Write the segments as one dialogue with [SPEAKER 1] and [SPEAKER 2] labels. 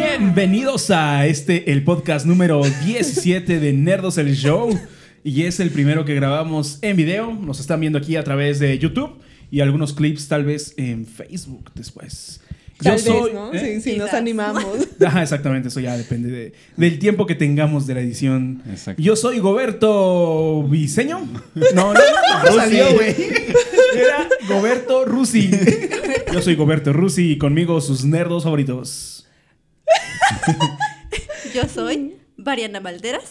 [SPEAKER 1] Bienvenidos a este, el podcast número 17 de Nerdos el Show. Y es el primero que grabamos en video. Nos están viendo aquí a través de YouTube y algunos clips tal vez en Facebook después.
[SPEAKER 2] Tal vez, ¿no?
[SPEAKER 1] ¿eh?
[SPEAKER 2] Si, si nos
[SPEAKER 3] Quizás.
[SPEAKER 2] animamos.
[SPEAKER 1] Ajá, exactamente, eso ya depende de- del tiempo que tengamos de la edición.
[SPEAKER 4] Exacto.
[SPEAKER 1] Yo soy Goberto Viseño. No, no, no, no salió, güey. Era Goberto Rusi. Yo soy Goberto Rusi y conmigo sus nerdos favoritos.
[SPEAKER 3] Yo soy Mariana Valderas.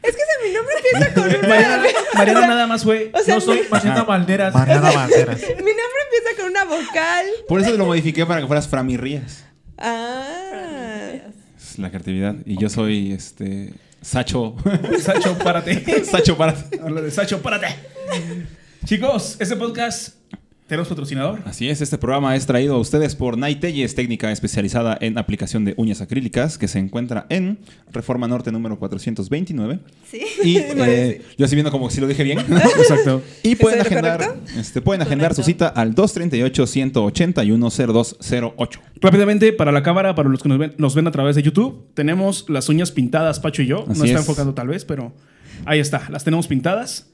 [SPEAKER 2] Es que si mi nombre empieza con una...
[SPEAKER 1] Mariana, Mariana nada más fue.
[SPEAKER 2] o sea,
[SPEAKER 1] no soy
[SPEAKER 2] mi-
[SPEAKER 1] Mariana
[SPEAKER 4] Ajá.
[SPEAKER 1] Valderas.
[SPEAKER 5] Mariana Banderas.
[SPEAKER 2] mi nombre empieza con una vocal.
[SPEAKER 4] Por eso lo modifiqué para que fueras Framirrías.
[SPEAKER 2] Ah.
[SPEAKER 4] Es la creatividad. Y yo soy este. Sacho.
[SPEAKER 1] Sacho, párate.
[SPEAKER 4] Sacho, párate.
[SPEAKER 1] Habla de Sacho, párate. Chicos, este podcast tenemos patrocinador.
[SPEAKER 4] Así es, este programa es traído a ustedes por Naitelles, técnica especializada en aplicación de uñas acrílicas, que se encuentra en Reforma Norte número 429.
[SPEAKER 3] Sí.
[SPEAKER 4] Y
[SPEAKER 2] Parece.
[SPEAKER 4] eh, yo así viendo como si lo dije bien.
[SPEAKER 1] Exacto.
[SPEAKER 4] Y pueden
[SPEAKER 2] ¿Estoy en lo
[SPEAKER 4] agendar,
[SPEAKER 2] correcto?
[SPEAKER 4] este, pueden agendar su
[SPEAKER 3] Correcto.
[SPEAKER 4] cita al 238-181-0208.
[SPEAKER 1] Rápidamente, para la cámara, para los que nos ven, nos ven a través de YouTube, tenemos las uñas pintadas, Pacho y yo.
[SPEAKER 4] Así
[SPEAKER 1] no está
[SPEAKER 4] es.
[SPEAKER 1] enfocado tal vez, pero ahí está, las tenemos pintadas.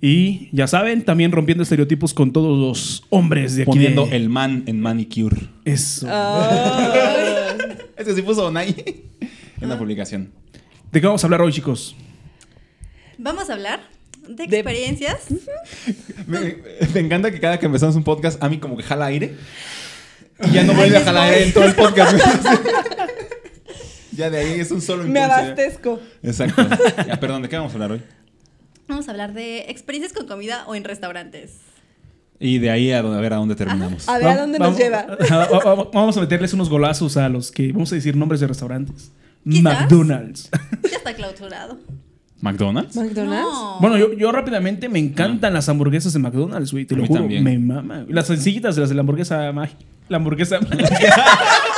[SPEAKER 1] Y ya saben, también rompiendo estereotipos con todos los hombres de aquí.
[SPEAKER 4] Poniendo
[SPEAKER 1] de-
[SPEAKER 4] el man en manicure.
[SPEAKER 1] Eso.
[SPEAKER 2] Ah.
[SPEAKER 4] Eso sí puso Onay en la publicación.
[SPEAKER 1] ¿De qué vamos a hablar hoy, chicos?
[SPEAKER 3] Vamos a hablar de
[SPEAKER 2] De-
[SPEAKER 3] experiencias.
[SPEAKER 4] Me, me encanta que cada que empezamos un podcast, a mí como que jala aire. Y ya no vuelve a jalar aire en todo el podcast. ya de ahí es un solo
[SPEAKER 2] Me
[SPEAKER 4] impulso. ya.
[SPEAKER 2] abastezco.
[SPEAKER 4] Exacto. Ya, perdón, ¿de qué vamos a hablar hoy?
[SPEAKER 3] Vamos a hablar de experiencias con comida o en restaurantes.
[SPEAKER 4] Y de ahí a, donde- a ver a dónde terminamos.
[SPEAKER 1] Ah,
[SPEAKER 2] A ver a dónde nos
[SPEAKER 1] Vamos-
[SPEAKER 2] lleva.
[SPEAKER 1] Ajá, va- va- Vamos a meterles unos golazos a los que vamos a decir nombres de restaurantes.
[SPEAKER 3] Quizás.
[SPEAKER 1] McDonald's.
[SPEAKER 3] Ya está clausurado.
[SPEAKER 4] ¿McDonald's?
[SPEAKER 2] ¿McDonald's?
[SPEAKER 3] No.
[SPEAKER 1] Bueno, yo, yo rápidamente me encantan las hamburguesas de McDonald's, güey, te
[SPEAKER 4] A
[SPEAKER 1] lo
[SPEAKER 4] mí
[SPEAKER 1] juro.
[SPEAKER 4] también.
[SPEAKER 1] Me mama. Las sencillitas, las de la hamburguesa mágica. La hamburguesa.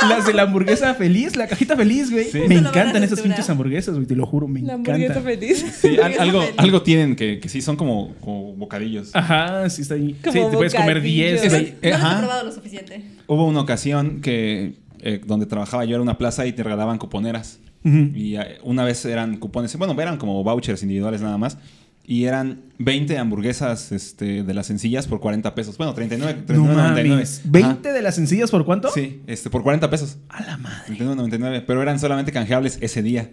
[SPEAKER 1] las de la hamburguesa feliz, la cajita feliz, güey.
[SPEAKER 4] Sí.
[SPEAKER 1] Me
[SPEAKER 3] Solo van
[SPEAKER 1] encantan
[SPEAKER 3] a
[SPEAKER 1] esas
[SPEAKER 3] censurar.
[SPEAKER 1] pinches hamburguesas, güey, te lo juro, me
[SPEAKER 2] La hamburguesa
[SPEAKER 1] encanta.
[SPEAKER 2] feliz.
[SPEAKER 4] Sí, al- algo,
[SPEAKER 3] Feliz.
[SPEAKER 4] algo tienen que, que sí son como, como bocadillos.
[SPEAKER 1] Ajá, sí está ahí. Sí,
[SPEAKER 2] Como
[SPEAKER 1] te puedes comer
[SPEAKER 2] bocadillos.
[SPEAKER 1] 10, güey.
[SPEAKER 4] eh,
[SPEAKER 3] no las he
[SPEAKER 4] ajá.
[SPEAKER 3] probado lo suficiente.
[SPEAKER 4] Hubo una ocasión que eh, donde trabajaba yo era una plaza y te regalaban cuponeras.
[SPEAKER 1] Ujú.
[SPEAKER 4] Y eh, una vez eran cupones, bueno, eran como vouchers individuales nada más. Y eran 20 hamburguesas este, de las sencillas por 40 pesos. Bueno, 39,
[SPEAKER 1] No
[SPEAKER 4] 39.99.
[SPEAKER 1] mames. ¿20 de las sencillas por cuánto?
[SPEAKER 4] Sí, este, por 40 pesos.
[SPEAKER 1] A la madre.
[SPEAKER 4] 39.99. Pero eran solamente canjeables ese día.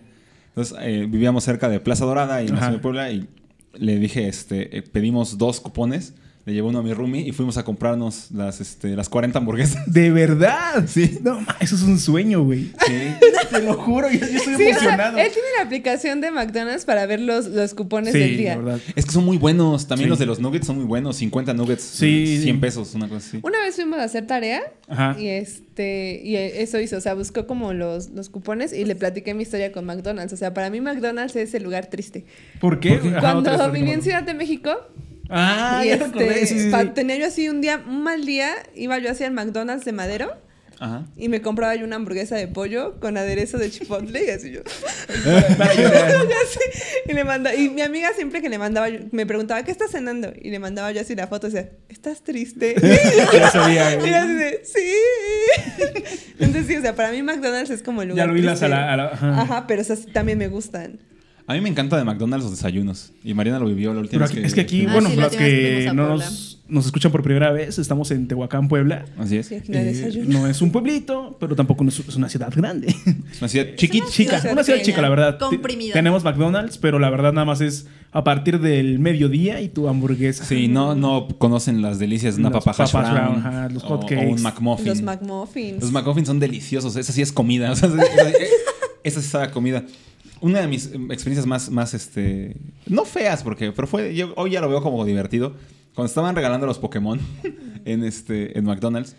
[SPEAKER 4] Entonces eh, vivíamos cerca de Plaza Dorada y en la
[SPEAKER 1] Ajá.
[SPEAKER 4] ciudad de Puebla. Y le dije, este, eh, pedimos dos cupones. Le llevó uno a mi roomie y fuimos a comprarnos las, este, las 40 hamburguesas.
[SPEAKER 1] De verdad.
[SPEAKER 4] Sí.
[SPEAKER 1] No, ma, eso es un sueño, güey.
[SPEAKER 4] Sí.
[SPEAKER 1] Te lo juro, yo, yo estoy
[SPEAKER 2] Sí, o sea,
[SPEAKER 1] emocionado.
[SPEAKER 2] él tiene la aplicación de McDonald's para ver los, los cupones
[SPEAKER 1] Sí,
[SPEAKER 2] del día.
[SPEAKER 1] la verdad.
[SPEAKER 4] Es que son muy buenos. También
[SPEAKER 1] Sí.
[SPEAKER 4] los de los nuggets son muy buenos. 50 nuggets,
[SPEAKER 1] Sí.
[SPEAKER 4] sí. 100 pesos, una cosa así.
[SPEAKER 2] Una vez fuimos a hacer tarea
[SPEAKER 1] Ajá.
[SPEAKER 2] y este y eso hizo, o sea, buscó como los, los cupones y le platiqué mi historia con McDonald's. O sea, para mí McDonald's es el lugar triste.
[SPEAKER 1] ¿Por qué?
[SPEAKER 4] Porque
[SPEAKER 1] Ajá, otra vez,
[SPEAKER 2] Cuando
[SPEAKER 1] porque
[SPEAKER 2] viví
[SPEAKER 1] no-
[SPEAKER 2] en Ciudad de México,
[SPEAKER 1] Ah,
[SPEAKER 2] y
[SPEAKER 1] ya
[SPEAKER 2] este,
[SPEAKER 1] recordé, sí, sí, sí.
[SPEAKER 2] pa- tenía yo así un día, un mal día, iba yo hacia el McDonald's de Madero
[SPEAKER 4] Ajá.
[SPEAKER 2] y me compraba yo una hamburguesa de pollo con aderezo de chipotle y así yo.
[SPEAKER 1] Para llorar.
[SPEAKER 2] Ya sé. y le manda y mi amiga siempre que le mandaba yo- me preguntaba qué estás cenando y le mandaba yo así la foto, o sea, ¿estás triste?
[SPEAKER 1] Ya sabía, eh.
[SPEAKER 2] Y
[SPEAKER 1] güey.
[SPEAKER 2] yo así de, sí. Entonces sí, o sea, para mí McDonald's es como el
[SPEAKER 1] Ya
[SPEAKER 2] lugar.
[SPEAKER 1] lo hilas a
[SPEAKER 2] triste.
[SPEAKER 1] la. a la- ajá.
[SPEAKER 2] Ajá, pero esas también me gustan.
[SPEAKER 4] A mí me encanta de McDonald's los desayunos. Y Mariana lo vivió la última
[SPEAKER 1] Pero
[SPEAKER 4] vez
[SPEAKER 1] aquí- es que aquí,
[SPEAKER 3] Ah,
[SPEAKER 1] bueno,
[SPEAKER 3] sí, la
[SPEAKER 1] los
[SPEAKER 3] última vez que
[SPEAKER 1] que
[SPEAKER 3] fuimos a
[SPEAKER 1] no
[SPEAKER 3] Puebla.
[SPEAKER 1] nos, nos escuchan por primera vez, estamos en Tehuacán, Puebla.
[SPEAKER 4] Así es.
[SPEAKER 2] Sí, aquí no hay
[SPEAKER 1] Eh,
[SPEAKER 2] desayuno.
[SPEAKER 1] no es un pueblito, pero tampoco es es una ciudad grande.
[SPEAKER 4] Es una ciudad
[SPEAKER 1] Chiqui,
[SPEAKER 3] Es una
[SPEAKER 1] chica,
[SPEAKER 3] ciudad
[SPEAKER 1] una ciudad
[SPEAKER 3] pequeña,
[SPEAKER 1] chica, la verdad. Te-
[SPEAKER 3] comprimida.
[SPEAKER 1] Tenemos McDonald's, pero la verdad nada más es a partir del mediodía y tu hamburguesa.
[SPEAKER 4] Sí, no, no conocen las delicias de una
[SPEAKER 1] Las
[SPEAKER 4] papa hash
[SPEAKER 1] papas
[SPEAKER 4] brown,
[SPEAKER 1] brown, ajá, los
[SPEAKER 4] o-
[SPEAKER 1] hot
[SPEAKER 4] o,
[SPEAKER 1] cakes.
[SPEAKER 4] un McMuffin.
[SPEAKER 2] Los McMuffins.
[SPEAKER 4] Los McMuffins son deliciosos. Esa sí es comida. o sea, esa- esa- eh, esa es esa comida. Una de mis eh, experiencias más, más este, no feas, porque, pero fue, yo hoy ya lo veo como divertido. Cuando estaban regalando los Pokémon en, este, en McDonald's,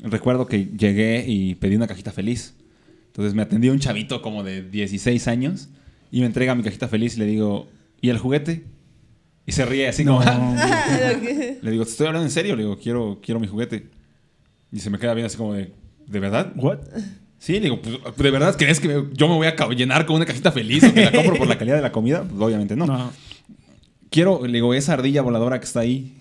[SPEAKER 4] recuerdo que llegué y pedí una cajita feliz. Entonces me atendió un chavito como de 16 años y me entrega mi cajita feliz y le digo, ¿y el juguete? Y se ríe así
[SPEAKER 1] No.
[SPEAKER 4] como, "Ah,
[SPEAKER 2] Ah, lo que-
[SPEAKER 4] le digo, ¿te estoy hablando en serio? Le digo, quiero, quiero mi juguete. Y se me queda bien así como de, ¿de verdad?
[SPEAKER 1] ¿What?
[SPEAKER 4] Sí, le digo, pues, ¿de verdad crees que me- yo me voy a ca- llenar con una cajita feliz o que la compro por la calidad de la comida? Pues, obviamente no.
[SPEAKER 1] No.
[SPEAKER 4] Quiero, le digo, esa ardilla voladora que está ahí.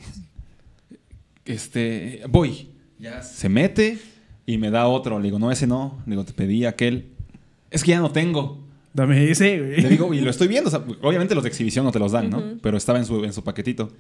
[SPEAKER 4] Este, voy. Ya se mete y me da otro. Le digo, no, ese no. Le digo, te pedí aquel. es que ya no tengo.
[SPEAKER 1] Dame ese, güey.
[SPEAKER 4] Le digo, y lo estoy viendo. o sea, obviamente los de exhibición no te los dan, ¿no? Pero estaba en su, en su paquetito.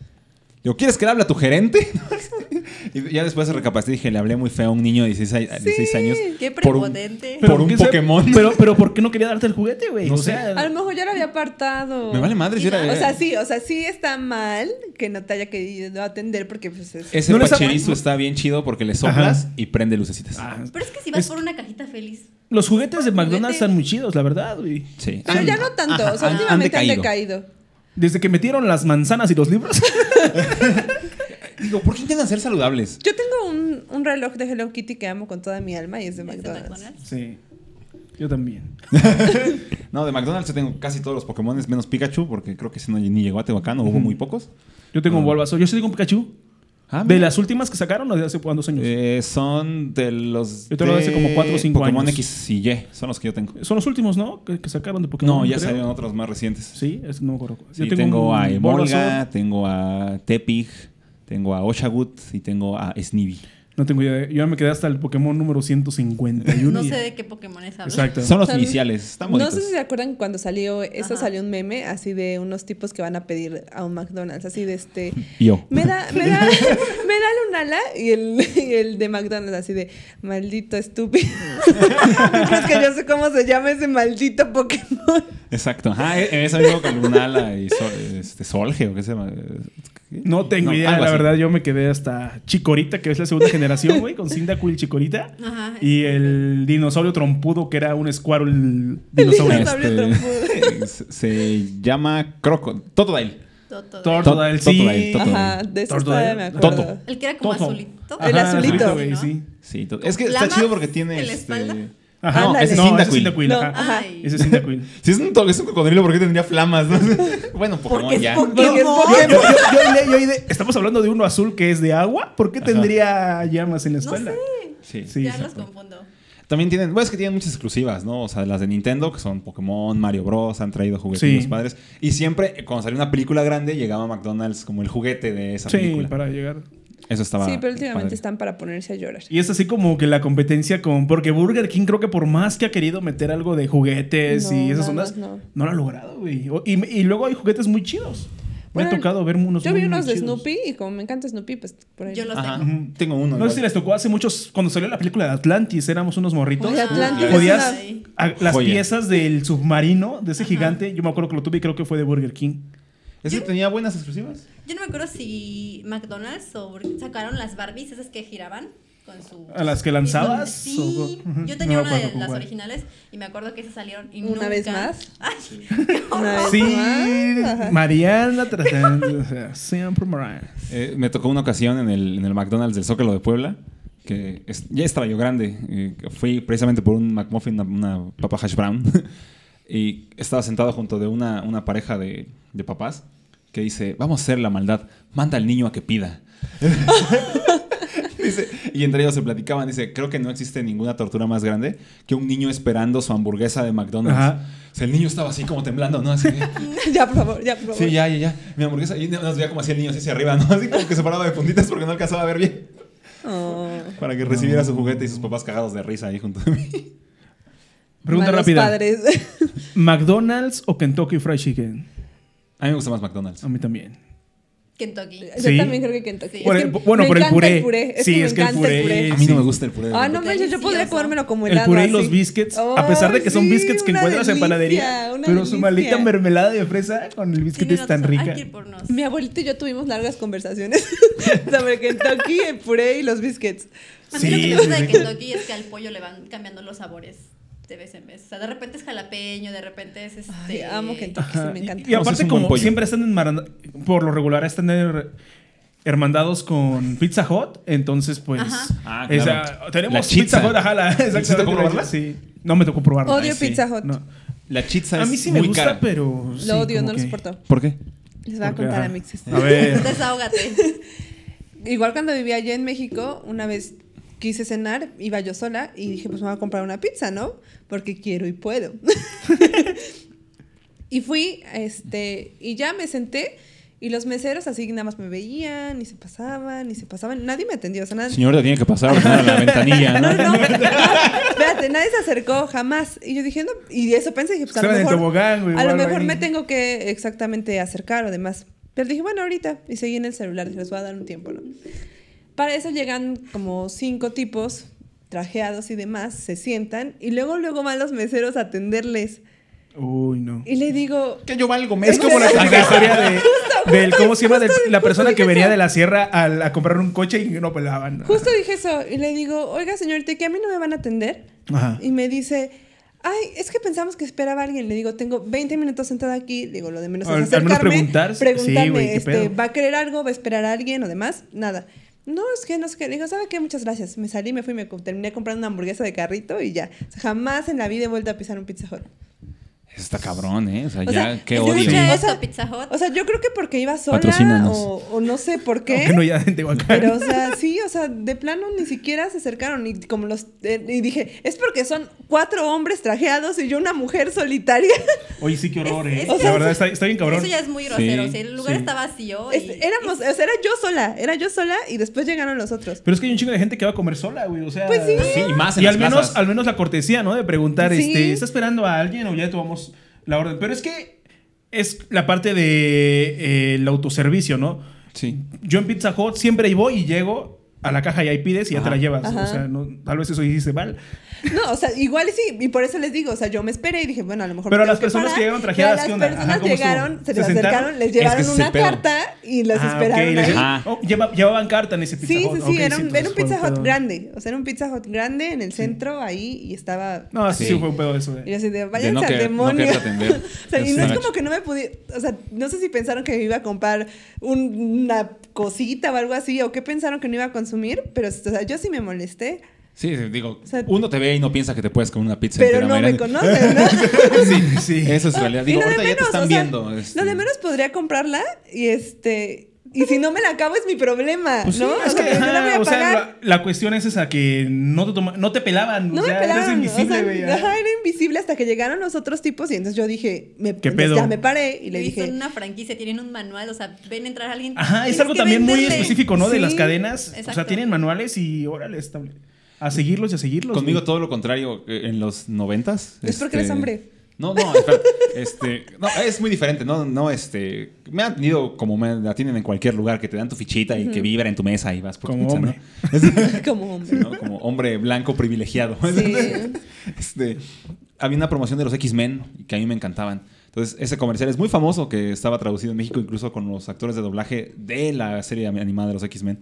[SPEAKER 4] Digo, ¿quieres que le hable a tu gerente? y ya después recapacité y dije, le hablé muy feo a un niño de 16, a- 16 años.
[SPEAKER 3] Qué
[SPEAKER 4] por un-
[SPEAKER 3] prepotente.
[SPEAKER 4] Pero- por un
[SPEAKER 1] ¿qué se-
[SPEAKER 4] Pokémon.
[SPEAKER 1] Pero, pero ¿por qué no quería darte el juguete, güey?
[SPEAKER 4] No
[SPEAKER 1] o
[SPEAKER 4] sé.
[SPEAKER 1] sea,
[SPEAKER 2] A lo mejor yo lo había apartado.
[SPEAKER 4] Me vale madre, yo era-
[SPEAKER 2] O sea, sí, o sea, sí está mal que no te haya querido atender porque pues es...
[SPEAKER 4] Ese
[SPEAKER 1] No les ha-
[SPEAKER 4] pacherizo está bien chido porque le soplas
[SPEAKER 1] Ajá.
[SPEAKER 4] y prende lucecitas.
[SPEAKER 1] ah,
[SPEAKER 3] Pero es que si vas
[SPEAKER 1] Es-
[SPEAKER 3] por una cajita feliz.
[SPEAKER 1] los juguetes de McDonald's
[SPEAKER 3] Juguete.
[SPEAKER 1] están muy chidos, la verdad, güey.
[SPEAKER 4] Sí.
[SPEAKER 2] Pero
[SPEAKER 4] Ah,
[SPEAKER 2] ya no tanto, o sea,
[SPEAKER 4] han- han
[SPEAKER 2] últimamente han
[SPEAKER 4] decaído.
[SPEAKER 2] decaído.
[SPEAKER 1] Desde que metieron las manzanas y los libros.
[SPEAKER 4] Digo, ¿por qué intentan ser saludables?
[SPEAKER 2] Yo tengo un, un reloj de Hello Kitty que amo con toda mi alma y es de
[SPEAKER 3] ¿Es de este
[SPEAKER 2] McDonald's.
[SPEAKER 3] McDonald's?
[SPEAKER 1] sí. Yo también.
[SPEAKER 4] No, de McDonald's yo tengo casi todos los Pokémon menos Pikachu porque creo que ese no, ni llegó a Tehuacán o hubo muy pocos.
[SPEAKER 1] Yo tengo un Bulbasaur. Yo sí tengo un Pikachu.
[SPEAKER 4] Ah,
[SPEAKER 1] de
[SPEAKER 4] mira.
[SPEAKER 1] las últimas que sacaron, ¿no? de hace cuántos años.
[SPEAKER 4] Eh, son de los.
[SPEAKER 1] Yo tengo
[SPEAKER 4] de
[SPEAKER 1] hace como cuatro o cinco
[SPEAKER 4] Pokémon
[SPEAKER 1] años.
[SPEAKER 4] X y Y. Son los que yo tengo.
[SPEAKER 1] Son los últimos, ¿no? Que, que sacaron de Pokémon.
[SPEAKER 4] No, ya
[SPEAKER 1] creo.
[SPEAKER 4] salieron otros más recientes.
[SPEAKER 1] Sí, es- no me acuerdo.
[SPEAKER 4] Sí, tengo,
[SPEAKER 1] un
[SPEAKER 4] a
[SPEAKER 1] Bulbasaur.
[SPEAKER 4] Emolga, tengo a Tepig, tengo a Oshagut y tengo a Snivy.
[SPEAKER 1] No tengo idea. de- Yo me quedé hasta el Pokémon número 151.
[SPEAKER 3] No sé de qué Pokémon es hablar.
[SPEAKER 1] Exacto.
[SPEAKER 4] Son los
[SPEAKER 2] Son-
[SPEAKER 4] iniciales, están
[SPEAKER 2] No
[SPEAKER 4] bonitos.
[SPEAKER 2] sé si se acuerdan cuando salió eso,
[SPEAKER 3] Ajá.
[SPEAKER 2] salió un meme así de unos tipos que van a pedir a un McDonald's, así de este...
[SPEAKER 4] Yo.
[SPEAKER 2] Me da, me da, me da Lunala y el, y el de McDonald's así de maldito estúpido. ¿Tú crees que yo sé cómo se llama ese maldito Pokémon?
[SPEAKER 4] Exacto. Ajá, e- ese mismo con Lunala y Sol- este, Solge o qué se llama. ¿Qué?
[SPEAKER 1] No tengo idea,
[SPEAKER 4] algo
[SPEAKER 1] la
[SPEAKER 4] así.
[SPEAKER 1] verdad. Yo me quedé hasta Chicorita, que es la segunda generación, güey, con Cyndaquil Chicorita.
[SPEAKER 3] Ajá. este.
[SPEAKER 1] Y el dinosaurio trompudo, que era un Squirrel dinosaurio.
[SPEAKER 2] dinosaurio. Dinosaurio trompudo.
[SPEAKER 4] se- este, se llama Croco. Totodile.
[SPEAKER 3] Toto.
[SPEAKER 1] Tortodile,
[SPEAKER 4] Tot-
[SPEAKER 1] sí.
[SPEAKER 4] Totodile, Totodile.
[SPEAKER 2] Ajá, de eso
[SPEAKER 1] Tortodile.
[SPEAKER 2] todavía me acuerdo.
[SPEAKER 4] Toto.
[SPEAKER 3] El que era como
[SPEAKER 1] Toto.
[SPEAKER 3] azulito.
[SPEAKER 2] El
[SPEAKER 1] Ajá,
[SPEAKER 2] azulito.
[SPEAKER 1] güey,
[SPEAKER 3] ¿no?
[SPEAKER 1] sí.
[SPEAKER 4] Sí, tot- es que
[SPEAKER 3] ¿Con
[SPEAKER 4] está
[SPEAKER 3] flamas
[SPEAKER 4] chido porque tiene. este
[SPEAKER 3] en la espalda?
[SPEAKER 1] Ajá.
[SPEAKER 4] No,
[SPEAKER 2] Ándale.
[SPEAKER 4] ese es
[SPEAKER 1] No, ese es
[SPEAKER 4] Cyndaquil.
[SPEAKER 1] Cyndaquil,
[SPEAKER 2] No,
[SPEAKER 1] ajá.
[SPEAKER 2] ajá.
[SPEAKER 3] Ay.
[SPEAKER 1] Ese es Cyndaquil.
[SPEAKER 4] Si es un, to- es un cocodrilo, ¿por qué tendría flamas? no? bueno, Pokémon
[SPEAKER 3] Porque es
[SPEAKER 4] ya.
[SPEAKER 3] Pokémon.
[SPEAKER 2] Porque
[SPEAKER 1] Yo,
[SPEAKER 2] es
[SPEAKER 1] yo, yo, yo leí- yo leí de- estamos hablando de uno azul que es de agua. ¿Por qué tendría llamas en la
[SPEAKER 3] No
[SPEAKER 1] espalda?
[SPEAKER 3] sé.
[SPEAKER 4] Sí.
[SPEAKER 1] Sí,
[SPEAKER 3] ya los
[SPEAKER 1] exacto.
[SPEAKER 3] confundo.
[SPEAKER 4] También tienen, bueno, es que tienen muchas exclusivas, ¿no? O sea, las de Nintendo, que son Pokémon, Mario Bros, han traído juguetes
[SPEAKER 1] Sí.
[SPEAKER 4] los padres. Y siempre, eh, cuando salía una película grande, llegaba a McDonald's como el juguete de esa
[SPEAKER 1] Sí,
[SPEAKER 4] película.
[SPEAKER 1] para llegar.
[SPEAKER 4] Eso estaba.
[SPEAKER 2] Sí, pero últimamente
[SPEAKER 4] padre.
[SPEAKER 2] están para ponerse a llorar.
[SPEAKER 1] Y es así como que la competencia con. Porque Burger King, creo que por más que ha querido meter algo de juguetes y
[SPEAKER 2] No,
[SPEAKER 1] esas
[SPEAKER 2] nada
[SPEAKER 1] ondas,
[SPEAKER 2] más no.
[SPEAKER 1] no. lo ha logrado, güey. O- Y, y luego hay juguetes muy chidos.
[SPEAKER 2] Bueno,
[SPEAKER 1] Me ha tocado ver unos.
[SPEAKER 2] Yo vi
[SPEAKER 1] muy, muy
[SPEAKER 2] unos de
[SPEAKER 1] chidos.
[SPEAKER 2] Snoopy y como me encanta Snoopy, pues por ahí.
[SPEAKER 3] Yo los
[SPEAKER 4] Ajá.
[SPEAKER 3] tengo.
[SPEAKER 4] Tengo uno.
[SPEAKER 1] No
[SPEAKER 4] igual.
[SPEAKER 1] sé si les tocó hace muchos. Cuando salió la película de Atlantis, éramos unos morritos.
[SPEAKER 2] Oye, Atlantis
[SPEAKER 3] es
[SPEAKER 1] Podías.
[SPEAKER 3] una-
[SPEAKER 1] a- las
[SPEAKER 4] Joya.
[SPEAKER 1] piezas del submarino, de ese
[SPEAKER 3] Ajá.
[SPEAKER 1] gigante. Yo me acuerdo que lo tuve y creo que fue de Burger King.
[SPEAKER 4] ¿Ese tenía buenas exclusivas?
[SPEAKER 3] Yo no me acuerdo si McDonald's o Burger- sacaron las Barbies, esas que giraban con su...
[SPEAKER 1] ¿A las que lanzabas?
[SPEAKER 3] Sí,
[SPEAKER 1] O- Ujú.
[SPEAKER 3] yo tenía
[SPEAKER 1] No me
[SPEAKER 3] una de
[SPEAKER 1] acuerdo con
[SPEAKER 3] las
[SPEAKER 1] cuál.
[SPEAKER 3] originales y me acuerdo que esas salieron y
[SPEAKER 2] ¿Una
[SPEAKER 3] nunca-
[SPEAKER 2] vez más?
[SPEAKER 3] Ay,
[SPEAKER 2] Una vez
[SPEAKER 1] Sí,
[SPEAKER 2] más. Ah, Ajá.
[SPEAKER 1] Mariana tratando. o sea, siempre Mariana.
[SPEAKER 4] Eh, me tocó una ocasión en el, en el McDonald's del Zócalo de Puebla, que es- ya estaba yo grande. eh, que fui precisamente por un McMuffin, una, una papa hash brown. y estaba sentado junto de una, una pareja de, de papás que dice, vamos a hacer la maldad, manda al niño a que pida. Dice, y entre ellos se platicaban, dice, creo que no existe ninguna tortura más grande que un niño esperando su hamburguesa de McDonald's.
[SPEAKER 1] Ajá.
[SPEAKER 4] O sea, el niño estaba así como temblando, ¿no? Así,
[SPEAKER 2] ya, por favor, ya, por favor.
[SPEAKER 4] Sí, ya, ya, ya. Mi hamburguesa. Y nos veía como hacía el niño así hacia arriba, ¿no? Así como que se paraba de puntitas porque no alcanzaba a ver bien.
[SPEAKER 2] Oh.
[SPEAKER 4] Para que recibiera su juguete y sus papás cagados de risa ahí junto a mí.
[SPEAKER 1] Pregunta
[SPEAKER 2] Malos
[SPEAKER 1] rápida.
[SPEAKER 2] padres.
[SPEAKER 1] ¿McDonald's o Kentucky Fried Chicken?
[SPEAKER 4] A mí me gusta más McDonald's.
[SPEAKER 1] A mí también.
[SPEAKER 3] Kentucky.
[SPEAKER 2] Yo
[SPEAKER 1] Sí.
[SPEAKER 2] también creo que Kentucky.
[SPEAKER 3] Sí.
[SPEAKER 2] Es
[SPEAKER 1] Por
[SPEAKER 2] que
[SPEAKER 1] el- bueno,
[SPEAKER 2] me
[SPEAKER 1] por el
[SPEAKER 2] encanta
[SPEAKER 1] puré.
[SPEAKER 2] Es
[SPEAKER 1] Sí,
[SPEAKER 2] que me
[SPEAKER 1] es que el
[SPEAKER 2] encanta
[SPEAKER 1] puré.
[SPEAKER 2] el puré.
[SPEAKER 4] A mí no me gusta el puré. de
[SPEAKER 2] Ah, no
[SPEAKER 4] McDonald's.
[SPEAKER 2] manches, yo podría
[SPEAKER 3] Delicioso.
[SPEAKER 2] comérmelo como
[SPEAKER 1] El
[SPEAKER 2] helado.
[SPEAKER 1] puré y los
[SPEAKER 2] así.
[SPEAKER 1] biscuits, a
[SPEAKER 2] Ay,
[SPEAKER 1] pesar de que son
[SPEAKER 2] sí,
[SPEAKER 1] biscuits que
[SPEAKER 2] una
[SPEAKER 1] encuentras en panadería,
[SPEAKER 2] delicia, una
[SPEAKER 1] pero su
[SPEAKER 2] delicia.
[SPEAKER 1] malita mermelada de fresa con el
[SPEAKER 3] Sí,
[SPEAKER 1] biscuit
[SPEAKER 3] no,
[SPEAKER 1] es tan
[SPEAKER 3] no,
[SPEAKER 1] rica.
[SPEAKER 3] Hay que ir por unos.
[SPEAKER 2] Mi abuelito y yo tuvimos largas conversaciones sobre Kentucky, el puré y los biscuits.
[SPEAKER 3] A mí lo que
[SPEAKER 1] Sí,
[SPEAKER 3] me gusta
[SPEAKER 1] sí,
[SPEAKER 3] de
[SPEAKER 1] sí.
[SPEAKER 3] Kentucky es que al pollo le van cambiando los sabores de vez en vez. O sea, de repente es jalapeño, de repente es este...
[SPEAKER 2] Ay, amo Kentucky, sí,
[SPEAKER 1] Ajá,
[SPEAKER 2] me
[SPEAKER 1] y-
[SPEAKER 2] encanta.
[SPEAKER 1] Y,
[SPEAKER 4] Pues es
[SPEAKER 1] aparte,
[SPEAKER 4] un buen
[SPEAKER 1] como
[SPEAKER 4] pollo.
[SPEAKER 1] siempre están enmaranda- por lo regular están her- hermandados con Pizza Hut, entonces pues
[SPEAKER 3] Ajá.
[SPEAKER 4] Ah,
[SPEAKER 1] o sea,
[SPEAKER 4] claro. La
[SPEAKER 1] tenemos
[SPEAKER 4] pizza.
[SPEAKER 1] Pizza Hut, ajá, la, exactamente,
[SPEAKER 4] ¿Sí te tocó probarla?
[SPEAKER 1] Sí. No me tocó probarla.
[SPEAKER 2] Odio
[SPEAKER 4] Ay, sí.
[SPEAKER 2] Pizza Hot.
[SPEAKER 1] No.
[SPEAKER 4] La pizza
[SPEAKER 1] A
[SPEAKER 4] es
[SPEAKER 1] mí sí me
[SPEAKER 4] muy
[SPEAKER 1] gusta,
[SPEAKER 4] cara.
[SPEAKER 1] pero
[SPEAKER 2] Lo
[SPEAKER 1] Pues sí,
[SPEAKER 2] odio,
[SPEAKER 1] como
[SPEAKER 2] no lo
[SPEAKER 1] que-
[SPEAKER 2] soporto.
[SPEAKER 4] ¿Por qué?
[SPEAKER 2] Les voy a
[SPEAKER 1] Porque,
[SPEAKER 2] contar
[SPEAKER 1] ajá.
[SPEAKER 2] a Mixes.
[SPEAKER 1] A ver.
[SPEAKER 3] Desahógate.
[SPEAKER 2] Igual cuando vivía allá en México, una vez quise cenar, iba yo sola y dije, pues me voy a comprar una pizza, ¿no? Porque quiero y puedo. y fui, este, y ya me senté y los meseros así nada más me veían y se pasaban y se pasaban. Nadie me atendió, o sea, nadie...
[SPEAKER 4] Señor, te tiene que pasar a ordenar a la ventanilla,
[SPEAKER 2] No,
[SPEAKER 4] ¿no?
[SPEAKER 2] no, no. Espérate, este, nadie se acercó jamás. Y yo dije, no, y eso pensé, dije, pues a lo
[SPEAKER 1] Estaban en
[SPEAKER 2] mejor,
[SPEAKER 1] tobogán, güey,
[SPEAKER 2] a
[SPEAKER 1] o
[SPEAKER 2] lo
[SPEAKER 1] algo
[SPEAKER 2] mejor
[SPEAKER 1] ahí.
[SPEAKER 2] me tengo que exactamente acercar o demás. Pero dije, bueno, ahorita. Y seguí en el celular, dije, les voy a dar un tiempo, ¿no? Para eso llegan como cinco tipos trajeados y demás, se sientan y luego luego van los meseros a atenderles.
[SPEAKER 1] Uy, no.
[SPEAKER 2] Y le digo,
[SPEAKER 4] Que yo valgo
[SPEAKER 1] Es como la típica historia de, del, ¿cómo se llama? Del-
[SPEAKER 2] justo-
[SPEAKER 1] la persona
[SPEAKER 2] justo
[SPEAKER 1] que
[SPEAKER 2] dije
[SPEAKER 1] venía
[SPEAKER 2] eso.
[SPEAKER 1] de la sierra al- a comprar un coche y no pelaban.
[SPEAKER 2] justo dije eso. Y le digo, oiga, señorita, que a mí no me van a atender.
[SPEAKER 1] Ajá.
[SPEAKER 2] Y me dice, ay, es que pensamos que esperaba a alguien. Le digo, tengo 20 minutos sentada aquí. Le digo, lo de menos es
[SPEAKER 1] Al- al menos
[SPEAKER 2] acercarme.
[SPEAKER 1] preguntar. Sí,
[SPEAKER 2] preguntarme,
[SPEAKER 1] güey, qué
[SPEAKER 2] este,
[SPEAKER 1] pedo.
[SPEAKER 2] ¿va a querer algo? ¿Va a esperar a alguien o demás? Nada. No, es que no sé qué. Le digo, ¿sabe qué? Muchas gracias. Me salí, me fui, me co- terminé comprando una hamburguesa de carrito y ya. O sea, jamás en la vida he vuelto a pisar un Pizza Hut.
[SPEAKER 4] Está cabrón, ¿eh? O sea,
[SPEAKER 2] O
[SPEAKER 4] ya,
[SPEAKER 2] sea,
[SPEAKER 4] qué
[SPEAKER 2] es
[SPEAKER 4] odio.
[SPEAKER 2] mucha-
[SPEAKER 3] Escucha
[SPEAKER 2] O sea,
[SPEAKER 3] esto, Pizza Hut.
[SPEAKER 2] O sea, yo creo que porque iba sola
[SPEAKER 4] Patrocínanos.
[SPEAKER 2] o, o no sé por qué.
[SPEAKER 1] Aunque no ya de Tehuacán.
[SPEAKER 2] Pero, o sea, sí, o sea, de plano ni siquiera se acercaron. Y como los. eh, y dije, es porque son cuatro hombres trajeados y yo una mujer solitaria.
[SPEAKER 1] Oye, sí, qué horror,
[SPEAKER 3] Es-
[SPEAKER 1] eh.
[SPEAKER 3] es
[SPEAKER 1] la
[SPEAKER 3] que-
[SPEAKER 1] verdad, está, está bien cabrón.
[SPEAKER 3] Eso ya es muy grosero.
[SPEAKER 4] Sí,
[SPEAKER 3] o sea, el lugar
[SPEAKER 4] sí.
[SPEAKER 3] está vacío.
[SPEAKER 2] Es-
[SPEAKER 3] y-
[SPEAKER 2] Este, éramos, o sea, era yo sola, era yo sola y después llegaron los otros.
[SPEAKER 1] Pero es que hay un chingo de gente que va a comer sola, güey. O sea,
[SPEAKER 2] Pues sí.
[SPEAKER 4] Sí, y más en
[SPEAKER 1] y
[SPEAKER 4] las
[SPEAKER 1] al menos,
[SPEAKER 4] plazas.
[SPEAKER 1] al menos la cortesía, ¿no? De preguntar,
[SPEAKER 2] Sí.
[SPEAKER 1] este, ¿está esperando a alguien o ya tomamos la orden? Pero es que es la parte de eh, el autoservicio, ¿no?
[SPEAKER 4] Sí.
[SPEAKER 1] Yo en Pizza Hut siempre ahí voy y llego a la caja y ahí pides y ya
[SPEAKER 4] Ajá.
[SPEAKER 1] te la llevas.
[SPEAKER 2] Ajá.
[SPEAKER 1] O sea, no- tal vez eso hiciste mal.
[SPEAKER 2] No, o sea, igual y sí, y por eso les digo, o sea, yo me esperé y dije, bueno, a lo mejor.
[SPEAKER 1] Pero
[SPEAKER 2] me
[SPEAKER 1] las
[SPEAKER 2] tengo
[SPEAKER 1] personas
[SPEAKER 2] parar.
[SPEAKER 1] que llegaron trajeadas,
[SPEAKER 2] Pero
[SPEAKER 1] ¿qué onda?
[SPEAKER 2] Las
[SPEAKER 1] Ajá,
[SPEAKER 2] personas
[SPEAKER 1] ¿cómo estuvo?
[SPEAKER 2] llegaron, se
[SPEAKER 1] ¿Se
[SPEAKER 2] les
[SPEAKER 1] sentaron?
[SPEAKER 2] acercaron, les
[SPEAKER 4] que
[SPEAKER 2] llevaron
[SPEAKER 4] ese es el
[SPEAKER 2] una
[SPEAKER 4] pedo.
[SPEAKER 2] carta y las
[SPEAKER 1] Ah,
[SPEAKER 2] esperaron.
[SPEAKER 1] ok, les-
[SPEAKER 2] ahí.
[SPEAKER 4] Ah.
[SPEAKER 1] Oh, lleva- llevaban carta en ese Pizza
[SPEAKER 2] Sí,
[SPEAKER 1] Hut.
[SPEAKER 2] sí,
[SPEAKER 1] Ok,
[SPEAKER 2] sí, era, un,
[SPEAKER 1] entonces
[SPEAKER 2] era un
[SPEAKER 1] fue
[SPEAKER 2] Pizza Hut
[SPEAKER 1] pedo.
[SPEAKER 2] grande. O sea, era un Pizza Hut grande en el centro, ahí, y estaba...
[SPEAKER 1] No, sí,
[SPEAKER 4] Sí.
[SPEAKER 1] sí fue un pedo eso.
[SPEAKER 2] Y
[SPEAKER 1] eh.
[SPEAKER 2] yo así de, váyanse
[SPEAKER 4] no
[SPEAKER 2] al
[SPEAKER 4] querer- no
[SPEAKER 2] demonio.
[SPEAKER 4] querer atender.
[SPEAKER 2] o sea, y
[SPEAKER 4] Es
[SPEAKER 2] no es
[SPEAKER 4] una-
[SPEAKER 2] como que no me pude... O sea, no sé si pensaron que iba a comprar un- una cosita o algo así, o qué pensaron que no iba a consumir, pero o sea, yo sí me molesté,
[SPEAKER 4] Sí, digo,
[SPEAKER 2] O sea,
[SPEAKER 4] uno te ve y no piensa que te puedes comer una pizza
[SPEAKER 2] pero
[SPEAKER 4] entera,
[SPEAKER 2] no me
[SPEAKER 4] Mayrani.
[SPEAKER 2] conocen, ¿no?
[SPEAKER 1] Sí, sí.
[SPEAKER 4] Eso es realidad. Digo,
[SPEAKER 2] Y lo de
[SPEAKER 4] ahorita ya te
[SPEAKER 2] menos,
[SPEAKER 4] están
[SPEAKER 2] o sea,
[SPEAKER 4] viendo. este.
[SPEAKER 2] Lo de menos podría comprarla y este... Y si no me la acabo es mi problema,
[SPEAKER 1] Pues sí,
[SPEAKER 2] ¿no?
[SPEAKER 1] es
[SPEAKER 2] o sea,
[SPEAKER 1] que,
[SPEAKER 2] yo la
[SPEAKER 1] ajá,
[SPEAKER 2] voy a
[SPEAKER 1] o sea,
[SPEAKER 2] pagar.
[SPEAKER 1] la, la cuestión es esa que no te toma- no te pelaban,
[SPEAKER 2] No
[SPEAKER 1] o
[SPEAKER 2] me
[SPEAKER 1] sea, eres
[SPEAKER 2] pelaron. o
[SPEAKER 1] invisible,
[SPEAKER 2] sea,
[SPEAKER 1] güey.
[SPEAKER 2] ajá, era invisible hasta que llegaron los otros tipos y entonces yo dije, me,
[SPEAKER 1] ¿Qué
[SPEAKER 2] entonces
[SPEAKER 1] pedo?
[SPEAKER 2] ya me paré y le
[SPEAKER 3] Y
[SPEAKER 2] dije,
[SPEAKER 3] Son una franquicia, tienen un manual, o sea, ven entrar a alguien.
[SPEAKER 1] Ajá, es
[SPEAKER 3] tienes
[SPEAKER 1] algo
[SPEAKER 3] que
[SPEAKER 1] también muy
[SPEAKER 3] venderle.
[SPEAKER 1] específico, ¿no? De
[SPEAKER 2] Sí.
[SPEAKER 1] las cadenas. O sea,
[SPEAKER 3] Exacto.
[SPEAKER 1] tienen manuales y órale, estable. A seguirlos y a seguirlos.
[SPEAKER 4] Conmigo
[SPEAKER 1] güey.
[SPEAKER 4] todo lo contrario, eh, en los noventas. este,
[SPEAKER 2] Es porque eres hombre.
[SPEAKER 4] No, no, espera. este, no, es muy diferente. No, no, este. Me han atendido como me atienden en cualquier lugar, que te dan tu fichita y que vibra en tu mesa y vas por tu
[SPEAKER 1] Como
[SPEAKER 4] pizza, ¿no?
[SPEAKER 1] hombre.
[SPEAKER 2] como
[SPEAKER 4] Sí,
[SPEAKER 2] hombre.
[SPEAKER 4] ¿no? Como hombre blanco privilegiado.
[SPEAKER 2] Sí.
[SPEAKER 4] Este, había una promoción de los X-Men que a mí me encantaban. Entonces, ese comercial es muy famoso que estaba traducido en México, incluso con los actores de doblaje de la serie animada de los X-Men.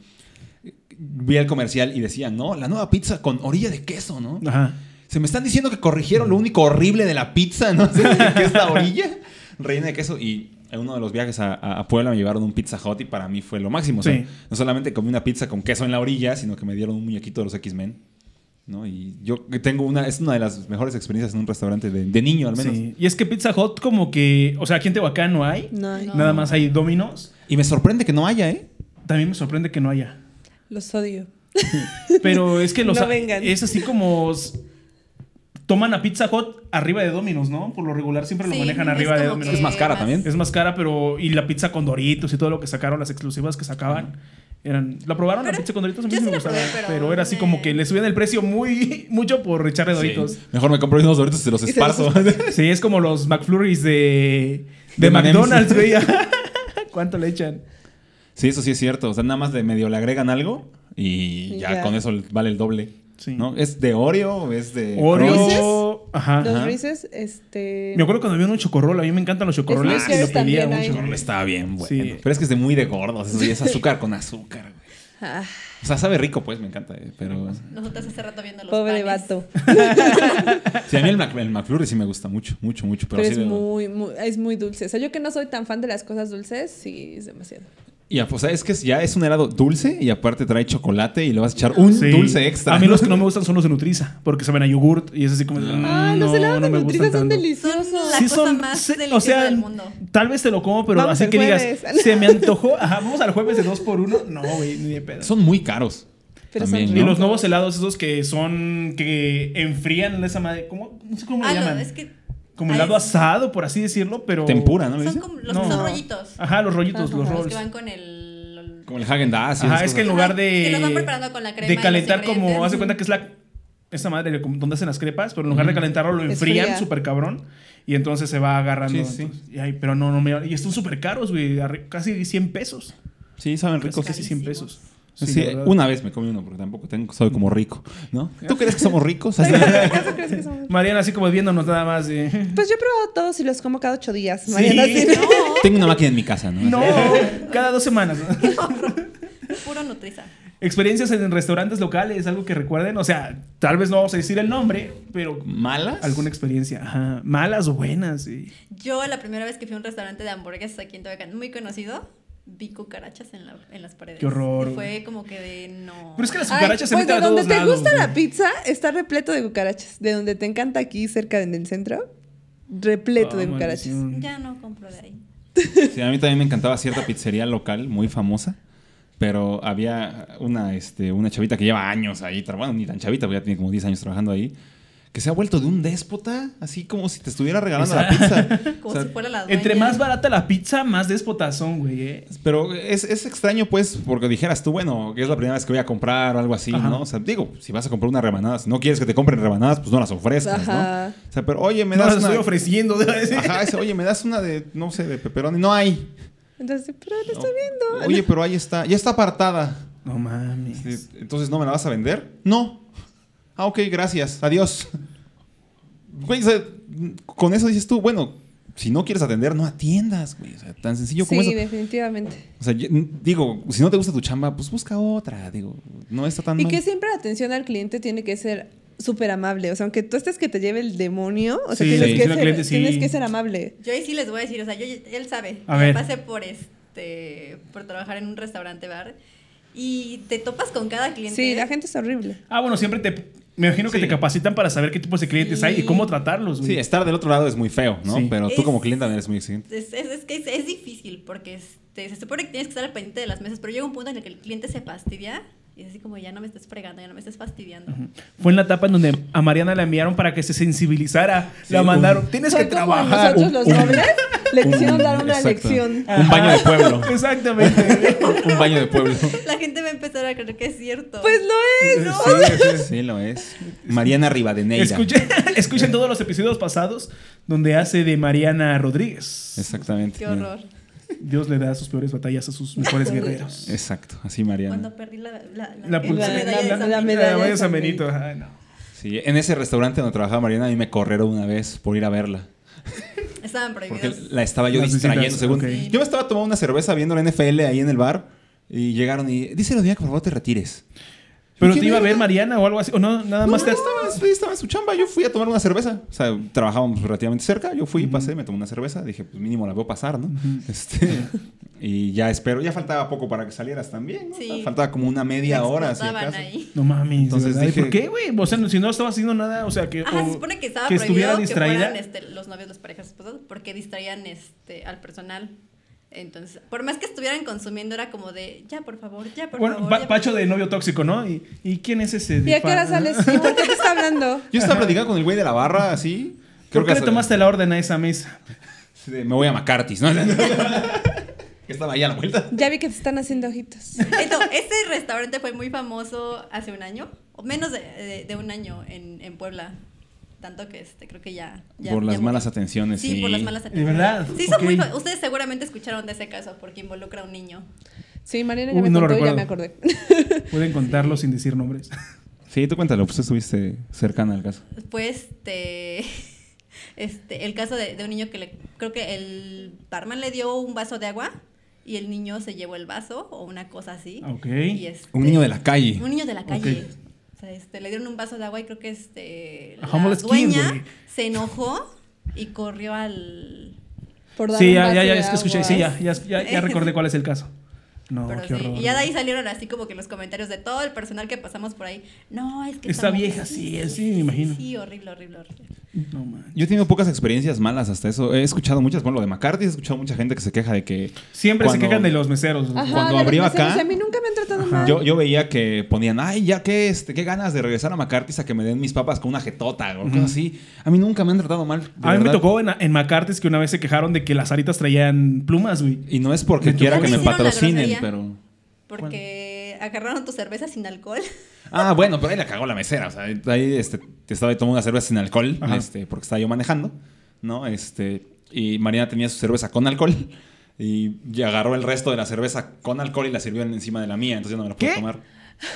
[SPEAKER 4] Vi el comercial y decía, no, la nueva pizza con orilla de queso, ¿no?
[SPEAKER 1] Ajá.
[SPEAKER 4] Se me están diciendo que corrigieron lo único horrible de la pizza, ¿no? que es la orilla rellena de queso. Y en uno de los viajes a, a- a Puebla me llevaron un Pizza Hut y para mí fue lo máximo. O sea,
[SPEAKER 1] Sí.
[SPEAKER 4] no solamente comí una pizza con queso en la orilla, sino que me dieron un muñequito de los X-Men. ¿no? Y yo que tengo una, es una de las mejores experiencias en un restaurante de, de niño al menos.
[SPEAKER 1] Sí. Y es que Pizza Hut, como que. O sea, aquí en Tehuacán no hay.
[SPEAKER 2] No, hay-
[SPEAKER 3] No.
[SPEAKER 1] Nada más hay Dominos.
[SPEAKER 4] Y me sorprende que no haya, ¿eh?
[SPEAKER 1] También me sorprende que no haya.
[SPEAKER 2] los odio.
[SPEAKER 1] Pero es que los.
[SPEAKER 2] No vengan.
[SPEAKER 1] Es así como. s- Toman a Pizza Hut arriba de Dominos, ¿no? Por lo regular siempre lo
[SPEAKER 3] Sí,
[SPEAKER 1] manejan
[SPEAKER 3] es
[SPEAKER 1] arriba de
[SPEAKER 3] como
[SPEAKER 1] Dominos.
[SPEAKER 3] que
[SPEAKER 4] Es más cara también.
[SPEAKER 1] Es más cara, pero. Y la pizza con doritos y todo lo que sacaron, las exclusivas que sacaban. Eran, ¿La probaron la
[SPEAKER 3] Pero
[SPEAKER 1] pizza con doritos? A mí
[SPEAKER 3] yo
[SPEAKER 1] sí
[SPEAKER 3] sí
[SPEAKER 1] me
[SPEAKER 3] la
[SPEAKER 1] gustaba.
[SPEAKER 3] probé,
[SPEAKER 1] pero,
[SPEAKER 3] pero
[SPEAKER 1] era así
[SPEAKER 3] me-
[SPEAKER 1] como que le subían el precio muy mucho por echarle doritos.
[SPEAKER 4] Sí. Mejor me compro unos doritos y se los
[SPEAKER 2] Y se los
[SPEAKER 4] esparzo.
[SPEAKER 1] Sí, es como los McFlurries de, de,
[SPEAKER 4] De M&M's.
[SPEAKER 1] McDonald's, güey. ¿Cuánto le echan?
[SPEAKER 4] sí, eso sí es cierto. O sea, nada más de medio le agregan algo y
[SPEAKER 2] Y
[SPEAKER 4] ya,
[SPEAKER 2] ya.
[SPEAKER 4] con eso vale el doble.
[SPEAKER 1] Sí.
[SPEAKER 4] ¿no? ¿Es de Oreo? ¿Es de Crunch?
[SPEAKER 1] Oreo. Ajá.
[SPEAKER 2] Los
[SPEAKER 4] Ajá.
[SPEAKER 2] Reese's, este...
[SPEAKER 1] Me acuerdo cuando había uno de chocorrol. A mí me encantan los chocorroles
[SPEAKER 2] Es
[SPEAKER 1] y
[SPEAKER 2] que
[SPEAKER 1] lo pedía
[SPEAKER 2] también hay.
[SPEAKER 1] mucho.
[SPEAKER 4] Chocorrol estaba bien bueno.
[SPEAKER 1] Sí.
[SPEAKER 4] Pero es que es de muy de gordos. Eso sí, es azúcar con azúcar, güey.
[SPEAKER 2] Ah,
[SPEAKER 4] O sea, sabe rico, pues, me encanta. eh, Pero
[SPEAKER 3] Nosotras hace rato viendo los
[SPEAKER 2] pobre
[SPEAKER 3] panes.
[SPEAKER 2] vato.
[SPEAKER 4] sí, a mí el, Mac- el McFlurry sí me gusta mucho, mucho, mucho. Pero,
[SPEAKER 2] Pero es
[SPEAKER 4] sí de-
[SPEAKER 2] muy, muy, es muy dulce. O sea, yo que no soy tan fan de las cosas dulces, sí, es demasiado.
[SPEAKER 4] Y, o sea, es que ya es un helado dulce y aparte trae chocolate y le vas a echar un
[SPEAKER 1] Sí.
[SPEAKER 4] dulce extra.
[SPEAKER 1] A mí los que no me gustan son los de Nutriza, porque saben a yogurt y es así como.
[SPEAKER 2] Ah,
[SPEAKER 1] Mm, no,
[SPEAKER 2] los helados
[SPEAKER 1] no
[SPEAKER 2] de
[SPEAKER 1] me
[SPEAKER 2] Nutriza
[SPEAKER 1] gustan
[SPEAKER 2] son
[SPEAKER 1] tanto.
[SPEAKER 2] deliciosos.
[SPEAKER 3] Son la cosa más
[SPEAKER 1] se-
[SPEAKER 3] deliciosa del mundo.
[SPEAKER 1] Tal vez te lo como, pero
[SPEAKER 2] Vamos
[SPEAKER 1] así
[SPEAKER 2] el
[SPEAKER 1] que digas,
[SPEAKER 2] jueves.
[SPEAKER 1] se me antojó. Ajá, vamos al jueves de 2 por 1 No, güey, ni de pedo.
[SPEAKER 4] Son muy caros.
[SPEAKER 2] Pero son
[SPEAKER 4] también,
[SPEAKER 1] Y
[SPEAKER 4] ¿no?
[SPEAKER 1] los nuevos helados esos que son que enfrían esa madre, ¿cómo? No sé cómo
[SPEAKER 3] Ah,
[SPEAKER 1] le
[SPEAKER 3] no,
[SPEAKER 1] llaman.
[SPEAKER 3] es que.
[SPEAKER 1] Como
[SPEAKER 3] ah,
[SPEAKER 1] helado
[SPEAKER 3] es-
[SPEAKER 1] asado, por así decirlo, pero
[SPEAKER 4] Tempura, ¿no? ¿Le
[SPEAKER 3] Son
[SPEAKER 4] dicen?
[SPEAKER 3] como los
[SPEAKER 1] No.
[SPEAKER 3] que son rollitos. Ah,
[SPEAKER 1] Ajá, los rollitos,
[SPEAKER 2] Ajá.
[SPEAKER 1] los
[SPEAKER 2] Los
[SPEAKER 3] Los que
[SPEAKER 1] rolls.
[SPEAKER 3] van con el.
[SPEAKER 4] Como el Hagen Dazs. y
[SPEAKER 1] Ajá,
[SPEAKER 4] esas
[SPEAKER 1] es que en
[SPEAKER 4] cosas.
[SPEAKER 1] lugar
[SPEAKER 3] Ajá,
[SPEAKER 1] de
[SPEAKER 3] que los van preparando con la crema y
[SPEAKER 1] de
[SPEAKER 3] los
[SPEAKER 1] calentar como
[SPEAKER 3] ingredientes.
[SPEAKER 1] hace cuenta que es la esa madre de como- donde hacen las crepas, pero en lugar de calentarlo lo enfrían
[SPEAKER 2] Esfría.
[SPEAKER 1] súper cabrón y entonces se va agarrando.
[SPEAKER 4] Sí, sí.
[SPEAKER 1] entonces, y ay, pero no, no me. Y están súper caros, güey. arri- Casi 100 pesos.
[SPEAKER 4] Sí, saben
[SPEAKER 1] Casi,
[SPEAKER 4] ricos.
[SPEAKER 1] casi 100 pesos.
[SPEAKER 4] Sí,
[SPEAKER 1] la verdad.
[SPEAKER 4] una vez me comí uno porque tampoco tengo, soy como rico, ¿no? ¿Tú crees que somos ricos? Así-
[SPEAKER 2] ¿Acaso crees que son-
[SPEAKER 1] Mariana, así como viéndonos nada más de.
[SPEAKER 2] Pues yo he probado todos y los como cada ocho días.
[SPEAKER 1] Sí.
[SPEAKER 2] Mariana, sí.
[SPEAKER 4] tengo una máquina en mi casa, ¿no?
[SPEAKER 1] No, cada dos semanas.
[SPEAKER 3] Puro nutriza.
[SPEAKER 1] Experiencias en restaurantes locales, algo que recuerden. O sea, tal vez no vamos a decir el nombre, pero
[SPEAKER 4] ¿Malas?
[SPEAKER 1] alguna experiencia. Ajá. Malas o buenas. sí.
[SPEAKER 3] Yo la primera vez que fui a un restaurante de hamburguesas aquí en Tehuacán, muy conocido, vi cucarachas en, la- en las paredes.
[SPEAKER 1] Qué horror,
[SPEAKER 3] Y
[SPEAKER 1] güey.
[SPEAKER 3] fue como que de no.
[SPEAKER 1] Pero es que las
[SPEAKER 2] Ay,
[SPEAKER 1] cucarachas se
[SPEAKER 2] pues
[SPEAKER 1] meten a
[SPEAKER 2] de
[SPEAKER 1] todos
[SPEAKER 2] donde te
[SPEAKER 1] lados,
[SPEAKER 2] gusta
[SPEAKER 1] güey.
[SPEAKER 2] la pizza, está repleto de cucarachas. De donde te encanta aquí, cerca en el centro, repleto de
[SPEAKER 1] Ah,
[SPEAKER 2] cucarachas.
[SPEAKER 1] maldición.
[SPEAKER 3] Ya no compro de ahí.
[SPEAKER 4] Sí, a mí también me encantaba cierta pizzería local muy famosa, pero había una, este, una chavita que lleva años ahí, tra- bueno, ni tan chavita, porque ya tiene como 10 años trabajando ahí, que se ha vuelto de un déspota, así como si te estuviera regalando la pizza.
[SPEAKER 3] Como
[SPEAKER 4] O sea,
[SPEAKER 3] si fuera la dueña.
[SPEAKER 1] Entre más barata la pizza, más despotazón, güey. ¿eh?
[SPEAKER 4] Pero es, es extraño, pues, porque dijeras tú, bueno, que es la primera vez que voy a comprar o algo así,
[SPEAKER 1] Ajá.
[SPEAKER 4] ¿no? O sea, digo, si vas a comprar una rebanada, si no quieres que te compren rebanadas, pues no las ofrezcas,
[SPEAKER 2] Ajá.
[SPEAKER 4] ¿no? O sea, pero oye, me
[SPEAKER 1] No
[SPEAKER 4] das
[SPEAKER 1] las estoy
[SPEAKER 4] una...
[SPEAKER 1] ofreciendo, debo decir.
[SPEAKER 4] Ajá, ese, oye, me das una de, no sé, de pepperoni. No hay.
[SPEAKER 2] Entonces, pero lo estoy viendo.
[SPEAKER 4] Oye,
[SPEAKER 1] pues,
[SPEAKER 4] pero ahí está. Ya está apartada.
[SPEAKER 1] No mames.
[SPEAKER 4] Sí, Entonces, ¿no me la vas a vender? No. Ah, ok, gracias. Adiós. Güey, o sea, con eso dices tú, bueno, si no quieres atender, no atiendas, güey. O sea, tan sencillo como
[SPEAKER 2] sí,
[SPEAKER 4] eso.
[SPEAKER 2] definitivamente.
[SPEAKER 4] O sea, yo- digo, si no te gusta tu chamba, pues busca otra. Digo, no está tan
[SPEAKER 2] Y
[SPEAKER 4] mal.
[SPEAKER 2] que siempre la atención al cliente tiene que ser súper amable. O sea, aunque tú estés que te lleve el demonio, o sea,
[SPEAKER 1] Sí, la
[SPEAKER 2] tienes, que
[SPEAKER 1] atención al
[SPEAKER 2] ser,
[SPEAKER 1] cliente, sí.
[SPEAKER 2] tienes que ser amable.
[SPEAKER 3] Yo ahí sí les voy a decir, o sea, yo, él sabe.
[SPEAKER 1] A ver.
[SPEAKER 3] Yo pasé por este, por trabajar en un restaurante bar y te topas con cada cliente. ¿eh?
[SPEAKER 2] Sí, la gente es horrible.
[SPEAKER 1] Ah, bueno, siempre te. Me imagino que
[SPEAKER 4] Sí.
[SPEAKER 1] te capacitan para saber qué tipos de clientes
[SPEAKER 3] Sí.
[SPEAKER 1] hay y cómo tratarlos, güey.
[SPEAKER 4] Sí, estar del otro lado es muy feo, ¿no?
[SPEAKER 1] Sí.
[SPEAKER 4] Pero tú como
[SPEAKER 3] Es-
[SPEAKER 4] cliente eres muy exigente.
[SPEAKER 3] Es, es- es que es, es difícil porque este, se supone que tienes que estar al pendiente de las mesas, pero llega un punto en el que el cliente se fastidia y es así como ya no me estés fregando, ya no me estés fastidiando.
[SPEAKER 1] Fue en la etapa en donde a Mariana la enviaron para que se sensibilizara. la
[SPEAKER 4] un-
[SPEAKER 1] mandaron. Tienes que
[SPEAKER 2] Fue como a
[SPEAKER 1] trabajar.
[SPEAKER 2] nosotros los
[SPEAKER 4] un-
[SPEAKER 2] nobles le
[SPEAKER 4] un-
[SPEAKER 2] quisieron dar una
[SPEAKER 4] exacto.
[SPEAKER 2] lección.
[SPEAKER 4] Un baño de pueblo.
[SPEAKER 1] Exactamente.
[SPEAKER 4] Un baño de pueblo. Sí,
[SPEAKER 3] La gente va a empezar a creer que es cierto.
[SPEAKER 2] Pues lo es, ¿no?
[SPEAKER 4] sí, sí, lo es. Mariana Rivadeneira.
[SPEAKER 1] Escuchen, escuchen todos los episodios pasados donde hace de Mariana Rodríguez.
[SPEAKER 4] Exactamente.
[SPEAKER 3] Qué horror.
[SPEAKER 1] Dios le da sus peores batallas a sus mejores guerreros.
[SPEAKER 4] Exacto, así Mariana.
[SPEAKER 3] Cuando perdí la, la, la-
[SPEAKER 1] La pulsera.
[SPEAKER 2] medalla
[SPEAKER 1] La,
[SPEAKER 2] de
[SPEAKER 1] la-
[SPEAKER 2] San
[SPEAKER 1] la
[SPEAKER 2] Benito.
[SPEAKER 1] medalla de San Benito. Ay, no.
[SPEAKER 4] Sí, en ese restaurante donde trabajaba Mariana, a mí me corrieron una vez por ir a verla.
[SPEAKER 3] Estaban
[SPEAKER 4] Porque
[SPEAKER 3] prohibidos.
[SPEAKER 4] la estaba yo
[SPEAKER 1] Las
[SPEAKER 4] distrayendo,
[SPEAKER 1] visitas,
[SPEAKER 4] según.
[SPEAKER 1] ok.
[SPEAKER 4] Yo me estaba tomando una cerveza viendo la NFL ahí en el bar y llegaron y. Díselo, Diana, que por favor te retires.
[SPEAKER 1] Pero
[SPEAKER 4] ¿Quién
[SPEAKER 1] te iba a
[SPEAKER 4] era?
[SPEAKER 1] ver Mariana o algo así. O no, nada
[SPEAKER 4] No,
[SPEAKER 1] más te.
[SPEAKER 4] estaba, sí, estaba en su chamba. Yo fui a tomar una cerveza. O sea, trabajábamos relativamente cerca. Yo fui, pasé, me tomé una cerveza. Dije, pues mínimo la veo pasar, ¿no? Este, y ya espero. Ya faltaba poco para que salieras también. ¿no?
[SPEAKER 3] Sí.
[SPEAKER 4] O sea, faltaba como una media hora, si
[SPEAKER 3] Explotaban
[SPEAKER 4] acaso.
[SPEAKER 3] ahí.
[SPEAKER 1] No mames.
[SPEAKER 4] Entonces
[SPEAKER 1] Entonces,
[SPEAKER 4] dije-
[SPEAKER 1] ¿por qué, güey? O sea, no- si no estaba haciendo nada, o sea, que.
[SPEAKER 3] Ajá, se
[SPEAKER 1] o-
[SPEAKER 3] supone que estaba
[SPEAKER 1] que estuviera
[SPEAKER 3] prohibido que
[SPEAKER 1] distraída.
[SPEAKER 3] fueran este, los novios, las parejas, esposas, porque distraían este, al personal. Entonces, por más que estuvieran consumiendo, era como de, ya, por favor, ya, por
[SPEAKER 1] Bueno,
[SPEAKER 3] favor.
[SPEAKER 1] Pa-
[SPEAKER 3] ya, por
[SPEAKER 1] Pacho de novio tóxico, ¿no? ¿Y, y quién es ese? de
[SPEAKER 2] ¿Y a qué
[SPEAKER 1] fa-
[SPEAKER 2] hora sales? ¿Y por qué te está hablando?
[SPEAKER 4] Yo estaba platicando con el güey de la barra, así.
[SPEAKER 1] ¿Por qué le
[SPEAKER 4] hasta-
[SPEAKER 1] tomaste la orden a esa mesa?
[SPEAKER 4] Sí, de, me voy a McCarthy's, ¿no? que estaba ahí a la vuelta.
[SPEAKER 2] Ya vi que te están haciendo ojitos.
[SPEAKER 3] Entonces, este restaurante fue muy famoso hace un año, o menos de, de- de un año en, en Puebla. Tanto que este, creo que ya. ya-
[SPEAKER 4] por
[SPEAKER 3] ya
[SPEAKER 4] las
[SPEAKER 3] murió.
[SPEAKER 4] malas atenciones.
[SPEAKER 3] Sí, por las malas
[SPEAKER 1] ¿De
[SPEAKER 3] atenciones.
[SPEAKER 1] verdad?
[SPEAKER 3] Sí, son
[SPEAKER 1] Ok.
[SPEAKER 3] muy fa- Ustedes seguramente escucharon de ese caso porque involucra a un niño.
[SPEAKER 2] Sí, Mariana ya
[SPEAKER 1] Uy,
[SPEAKER 2] me
[SPEAKER 1] no lo
[SPEAKER 2] contó, ya
[SPEAKER 1] recuerdo.
[SPEAKER 2] me acordé.
[SPEAKER 1] Pueden contarlo sin decir nombres.
[SPEAKER 4] Sí, tú cuéntalo, pues tú estuviste cercana al caso.
[SPEAKER 3] Fue este. Este, el caso de, de un niño que le. Creo que el barman le dio un vaso de agua y el niño se llevó el vaso o una cosa así.
[SPEAKER 1] Ok.
[SPEAKER 3] Y este-
[SPEAKER 4] Un niño de la calle.
[SPEAKER 3] Un niño de la
[SPEAKER 1] Ok.
[SPEAKER 3] calle. O sea, este, le dieron un vaso de agua y creo que este,
[SPEAKER 1] A
[SPEAKER 3] la
[SPEAKER 1] homeless kid,
[SPEAKER 3] dueña
[SPEAKER 1] güey.
[SPEAKER 3] se enojó y corrió al...
[SPEAKER 2] Por dar
[SPEAKER 1] Sí,
[SPEAKER 2] un
[SPEAKER 1] ya,
[SPEAKER 2] vaso
[SPEAKER 1] ya, ya,
[SPEAKER 2] de
[SPEAKER 1] es que escuché. Sí,
[SPEAKER 2] agua.
[SPEAKER 1] ya, ya, ya, ya recordé cuál es el caso. No,
[SPEAKER 3] pero
[SPEAKER 1] qué
[SPEAKER 3] sí,
[SPEAKER 1] horror.
[SPEAKER 3] y ya de ahí salieron así como que los comentarios de todo el personal que pasamos por ahí. No, es que...
[SPEAKER 1] Está
[SPEAKER 3] estamos-
[SPEAKER 1] vieja, sí, sí, me imagino.
[SPEAKER 3] Sí, horrible, horrible, horrible.
[SPEAKER 1] No man.
[SPEAKER 4] Yo he tenido pocas experiencias malas hasta eso. He escuchado muchas, bueno, lo de McCarthy, he escuchado mucha gente que se queja de que.
[SPEAKER 1] Siempre
[SPEAKER 4] cuando-
[SPEAKER 1] se quejan de los meseros.
[SPEAKER 2] Ajá,
[SPEAKER 4] Cuando
[SPEAKER 2] de los
[SPEAKER 4] abrió
[SPEAKER 2] meseros,
[SPEAKER 4] acá-
[SPEAKER 2] A mí nunca me han tratado mal.
[SPEAKER 4] Yo, yo veía que ponían, ay, ya que este, qué ganas de regresar a McCarthy's a que me den mis papas con una jetota o algo así. A mí nunca me han tratado mal. de
[SPEAKER 1] A mí me
[SPEAKER 4] verdad.
[SPEAKER 1] tocó en, en McCarthy's que una vez se quejaron de que las aritas traían plumas, güey.
[SPEAKER 4] Y no es porque
[SPEAKER 1] Me tocó.
[SPEAKER 4] quiera que
[SPEAKER 3] Me
[SPEAKER 4] me
[SPEAKER 3] hicieron la
[SPEAKER 4] patrocinen,
[SPEAKER 3] grosería.
[SPEAKER 4] pero.
[SPEAKER 3] Porque agarraron tu cerveza sin alcohol.
[SPEAKER 4] Ah, bueno, pero ahí la cagó la mesera. O sea, ahí este, te estaba tomando una cerveza sin alcohol,
[SPEAKER 1] Ajá.
[SPEAKER 4] este, porque estaba yo manejando, ¿no? Este, y Mariana tenía su cerveza con alcohol y ya agarró el resto de la cerveza con alcohol y la sirvió en- encima de la mía, entonces yo no me la pude
[SPEAKER 1] ¿Qué?
[SPEAKER 4] tomar.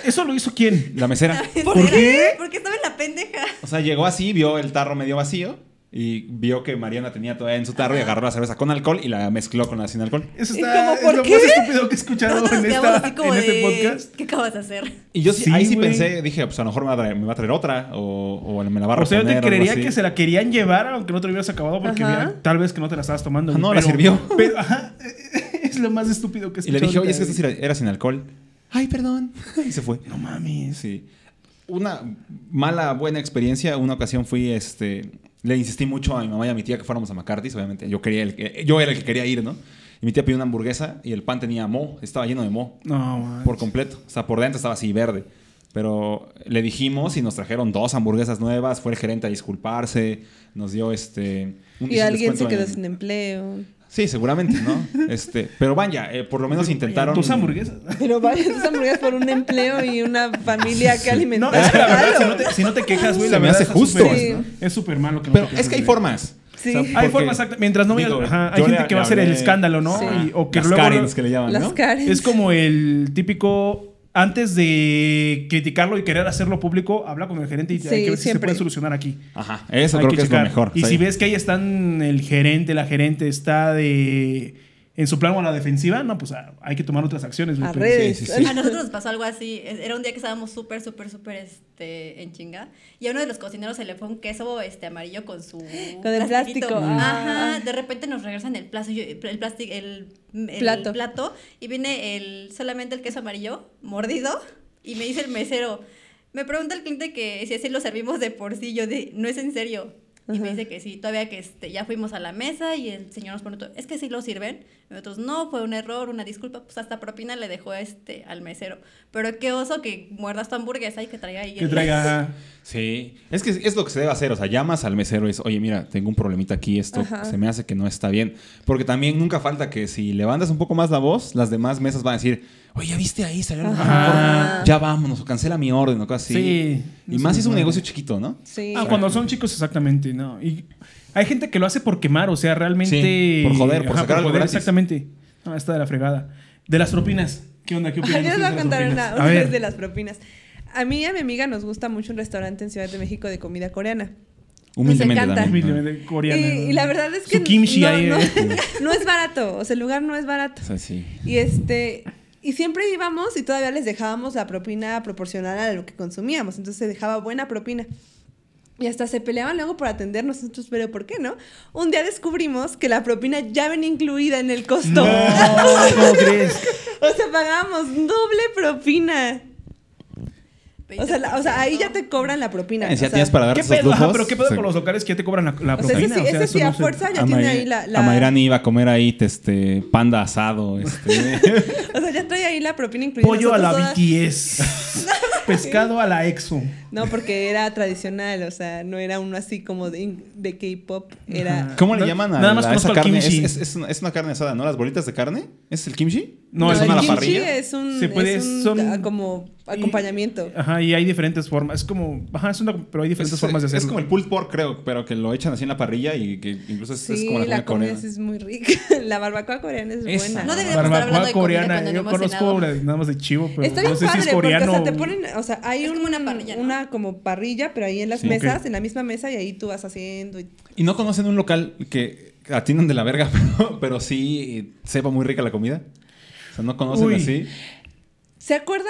[SPEAKER 1] ¿Eso lo hizo quién?
[SPEAKER 4] La mesera.
[SPEAKER 1] ¿Por qué?
[SPEAKER 3] Porque estaba en la pendeja.
[SPEAKER 4] O sea, llegó así, vio el tarro medio vacío y vio que Mariana tenía todavía en su tarro y agarró la cerveza con alcohol y la mezcló con la sin alcohol.
[SPEAKER 1] Eso
[SPEAKER 2] ¿Y
[SPEAKER 1] está,
[SPEAKER 2] cómo, por
[SPEAKER 1] es lo
[SPEAKER 2] qué?
[SPEAKER 1] más estúpido que he escuchado en,
[SPEAKER 3] Nosotros nos quedamos
[SPEAKER 1] esta,
[SPEAKER 3] así como
[SPEAKER 1] en este
[SPEAKER 3] de,
[SPEAKER 1] podcast.
[SPEAKER 3] ¿Qué acabas de hacer?
[SPEAKER 4] Y yo sí,
[SPEAKER 1] Sí,
[SPEAKER 4] ahí sí
[SPEAKER 1] güey.
[SPEAKER 4] pensé, dije, pues a lo mejor me va a traer, me va a traer otra o, o me la va a
[SPEAKER 1] O sea,
[SPEAKER 4] reponer.
[SPEAKER 1] yo te
[SPEAKER 4] algo
[SPEAKER 1] creería
[SPEAKER 4] así.
[SPEAKER 1] que se la querían llevar aunque no te lo hubieras acabado porque
[SPEAKER 2] Ajá.
[SPEAKER 1] mira, tal vez que no te la estabas tomando.
[SPEAKER 4] Ah, no,
[SPEAKER 1] güey,
[SPEAKER 4] la sirvió.
[SPEAKER 1] Pero, ajá, es lo más estúpido que he
[SPEAKER 4] Y
[SPEAKER 1] escuchado.
[SPEAKER 4] le dije, oye, es que
[SPEAKER 1] ahorita,
[SPEAKER 4] esto sí era era sin alcohol. Ay, perdón. Y se fue.
[SPEAKER 1] güey. No mames.
[SPEAKER 4] Sí. Una mala, buena experiencia. Una ocasión fui, este, le insistí mucho a mi mamá y a mi tía que fuéramos a McCarthy's. Obviamente, yo, quería el que- yo era el que quería ir, ¿no? Y mi tía pidió una hamburguesa y el pan tenía mo, estaba lleno de mo
[SPEAKER 1] No, man.
[SPEAKER 4] por completo. O sea, por dentro estaba así verde. Pero le dijimos y nos trajeron dos hamburguesas nuevas. Fue el gerente a disculparse. Nos dio este. un-
[SPEAKER 2] Y
[SPEAKER 4] hizo un
[SPEAKER 2] alguien se
[SPEAKER 4] descuento
[SPEAKER 2] quedó
[SPEAKER 4] en-
[SPEAKER 2] sin empleo.
[SPEAKER 4] Sí, seguramente, ¿no? Este, pero vaya, eh, por lo menos intentaron.
[SPEAKER 1] Tus hamburguesas.
[SPEAKER 2] Pero varias esas hamburguesas por un empleo y una familia que alimentar.
[SPEAKER 1] No, es que la verdad,
[SPEAKER 2] claro.
[SPEAKER 1] si no te, si no te quejas, güey,
[SPEAKER 4] Se
[SPEAKER 1] la
[SPEAKER 4] me
[SPEAKER 1] verdad
[SPEAKER 4] hace
[SPEAKER 1] está
[SPEAKER 4] justo.
[SPEAKER 1] súper-
[SPEAKER 2] Sí.
[SPEAKER 1] Es súper malo que no
[SPEAKER 4] Pero
[SPEAKER 1] te quejes,
[SPEAKER 4] es que hay
[SPEAKER 1] güey.
[SPEAKER 4] formas.
[SPEAKER 2] Sí.
[SPEAKER 4] porque-
[SPEAKER 1] Hay formas, exacta- Mientras no vaya.
[SPEAKER 4] Digo,
[SPEAKER 1] ajá, hay
[SPEAKER 4] yo
[SPEAKER 1] gente
[SPEAKER 4] le-
[SPEAKER 1] que va a
[SPEAKER 4] le
[SPEAKER 1] hacer el
[SPEAKER 4] hablé-
[SPEAKER 1] escándalo, ¿no?
[SPEAKER 2] Sí.
[SPEAKER 1] Y- o que
[SPEAKER 4] Las
[SPEAKER 1] luego.
[SPEAKER 4] Karens que le llaman,
[SPEAKER 2] Las
[SPEAKER 4] ¿no?
[SPEAKER 2] Karen.
[SPEAKER 1] Es como el típico. Antes de criticarlo y querer hacerlo público, habla con el gerente y
[SPEAKER 2] Sí,
[SPEAKER 1] hay que ver si se
[SPEAKER 2] siempre.
[SPEAKER 1] puede solucionar aquí.
[SPEAKER 4] Ajá, eso
[SPEAKER 1] Hay
[SPEAKER 4] creo que, es lo
[SPEAKER 1] checar.
[SPEAKER 4] mejor.
[SPEAKER 1] Y
[SPEAKER 4] Sí.
[SPEAKER 1] si ves que ahí están el gerente, la gerente está de en su plan o a la defensiva, no, pues ah, hay que tomar otras acciones. güey,
[SPEAKER 2] A
[SPEAKER 1] pero-
[SPEAKER 2] redes.
[SPEAKER 4] Sí, sí, sí.
[SPEAKER 3] A nosotros nos pasó algo así. e-, Era un día que estábamos súper, súper, súper este, en chinga. Y a uno de los cocineros se le fue un queso este, amarillo con su.
[SPEAKER 2] Con el
[SPEAKER 3] plastiquito.
[SPEAKER 2] plástico, ah.
[SPEAKER 3] Ajá. De repente nos regresan el, plazo, yo- el, plástico, el, el
[SPEAKER 2] Plato.
[SPEAKER 3] Y viene el, solamente el queso amarillo mordido. Y me dice el mesero. Me pregunta el cliente que si así lo servimos de por sí. Yo de, no es en serio. Y me
[SPEAKER 2] Ajá.
[SPEAKER 3] dice que sí, todavía que este, ya fuimos a la mesa y el señor nos preguntó, ¿es que sí lo sirven? Y nosotros, no, fue un error, una disculpa, pues hasta propina le dejó este al mesero. Pero qué oso que muerdas tu hamburguesa y que traiga ahí.
[SPEAKER 1] pues, Que
[SPEAKER 3] el-
[SPEAKER 1] traiga.
[SPEAKER 4] Sí. es que es lo que se debe hacer. O sea, llamas al mesero y dices, oye, mira, tengo un problemita aquí, esto
[SPEAKER 2] Ajá.
[SPEAKER 4] se me hace que no está bien. Porque también nunca falta que si levantas un poco más la voz, las demás mesas van a decir, oye, ¿ya viste ahí? Salió el mejor.
[SPEAKER 1] Ajá.
[SPEAKER 2] Ah.
[SPEAKER 4] Ya vámonos, o cancela mi orden o cosas así.
[SPEAKER 1] Sí.
[SPEAKER 4] Y más si es un
[SPEAKER 1] Madre.
[SPEAKER 4] negocio chiquito, ¿no?
[SPEAKER 2] Sí.
[SPEAKER 1] Ah, cuando son chicos, exactamente, no. Y hay gente que lo hace por quemar, o sea, realmente.
[SPEAKER 4] Sí, por joder, por sacar algo gratis.
[SPEAKER 1] Exactamente. No, está de la fregada. De las propinas. ¿Qué onda? ¿Qué
[SPEAKER 2] Ay,
[SPEAKER 1] opinan?
[SPEAKER 2] Ah, yo les voy a
[SPEAKER 1] ustedes de las
[SPEAKER 2] contar
[SPEAKER 1] propinas?
[SPEAKER 2] una,
[SPEAKER 1] A
[SPEAKER 2] una
[SPEAKER 1] ver.
[SPEAKER 2] vez de las propinas. A mí y a mi amiga nos gusta mucho un restaurante en Ciudad de México de comida coreana.
[SPEAKER 4] Humildemente
[SPEAKER 3] encanta.
[SPEAKER 4] también. ¿no?
[SPEAKER 1] Humildemente
[SPEAKER 2] Y,
[SPEAKER 1] coreana.
[SPEAKER 2] y la verdad es que
[SPEAKER 1] Su kimchi
[SPEAKER 2] no,
[SPEAKER 1] ahí,
[SPEAKER 2] no-
[SPEAKER 1] eh.
[SPEAKER 2] no es barato, o sea, el lugar no es barato.
[SPEAKER 4] O sea, sí.
[SPEAKER 2] Y este y siempre íbamos y todavía les dejábamos la propina proporcional a lo que consumíamos, entonces se dejaba buena propina. Y hasta se peleaban luego por atendernos nosotros, pero ¿por qué no? Un día descubrimos que la propina ya venía incluida en el costo.
[SPEAKER 1] No, ¿cómo crees?
[SPEAKER 2] O sea, pagábamos doble propina.
[SPEAKER 3] 20%.
[SPEAKER 2] O sea, la- o sea, ahí ya te cobran la propina.
[SPEAKER 1] Eh,
[SPEAKER 4] Si ya
[SPEAKER 2] o sea,
[SPEAKER 4] tienes para dar
[SPEAKER 1] ¿Qué
[SPEAKER 4] esos
[SPEAKER 1] pedo?
[SPEAKER 4] lujos.
[SPEAKER 1] Ajá, pero ¿qué pedo
[SPEAKER 4] o sea,
[SPEAKER 1] con los locales que ya te cobran la, la
[SPEAKER 2] O sea, ese
[SPEAKER 1] propina?
[SPEAKER 2] sí,
[SPEAKER 1] O sea,
[SPEAKER 2] ese
[SPEAKER 1] eso
[SPEAKER 2] sí
[SPEAKER 1] no
[SPEAKER 2] a
[SPEAKER 1] sé.
[SPEAKER 2] fuerza ya
[SPEAKER 4] a
[SPEAKER 2] tiene
[SPEAKER 4] May-
[SPEAKER 2] ahí la, la-
[SPEAKER 4] a Mayrani iba a comer ahí este, panda asado. Este.
[SPEAKER 2] O sea, ya trae ahí la propina incluida.
[SPEAKER 1] Pollo a la
[SPEAKER 2] Nosotros todas-
[SPEAKER 1] BTS. Pescado a la EXO.
[SPEAKER 2] No, porque era tradicional, o sea, no era uno así como de, de K-pop.
[SPEAKER 1] Ajá.
[SPEAKER 2] Era.
[SPEAKER 4] ¿Cómo le
[SPEAKER 1] Na-
[SPEAKER 4] llaman a,
[SPEAKER 1] nada más
[SPEAKER 4] la- esa
[SPEAKER 1] conozco al
[SPEAKER 4] carne? Es,
[SPEAKER 1] kimchi.
[SPEAKER 4] es- es una, es una carne asada, ¿no? Las bolitas de carne. ¿Es el kimchi?
[SPEAKER 1] No,
[SPEAKER 4] es
[SPEAKER 1] el
[SPEAKER 4] una
[SPEAKER 2] el
[SPEAKER 1] kimchi
[SPEAKER 4] parrilla.
[SPEAKER 2] kimchi es un,
[SPEAKER 1] Se puede-
[SPEAKER 2] es un,
[SPEAKER 1] son- Ah,
[SPEAKER 2] ah, como acompañamiento.
[SPEAKER 1] Ajá, y hay diferentes formas. Es como. Ajá, es una. Pero hay diferentes
[SPEAKER 4] Es-
[SPEAKER 1] formas de hacerlo.
[SPEAKER 4] Es como el pulled pork, creo, pero que lo echan así en la parrilla y que incluso es,
[SPEAKER 2] Sí,
[SPEAKER 4] es como la,
[SPEAKER 2] la
[SPEAKER 4] comida
[SPEAKER 2] comida
[SPEAKER 4] coreana.
[SPEAKER 2] sí es muy rica. La barbacoa coreana es
[SPEAKER 4] Esa.
[SPEAKER 2] buena.
[SPEAKER 3] No deberíamos estar hablando
[SPEAKER 1] Barbacoa
[SPEAKER 3] de comida
[SPEAKER 1] coreana.
[SPEAKER 3] cuando no
[SPEAKER 1] Yo
[SPEAKER 3] hemos
[SPEAKER 1] conozco
[SPEAKER 3] cenado.
[SPEAKER 1] la- nada más de chivo, pero
[SPEAKER 2] Está bien
[SPEAKER 1] no sé
[SPEAKER 2] padre,
[SPEAKER 1] si es coreano.
[SPEAKER 2] porque o sea,
[SPEAKER 1] o-
[SPEAKER 2] te ponen, o sea, hay
[SPEAKER 3] Es
[SPEAKER 2] un-
[SPEAKER 3] como una parrilla, ¿no?
[SPEAKER 2] una como parrilla, pero ahí en las
[SPEAKER 4] Sí.
[SPEAKER 2] mesas,
[SPEAKER 1] Ok.
[SPEAKER 2] en la misma mesa, y ahí tú vas haciendo. y-
[SPEAKER 4] ¿Y no conocen un local que atinan de la verga, pero, pero sí sepa muy rica la comida? O sea, ¿no conocen
[SPEAKER 1] Uy.
[SPEAKER 4] así?
[SPEAKER 2] ¿Se acuerdan?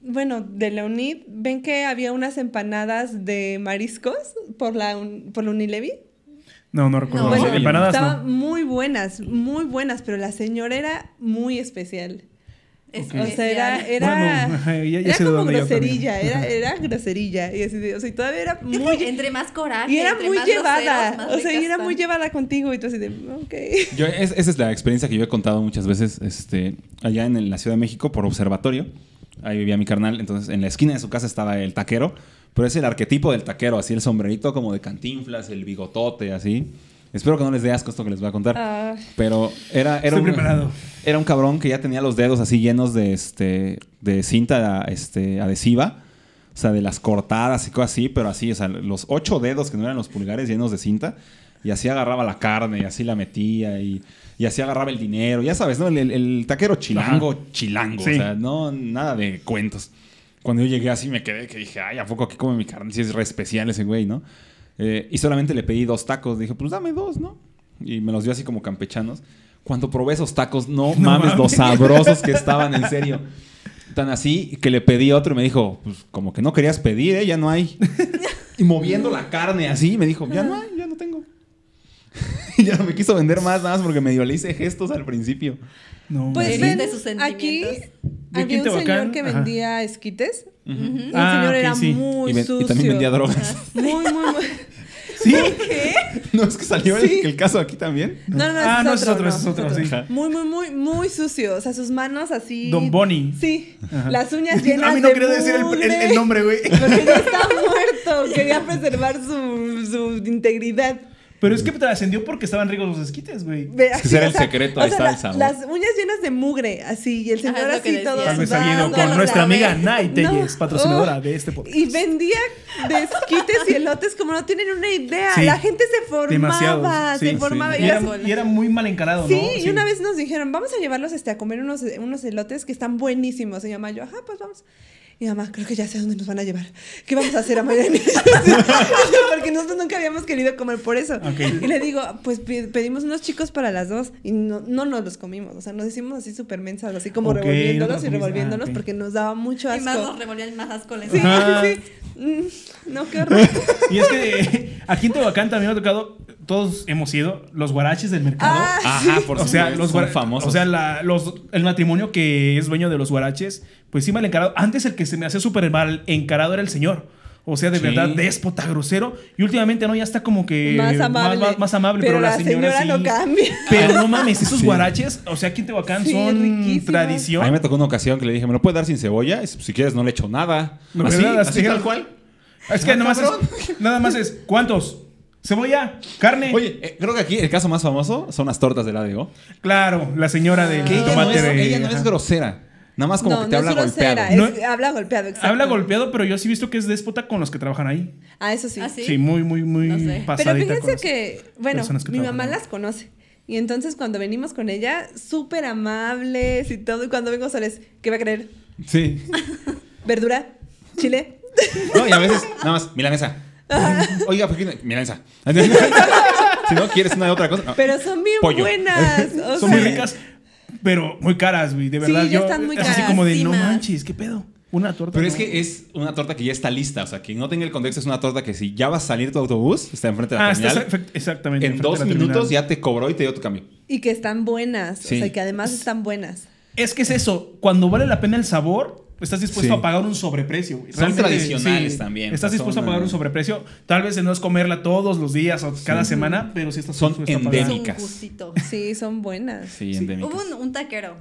[SPEAKER 2] Bueno, de la UNID, ¿ven que había unas empanadas de mariscos por la, un- por la Unilevi?
[SPEAKER 1] No, no recuerdo.
[SPEAKER 3] No,
[SPEAKER 1] Bueno,
[SPEAKER 3] bueno,
[SPEAKER 1] empanadas
[SPEAKER 2] estaban
[SPEAKER 1] no.
[SPEAKER 2] muy buenas, muy buenas, pero la señora era muy especial.
[SPEAKER 3] Es
[SPEAKER 1] Ok.
[SPEAKER 2] O sea, era,
[SPEAKER 3] especial.
[SPEAKER 2] era,
[SPEAKER 1] Bueno, ajá, ya- ya
[SPEAKER 2] era
[SPEAKER 1] sé de
[SPEAKER 2] como
[SPEAKER 1] dónde yo también.
[SPEAKER 2] groserilla, era, era groserilla. Y así, de- o sea, y todavía era
[SPEAKER 3] Creo que
[SPEAKER 2] muy...
[SPEAKER 3] entre más coraje.
[SPEAKER 2] Y era
[SPEAKER 3] entre
[SPEAKER 2] muy
[SPEAKER 3] más
[SPEAKER 2] llevada,
[SPEAKER 3] groseros, más
[SPEAKER 2] o sea, y
[SPEAKER 3] ricas
[SPEAKER 2] era muy
[SPEAKER 3] están.
[SPEAKER 2] llevada contigo y tú así de, ok.
[SPEAKER 4] Yo, es- esa es la experiencia que yo he contado muchas veces este, allá en, la Ciudad de México por observatorio. Ahí vivía mi carnal, entonces en la esquina de su casa estaba el taquero, pero es el arquetipo del taquero, así el sombrerito como de cantinflas, el bigotote, así. Espero que no les dé asco esto que les voy a contar.
[SPEAKER 2] Ah.
[SPEAKER 4] Pero era, era,
[SPEAKER 1] Estoy preparado.
[SPEAKER 4] un, era un cabrón que ya tenía los dedos así llenos de, este, de cinta este, adhesiva. O sea, de las cortadas y cosas así, pero así, o sea, los ocho dedos que no eran los pulgares llenos de cinta. Y así agarraba la carne, y así la metía, y, y así agarraba el dinero. Ya sabes, ¿no? El, el- el taquero chilango, chilango.
[SPEAKER 1] Sí.
[SPEAKER 4] O sea, no, nada de cuentos. Cuando yo llegué así me quedé que dije, ay, ¿a poco aquí come mi carne? Si es re especial ese güey, ¿no? Eh, y solamente le pedí dos tacos. Dije, pues dame dos, ¿no? Y me los dio así como campechanos. Cuando probé esos tacos, no, mames, los sabrosos que estaban, en serio. Tan así que le pedí otro y me dijo, pues como que no querías pedir, ¿eh? Ya no hay. Y moviendo la carne así, me dijo, ya no hay, ya no tengo. Y ya no me quiso vender más, nada más porque medio le hice gestos al principio.
[SPEAKER 1] No,
[SPEAKER 2] Pues
[SPEAKER 1] mames.
[SPEAKER 3] Heriste
[SPEAKER 2] ven,
[SPEAKER 3] sus
[SPEAKER 2] aquí
[SPEAKER 3] sentimientos.
[SPEAKER 1] Aquí en
[SPEAKER 2] había un señor
[SPEAKER 1] Tehuacán,
[SPEAKER 2] que
[SPEAKER 1] ajá.
[SPEAKER 2] vendía esquites.
[SPEAKER 4] Ujú.
[SPEAKER 2] Y el
[SPEAKER 1] Ah,
[SPEAKER 2] señor
[SPEAKER 1] ok,
[SPEAKER 2] era
[SPEAKER 1] sí.
[SPEAKER 2] muy
[SPEAKER 4] Y, ven- y
[SPEAKER 2] sucio.
[SPEAKER 4] también vendía drogas.
[SPEAKER 2] Muy, muy, muy.
[SPEAKER 1] ¿Sí?
[SPEAKER 4] No, es que salió el-
[SPEAKER 2] Sí.
[SPEAKER 4] el caso aquí también.
[SPEAKER 2] No, no, no,
[SPEAKER 1] Ah, no, ese es otro,
[SPEAKER 2] no,
[SPEAKER 1] ese es otro, sí.
[SPEAKER 4] Ajá.
[SPEAKER 2] Muy, muy, muy, muy sucio. O sea, sus manos así.
[SPEAKER 1] Don Boni.
[SPEAKER 2] Sí.
[SPEAKER 1] Ajá.
[SPEAKER 2] Las uñas llenas de.
[SPEAKER 1] A mí no quería decir el, el-
[SPEAKER 2] mugre,
[SPEAKER 1] el nombre, güey.
[SPEAKER 2] Porque no está muerto. Quería preservar su, su integridad.
[SPEAKER 1] Pero es que trascendió porque estaban ricos los esquites, güey.
[SPEAKER 2] Ve,
[SPEAKER 4] que
[SPEAKER 2] así,
[SPEAKER 4] ese era
[SPEAKER 2] o
[SPEAKER 4] el
[SPEAKER 2] sea,
[SPEAKER 4] secreto,
[SPEAKER 2] o
[SPEAKER 4] ahí
[SPEAKER 2] sea,
[SPEAKER 4] está el
[SPEAKER 2] la-
[SPEAKER 4] sabor.
[SPEAKER 2] Las uñas llenas de mugre, así. Y el
[SPEAKER 3] Ajá, es
[SPEAKER 2] señor
[SPEAKER 3] lo que
[SPEAKER 2] así
[SPEAKER 3] decía.
[SPEAKER 2] todo.
[SPEAKER 1] Tal vez
[SPEAKER 2] sudando,
[SPEAKER 1] salido
[SPEAKER 3] Nunca
[SPEAKER 1] con
[SPEAKER 3] lo
[SPEAKER 1] nuestra
[SPEAKER 3] sabré.
[SPEAKER 1] amiga Nay Telles,
[SPEAKER 2] No.
[SPEAKER 1] patrocinadora
[SPEAKER 2] Oh.
[SPEAKER 1] de este podcast.
[SPEAKER 2] Y vendía desquites y elotes como no tienen una idea.
[SPEAKER 1] Sí.
[SPEAKER 2] La gente se formaba,
[SPEAKER 1] Demasiado, sí,
[SPEAKER 2] se formaba.
[SPEAKER 1] Y
[SPEAKER 2] Y era-
[SPEAKER 1] era, y era muy mal encarado,
[SPEAKER 2] sí,
[SPEAKER 1] ¿no?
[SPEAKER 2] y una vez nos dijeron, vamos a llevarlos este, a comer unos, unos elotes que están buenísimos. Y mi mamá, yo, ajá, pues vamos. Y mi mamá, creo que ya sé dónde nos van a llevar. ¿Qué vamos a hacer a mañana? Porque nosotros nunca habíamos querido comer por eso.
[SPEAKER 1] Ok.
[SPEAKER 2] Y le digo, pues pe- pedimos unos chicos para las dos y no, no nos los comimos. O sea, nos hicimos así súper mensas, así como
[SPEAKER 1] Ok, no
[SPEAKER 2] revolviéndolos
[SPEAKER 1] los
[SPEAKER 2] y
[SPEAKER 1] comiste. Ah,
[SPEAKER 2] revolviéndolos
[SPEAKER 1] ok. Ah.
[SPEAKER 2] porque nos daba mucho
[SPEAKER 3] Y más
[SPEAKER 2] asco.
[SPEAKER 3] nos revolvía el más asco les
[SPEAKER 2] Sí,
[SPEAKER 3] daba.
[SPEAKER 1] Ajá.
[SPEAKER 2] sí, sí. Mm, No, qué horror.
[SPEAKER 1] Y es que eh, aquí en Tehuacán también me ha tocado, todos hemos ido, los guaraches del mercado.
[SPEAKER 2] Ah,
[SPEAKER 4] Ajá, por
[SPEAKER 1] o sea,
[SPEAKER 4] supuesto,
[SPEAKER 1] los
[SPEAKER 4] son
[SPEAKER 1] guara-
[SPEAKER 4] famosos.
[SPEAKER 1] O sea, la- los- el matrimonio que es dueño de los guaraches, pues sí mal encarado. Antes el que se me hacía súper mal encarado era el señor. O sea, de
[SPEAKER 4] Sí.
[SPEAKER 1] verdad, déspota, grosero. Y últimamente, ¿no? Ya está como que...
[SPEAKER 2] más amable.
[SPEAKER 1] Más, más amable, pero, la señora,
[SPEAKER 2] no
[SPEAKER 1] sí.
[SPEAKER 2] cambia.
[SPEAKER 1] Pero no mames, esos
[SPEAKER 4] Ah. Sí.
[SPEAKER 1] guaraches, o sea, aquí en Tehuacán
[SPEAKER 2] Sí,
[SPEAKER 1] son
[SPEAKER 2] riquísimos.
[SPEAKER 4] A mí
[SPEAKER 1] tradición.
[SPEAKER 4] me tocó una ocasión que le dije, ¿me lo puedes dar sin cebolla? Y, Si quieres, no le echo nada.
[SPEAKER 1] No,
[SPEAKER 4] así,
[SPEAKER 1] ¿verdad?
[SPEAKER 4] así
[SPEAKER 1] Así.
[SPEAKER 4] tal cual.
[SPEAKER 1] Es que
[SPEAKER 4] Ah,
[SPEAKER 1] nada más
[SPEAKER 4] cabrón.
[SPEAKER 1] es, nada más es, ¿cuántos? Cebolla, carne.
[SPEAKER 4] Oye, eh, creo que aquí el caso más famoso son las tortas del ADO.
[SPEAKER 1] Claro, la señora del
[SPEAKER 4] Que ella, no
[SPEAKER 1] Ah, tomate
[SPEAKER 4] es,
[SPEAKER 1] de-
[SPEAKER 4] ella no es
[SPEAKER 1] ajá.
[SPEAKER 4] grosera. Nada más como
[SPEAKER 2] no,
[SPEAKER 4] que te
[SPEAKER 2] no
[SPEAKER 4] habla
[SPEAKER 2] es grosera,
[SPEAKER 4] golpeado.
[SPEAKER 2] es-
[SPEAKER 1] No-
[SPEAKER 2] habla golpeado, exacto.
[SPEAKER 1] Habla golpeado, pero yo sí he visto que es déspota con los que trabajan ahí.
[SPEAKER 2] Ah, eso sí.
[SPEAKER 3] Ah, sí.
[SPEAKER 1] Sí, muy, muy, muy
[SPEAKER 3] No sé.
[SPEAKER 1] pasadita.
[SPEAKER 2] Pero
[SPEAKER 1] con
[SPEAKER 2] fíjense
[SPEAKER 1] las-
[SPEAKER 2] que, bueno,
[SPEAKER 1] personas que
[SPEAKER 2] mi
[SPEAKER 1] trabajan
[SPEAKER 2] mamá
[SPEAKER 1] ahí.
[SPEAKER 2] las conoce. Y entonces cuando venimos con ella, súper amables y todo. Y cuando vengo soles, ¿qué va a creer?
[SPEAKER 4] Sí.
[SPEAKER 2] ¿Verdura? ¿Chile?
[SPEAKER 4] No, y a veces, nada más, milanesa. Oiga, ¿por qué no? milanesa? si no quieres una de otra cosa. no.
[SPEAKER 2] Pero son bien
[SPEAKER 4] Ah. Pollo.
[SPEAKER 2] buenas. o
[SPEAKER 1] Son
[SPEAKER 2] sea,
[SPEAKER 1] muy ricas, pero muy caras, güey. De
[SPEAKER 2] Sí,
[SPEAKER 1] verdad,
[SPEAKER 2] ya
[SPEAKER 1] yo.
[SPEAKER 2] están muy
[SPEAKER 1] es así como de, no
[SPEAKER 3] carasimas.
[SPEAKER 1] manches, ¿qué pedo? Una torta.
[SPEAKER 4] Pero
[SPEAKER 1] no.
[SPEAKER 4] es que es una torta que ya está lista. O sea, quien no tenga el contexto es una torta que si ya va a salir tu autobús, está enfrente de la
[SPEAKER 1] Ah, está
[SPEAKER 4] terminal.
[SPEAKER 1] exact- exactamente.
[SPEAKER 4] en
[SPEAKER 1] enfrente de
[SPEAKER 4] dos
[SPEAKER 1] la
[SPEAKER 4] minutos
[SPEAKER 1] terminal.
[SPEAKER 4] ya te cobró y te dio tu cambio.
[SPEAKER 2] Y que están buenas.
[SPEAKER 4] Sí.
[SPEAKER 2] O sea, que además están buenas.
[SPEAKER 1] Es que es eso. Cuando vale la pena el sabor, estás dispuesto
[SPEAKER 4] Sí.
[SPEAKER 1] a pagar un sobreprecio. güey.
[SPEAKER 4] Son tradicionales también,
[SPEAKER 1] Estás
[SPEAKER 4] son,
[SPEAKER 1] dispuesto a pagar
[SPEAKER 4] eh,
[SPEAKER 1] un sobreprecio. Tal vez no es comerla todos los días o cada semana, pero sí estás
[SPEAKER 4] Son
[SPEAKER 1] dispuesto a pagar.
[SPEAKER 3] Es un
[SPEAKER 4] endémicas.
[SPEAKER 3] gustito.
[SPEAKER 2] Sí, son buenas.
[SPEAKER 4] Sí,
[SPEAKER 1] Sí.
[SPEAKER 4] endémicas.
[SPEAKER 3] Hubo un, un taquero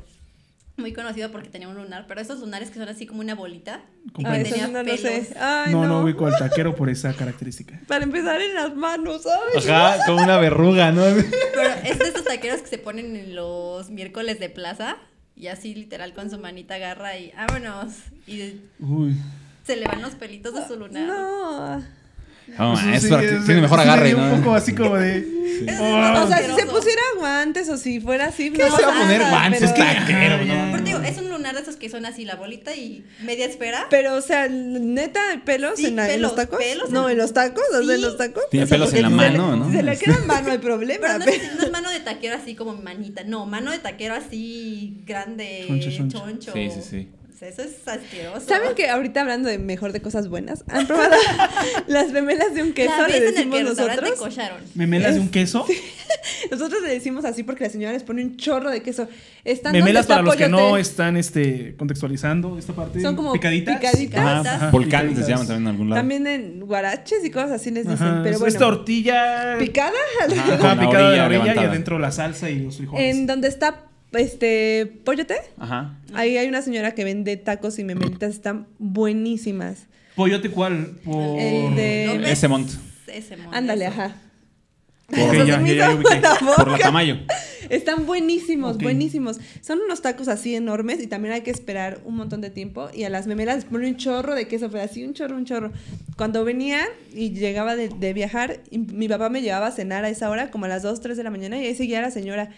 [SPEAKER 3] muy conocido porque tenía un lunar, pero esos lunares que son así como una bolita.
[SPEAKER 1] Con
[SPEAKER 2] Ay,
[SPEAKER 3] que
[SPEAKER 1] pelitos.
[SPEAKER 2] eso
[SPEAKER 3] tenía
[SPEAKER 2] Ah, no lo
[SPEAKER 3] pelos.
[SPEAKER 2] sé. Ay,
[SPEAKER 1] No,
[SPEAKER 2] no.
[SPEAKER 1] no ubico al taquero por esa característica.
[SPEAKER 2] Para empezar en las manos, ¿sabes?
[SPEAKER 4] Ajá, con una verruga, ¿no?
[SPEAKER 3] Pero es de estos taqueros que se ponen en los miércoles de plaza y así literal con su manita agarra y vámonos. Y
[SPEAKER 1] Uy.
[SPEAKER 3] se le van los pelitos de su lunar.
[SPEAKER 2] Ah, No.
[SPEAKER 4] No,
[SPEAKER 1] Eso
[SPEAKER 4] es
[SPEAKER 1] sí,
[SPEAKER 4] para que
[SPEAKER 1] es-
[SPEAKER 4] tiene mejor
[SPEAKER 1] sí me
[SPEAKER 4] agarre,
[SPEAKER 1] dio
[SPEAKER 4] ¿no?
[SPEAKER 1] Un poco así como de.
[SPEAKER 3] Eso sí
[SPEAKER 1] Oh.
[SPEAKER 3] está
[SPEAKER 2] O sea, si se
[SPEAKER 3] asqueroso.
[SPEAKER 2] pusiera guantes o si fuera así,
[SPEAKER 4] ¿Qué se va a
[SPEAKER 2] pasa
[SPEAKER 4] poner
[SPEAKER 2] nada,
[SPEAKER 4] guantes?
[SPEAKER 2] pero-
[SPEAKER 4] Taquero,
[SPEAKER 1] Ay,
[SPEAKER 4] ¿no?
[SPEAKER 1] ay.
[SPEAKER 3] Pero te digo, es un lunar de esos que son así la bolita y media esfera.
[SPEAKER 2] Pero, o sea, neta, pelos,
[SPEAKER 3] Sí,
[SPEAKER 2] en, la- en
[SPEAKER 3] pelos,
[SPEAKER 2] los tacos.
[SPEAKER 3] pelos en-
[SPEAKER 2] no, en los tacos, o sea, en
[SPEAKER 3] Sí.
[SPEAKER 2] los tacos.
[SPEAKER 4] Tiene
[SPEAKER 2] O sea,
[SPEAKER 4] pelos en
[SPEAKER 2] porque
[SPEAKER 4] la
[SPEAKER 2] si se le-
[SPEAKER 4] mano, ¿no?
[SPEAKER 2] Si se le queda en mano, hay problema.
[SPEAKER 3] Pero no
[SPEAKER 2] pero-
[SPEAKER 3] es, no es mano de taquero así como manita, no, mano de taquero así grande,
[SPEAKER 1] Choncho,
[SPEAKER 3] choncho.
[SPEAKER 1] choncho.
[SPEAKER 4] Sí, sí, sí.
[SPEAKER 3] O sea, eso es asqueroso.
[SPEAKER 2] ¿Saben que ahorita hablando de mejor de cosas buenas? ¿Han probado las memelas de un queso?
[SPEAKER 3] La
[SPEAKER 2] le
[SPEAKER 3] vez en el
[SPEAKER 2] decimos
[SPEAKER 3] que el restaurante
[SPEAKER 2] nosotros.
[SPEAKER 3] cocharon.
[SPEAKER 1] ¿Memelas de un queso?
[SPEAKER 2] Nosotros le decimos así porque la señora les pone un chorro de queso. Están donde
[SPEAKER 1] Memelas
[SPEAKER 2] está
[SPEAKER 1] para los que no
[SPEAKER 2] Coyote.
[SPEAKER 1] están este, contextualizando esta parte.
[SPEAKER 2] Son como
[SPEAKER 1] picaditas.
[SPEAKER 2] picaditas.
[SPEAKER 4] Ajá,
[SPEAKER 3] Ajá.
[SPEAKER 1] Ajá.
[SPEAKER 4] Volcanes se
[SPEAKER 1] Picaditas.
[SPEAKER 4] llaman también en algún lado.
[SPEAKER 2] También en guaraches y cosas así les dicen.
[SPEAKER 1] Ajá,
[SPEAKER 2] pero
[SPEAKER 1] es
[SPEAKER 2] bueno,
[SPEAKER 1] Esta tortilla
[SPEAKER 2] picada.
[SPEAKER 4] Ajá,
[SPEAKER 1] Ajá,
[SPEAKER 4] Ah, con la
[SPEAKER 1] picada de
[SPEAKER 4] orilla
[SPEAKER 1] la orilla y
[SPEAKER 4] levantada.
[SPEAKER 1] adentro la salsa y los frijoles.
[SPEAKER 2] En donde está este Pollote,
[SPEAKER 4] Ajá.
[SPEAKER 2] ahí hay una señora que vende tacos y memelitas, están buenísimas.
[SPEAKER 1] ¿Pollote cuál? Por...
[SPEAKER 2] El de-
[SPEAKER 3] ¿López?
[SPEAKER 4] Ese mont.
[SPEAKER 3] Ese mont,
[SPEAKER 2] Ándale,
[SPEAKER 3] eso.
[SPEAKER 2] ajá.
[SPEAKER 4] Por,
[SPEAKER 1] Ok,
[SPEAKER 2] Esos
[SPEAKER 1] ya,
[SPEAKER 2] de
[SPEAKER 1] ya, ya,
[SPEAKER 2] miso
[SPEAKER 1] ya ubiqué.
[SPEAKER 2] con la
[SPEAKER 4] por la
[SPEAKER 2] boca.
[SPEAKER 4] tamaño.
[SPEAKER 2] Están buenísimos,
[SPEAKER 1] Ok.
[SPEAKER 2] buenísimos. Son unos tacos así enormes y también hay que esperar un montón de tiempo. Y a las memelas les ponen un chorro de queso, pero así un chorro, un chorro. Cuando venía y llegaba de, de viajar, y mi papá me llevaba a cenar a esa hora, como a las 2, 3 de la mañana, y ahí seguía la señora.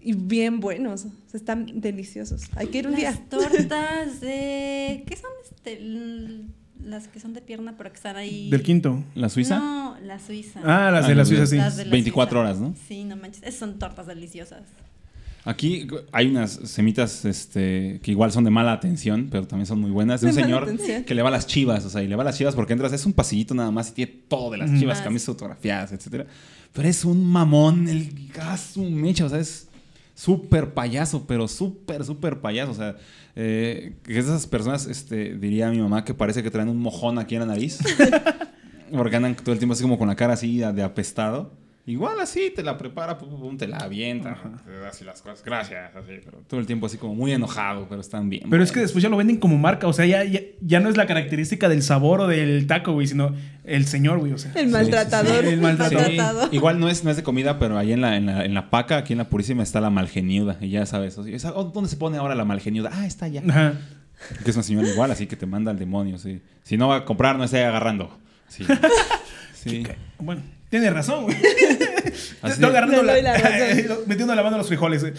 [SPEAKER 2] Y bien buenos, o sea, están deliciosos. Hay que ir un día.
[SPEAKER 3] Las tortas de. ¿Qué son este? l- Las que son de pierna, pero que están ahí.
[SPEAKER 1] ¿Del quinto?
[SPEAKER 4] ¿La Suiza?
[SPEAKER 3] No, la suiza.
[SPEAKER 1] Ah, las de la
[SPEAKER 4] Ah, las de-
[SPEAKER 1] Suiza, sí.
[SPEAKER 3] Las de la
[SPEAKER 4] 24 horas, ¿no?
[SPEAKER 3] Sí, no manches. Esas son tortas deliciosas.
[SPEAKER 4] Aquí hay unas semitas este, que igual son de mala atención, pero también son muy buenas. De
[SPEAKER 2] De
[SPEAKER 4] un
[SPEAKER 2] mala
[SPEAKER 4] señor
[SPEAKER 2] atención.
[SPEAKER 4] que le va a las chivas, o sea, y le va a las chivas porque entras, es un pasillito nada más y tiene todo de las
[SPEAKER 1] Ujú.
[SPEAKER 4] chivas,
[SPEAKER 3] Ah,
[SPEAKER 4] camisas autografiadas, etcétera. Pero es un mamón, el caso mecha, o sea, es súper payaso, pero súper, súper payaso. O sea, eh, que esas personas, este, diría mi mamá, que parece que traen un mojón aquí en la nariz. Porque andan todo el tiempo así como con la cara así de apestado. Igual así, te la prepara, pum, pum, pum, te la avienta, te da así las cosas, gracias, así, pero todo el tiempo así como muy enojado, pero están bien.
[SPEAKER 1] Pero es que
[SPEAKER 4] buenos.
[SPEAKER 1] después ya lo venden como marca, o sea, ya, ya, ya no es la característica del sabor o del taco, güey, sino el señor, güey, o sea.
[SPEAKER 2] El maltratador.
[SPEAKER 1] sí, el maltratador.
[SPEAKER 4] Sí, Igual no es, no es de comida, pero ahí en la, en, la, en la paca, aquí en la purísima, está la malgeniuda, y ya sabes, así, esa- oh, ¿dónde se pone ahora la malgeniuda? Ah, está allá.
[SPEAKER 1] Ajá.
[SPEAKER 4] Que es una señora igual, así que te manda al demonio, sí. Si no va a comprar, no esté agarrando. Sí. Sí.
[SPEAKER 1] Bueno, tiene razón, güey.
[SPEAKER 4] Así-
[SPEAKER 1] No agarrando
[SPEAKER 2] Le
[SPEAKER 1] la,
[SPEAKER 2] doy la razón.
[SPEAKER 1] metiendo la mano a los frijoles. güey.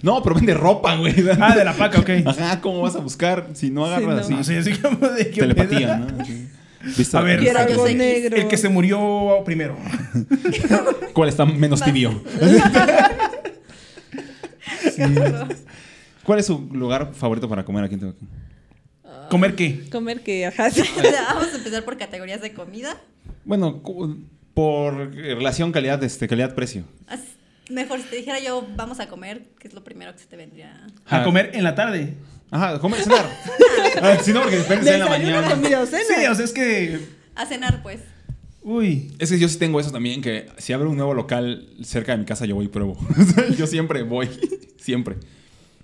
[SPEAKER 4] No, pero vende ropa, güey.
[SPEAKER 1] Ah, de la paca, ok.
[SPEAKER 4] Ajá, ¿cómo vas a buscar si no agarras
[SPEAKER 2] Sí,
[SPEAKER 1] No,
[SPEAKER 4] así?
[SPEAKER 1] sí, así como de que-
[SPEAKER 4] Telepatía, ¿no? Así. ¿Viste?
[SPEAKER 1] A ver,
[SPEAKER 2] Quiero
[SPEAKER 1] Rayos
[SPEAKER 2] algo
[SPEAKER 1] X.
[SPEAKER 2] negro.
[SPEAKER 1] El que se murió primero.
[SPEAKER 4] ¿Cuál está menos tibio?
[SPEAKER 3] Qué horror.
[SPEAKER 4] ¿Cuál es su lugar favorito para comer aquí en Tehuacán?
[SPEAKER 1] ¿Comer qué?
[SPEAKER 2] Comer que, ajá, sí.
[SPEAKER 3] O sea, Vamos a empezar por categorías de comida.
[SPEAKER 4] Bueno, cu- por eh, relación calidad, este, calidad-precio.
[SPEAKER 3] As- Mejor si te dijera yo, vamos a comer, que es lo primero que se te vendría.
[SPEAKER 1] A
[SPEAKER 4] Ajá.
[SPEAKER 1] comer en la tarde.
[SPEAKER 4] Ah, Ajá, comer, cenar. Ah, si no, porque depende sea en la
[SPEAKER 2] Desayuno,
[SPEAKER 4] mañana.
[SPEAKER 2] comida o cena.
[SPEAKER 1] Sí, o sea, es que.
[SPEAKER 3] A cenar, pues.
[SPEAKER 1] Uy.
[SPEAKER 4] Es que yo sí tengo eso también, que si abro un nuevo local cerca de mi casa, yo voy y pruebo. yo siempre voy, siempre.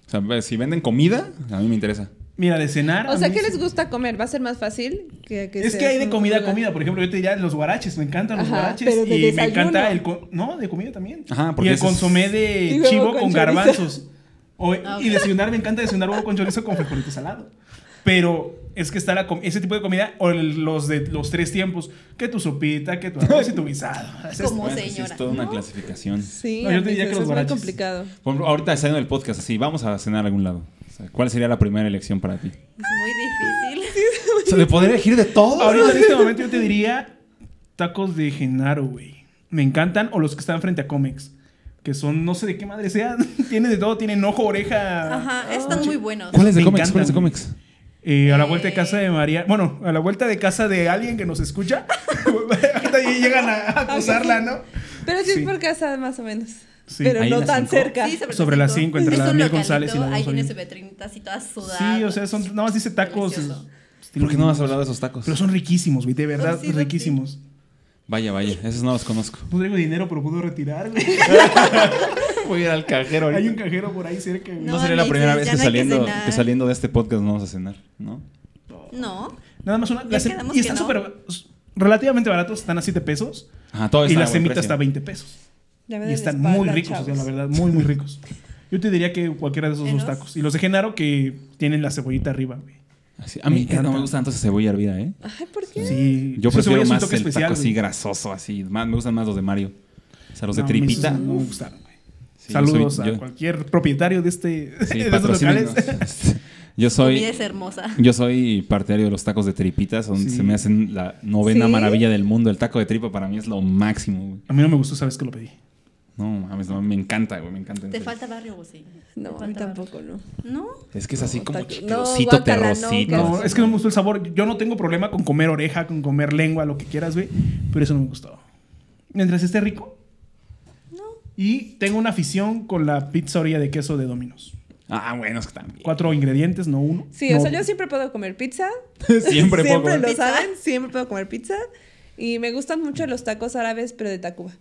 [SPEAKER 4] O sea, pues, si venden comida, a mí me interesa.
[SPEAKER 1] Mira, de cenar.
[SPEAKER 2] O
[SPEAKER 1] a
[SPEAKER 2] sea,
[SPEAKER 1] mí
[SPEAKER 2] ¿qué
[SPEAKER 1] sí.
[SPEAKER 2] les gusta comer? ¿Va a ser más fácil? Que, que
[SPEAKER 1] Es que
[SPEAKER 2] sea
[SPEAKER 1] hay de
[SPEAKER 2] un
[SPEAKER 1] comida a
[SPEAKER 2] lugar?
[SPEAKER 1] comida. Por ejemplo, yo te diría los guaraches. Me encantan los
[SPEAKER 2] Ajá,
[SPEAKER 1] guaraches.
[SPEAKER 2] pero de
[SPEAKER 1] y me
[SPEAKER 2] desayuno.
[SPEAKER 1] encanta el. co- no, de comida también.
[SPEAKER 4] Ajá,
[SPEAKER 1] y
[SPEAKER 4] porque
[SPEAKER 1] el
[SPEAKER 4] ese es-
[SPEAKER 1] consomé de
[SPEAKER 2] Y huevo
[SPEAKER 1] chivo
[SPEAKER 2] con
[SPEAKER 1] con,
[SPEAKER 2] chorizo.
[SPEAKER 1] garbanzos. O-
[SPEAKER 3] Ah, ok.
[SPEAKER 1] Y desayunar, me encanta desayunar huevo con chorizo con frijolito salado. Pero es que está la com- ese tipo de comida o el- los de los tres tiempos. Que tu sopita, que tu arroz y tu guisado. Ese es-
[SPEAKER 3] Como
[SPEAKER 4] Bueno, pues sí,
[SPEAKER 3] señora,
[SPEAKER 4] es toda una
[SPEAKER 3] ¿no?
[SPEAKER 4] clasificación.
[SPEAKER 2] Sí,
[SPEAKER 1] No, yo
[SPEAKER 2] a
[SPEAKER 1] te diría
[SPEAKER 2] veces
[SPEAKER 1] que los
[SPEAKER 2] es muy
[SPEAKER 1] guaraches.
[SPEAKER 2] complicado.
[SPEAKER 4] Por ejemplo, ahorita saliendo del podcast así, vamos a cenar a algún lado. O sea, ¿Cuál sería la primera elección para ti?
[SPEAKER 3] Es muy difícil.
[SPEAKER 4] O sea, ¿de poder elegir de todo?
[SPEAKER 1] Ahorita en este momento yo te diría tacos de Genaro, güey. Me encantan. O los que están frente a Comex. Que son, no sé de qué madre sean. tienen de todo, tienen ojo, oreja.
[SPEAKER 3] Ajá, están muy buenos.
[SPEAKER 4] ¿Cuál es de
[SPEAKER 1] Me
[SPEAKER 4] cómics?
[SPEAKER 1] encantan,
[SPEAKER 4] ¿Cuál es de
[SPEAKER 1] güey.
[SPEAKER 4] cómics?
[SPEAKER 1] Eh, a la vuelta de casa de María. Bueno, a la vuelta de casa de alguien que nos escucha. Ahorita ahí llegan a acusarla, ¿no?
[SPEAKER 2] Pero sí,
[SPEAKER 1] Sí.
[SPEAKER 2] es por casa más o menos.
[SPEAKER 1] Sí.
[SPEAKER 2] Pero
[SPEAKER 4] Ahí
[SPEAKER 2] no
[SPEAKER 4] las
[SPEAKER 2] tan
[SPEAKER 4] cinco.
[SPEAKER 2] cerca.
[SPEAKER 3] Sí,
[SPEAKER 1] Sobre las cinco,
[SPEAKER 3] cinco.
[SPEAKER 1] entre
[SPEAKER 3] Es
[SPEAKER 1] la
[SPEAKER 3] un
[SPEAKER 1] Daniel González y la
[SPEAKER 3] Ahí
[SPEAKER 1] Damaso
[SPEAKER 3] tiene
[SPEAKER 1] Díaz.
[SPEAKER 3] su vetrinita así toda sudada.
[SPEAKER 1] Sí, o sea, son, nada más dice tacos.
[SPEAKER 3] Delicioso.
[SPEAKER 4] ¿Por qué no has hablado de esos tacos?
[SPEAKER 1] Pero son riquísimos, güey, de verdad,
[SPEAKER 3] Sí, sí, sí.
[SPEAKER 1] riquísimos.
[SPEAKER 4] Vaya, vaya, esos no los conozco.
[SPEAKER 1] No traigo dinero, pero puedo retirar, güey.
[SPEAKER 4] Voy a ir al cajero
[SPEAKER 1] Hay un cajero por ahí cerca, güey.
[SPEAKER 4] No,
[SPEAKER 3] No,
[SPEAKER 4] sería la
[SPEAKER 3] Alexis,
[SPEAKER 4] primera vez
[SPEAKER 3] ya
[SPEAKER 4] que,
[SPEAKER 3] no hay que
[SPEAKER 4] saliendo,
[SPEAKER 3] cenar.
[SPEAKER 4] que saliendo de este podcast no vamos a cenar, ¿no?
[SPEAKER 3] No.
[SPEAKER 1] Nada más una.
[SPEAKER 3] Ya
[SPEAKER 1] la sem-
[SPEAKER 3] quedamos
[SPEAKER 1] y
[SPEAKER 3] que
[SPEAKER 1] están
[SPEAKER 3] no.
[SPEAKER 1] súper. Relativamente baratos, están a 7 pesos.
[SPEAKER 4] Ajá, todo
[SPEAKER 1] y
[SPEAKER 4] está
[SPEAKER 1] la
[SPEAKER 4] a buen
[SPEAKER 1] semita
[SPEAKER 4] precio.
[SPEAKER 1] está a 20 pesos.
[SPEAKER 2] Ya me
[SPEAKER 1] Y
[SPEAKER 2] duele
[SPEAKER 1] están
[SPEAKER 2] la espalda,
[SPEAKER 1] muy ricos, o sea, la
[SPEAKER 2] chavos.
[SPEAKER 1] verdad, muy, muy ricos. Yo te diría que cualquiera de esos dos
[SPEAKER 3] ¿Enos?
[SPEAKER 1] tacos. Y los de Genaro que tienen la cebollita arriba, güey.
[SPEAKER 4] Así- Ah, a mí
[SPEAKER 1] Me
[SPEAKER 4] no
[SPEAKER 1] encanta.
[SPEAKER 4] me gusta tanto esa cebolla hervida, ¿eh?
[SPEAKER 2] Ay, ¿por qué?
[SPEAKER 1] Sí,
[SPEAKER 4] Yo
[SPEAKER 1] esa cebolla
[SPEAKER 4] prefiero
[SPEAKER 1] es un
[SPEAKER 4] más
[SPEAKER 1] toque
[SPEAKER 4] el taco así
[SPEAKER 1] güey.
[SPEAKER 4] grasoso, así. Más, me gustan más los de Mario. O sea, los de
[SPEAKER 1] No,
[SPEAKER 4] tripita.
[SPEAKER 1] esos No me
[SPEAKER 4] uf,
[SPEAKER 1] gustaron, güey.
[SPEAKER 4] sí, yo soy-
[SPEAKER 1] Saludos a
[SPEAKER 4] yo-
[SPEAKER 1] cualquier propietario de este
[SPEAKER 4] sí,
[SPEAKER 1] de estos
[SPEAKER 4] patrocínenos.
[SPEAKER 1] locales.
[SPEAKER 4] Yo
[SPEAKER 3] Comida
[SPEAKER 4] soy,
[SPEAKER 3] es hermosa.
[SPEAKER 4] yo soy partidario de los tacos de tripitas. Son,
[SPEAKER 1] Sí.
[SPEAKER 4] Se me hacen la novena
[SPEAKER 2] ¿Sí?
[SPEAKER 4] maravilla del mundo. El taco de tripa para mí es lo máximo, güey.
[SPEAKER 1] A mí no me gustó, sabes que lo pedí.
[SPEAKER 4] No mames, no, me encanta, güey. Me encanta. en
[SPEAKER 3] Te
[SPEAKER 4] serio.
[SPEAKER 3] falta barrio, o sí.
[SPEAKER 2] No, a mí tampoco, no.
[SPEAKER 3] ¿No?
[SPEAKER 4] Es que es así como
[SPEAKER 2] taco- no,
[SPEAKER 4] chiclosito,
[SPEAKER 2] guácala, no,
[SPEAKER 4] terrosito.
[SPEAKER 2] Claro.
[SPEAKER 1] No, es que no me gustó el sabor. Yo no tengo problema con comer oreja, con comer lengua, lo que quieras, güey. Pero eso no me gustó. Mientras esté rico. Y tengo una afición con la pizzería de queso de Dominos.
[SPEAKER 4] Ah, bueno, es que también.
[SPEAKER 1] Cuatro ingredientes, no uno.
[SPEAKER 2] Sí,
[SPEAKER 1] No,
[SPEAKER 2] o sea, yo siempre puedo comer pizza.
[SPEAKER 4] Siempre puedo
[SPEAKER 2] Siempre
[SPEAKER 4] comer
[SPEAKER 2] lo
[SPEAKER 3] pizza.
[SPEAKER 2] saben, siempre puedo comer pizza. Y me gustan mucho los tacos árabes, pero de Tacuba.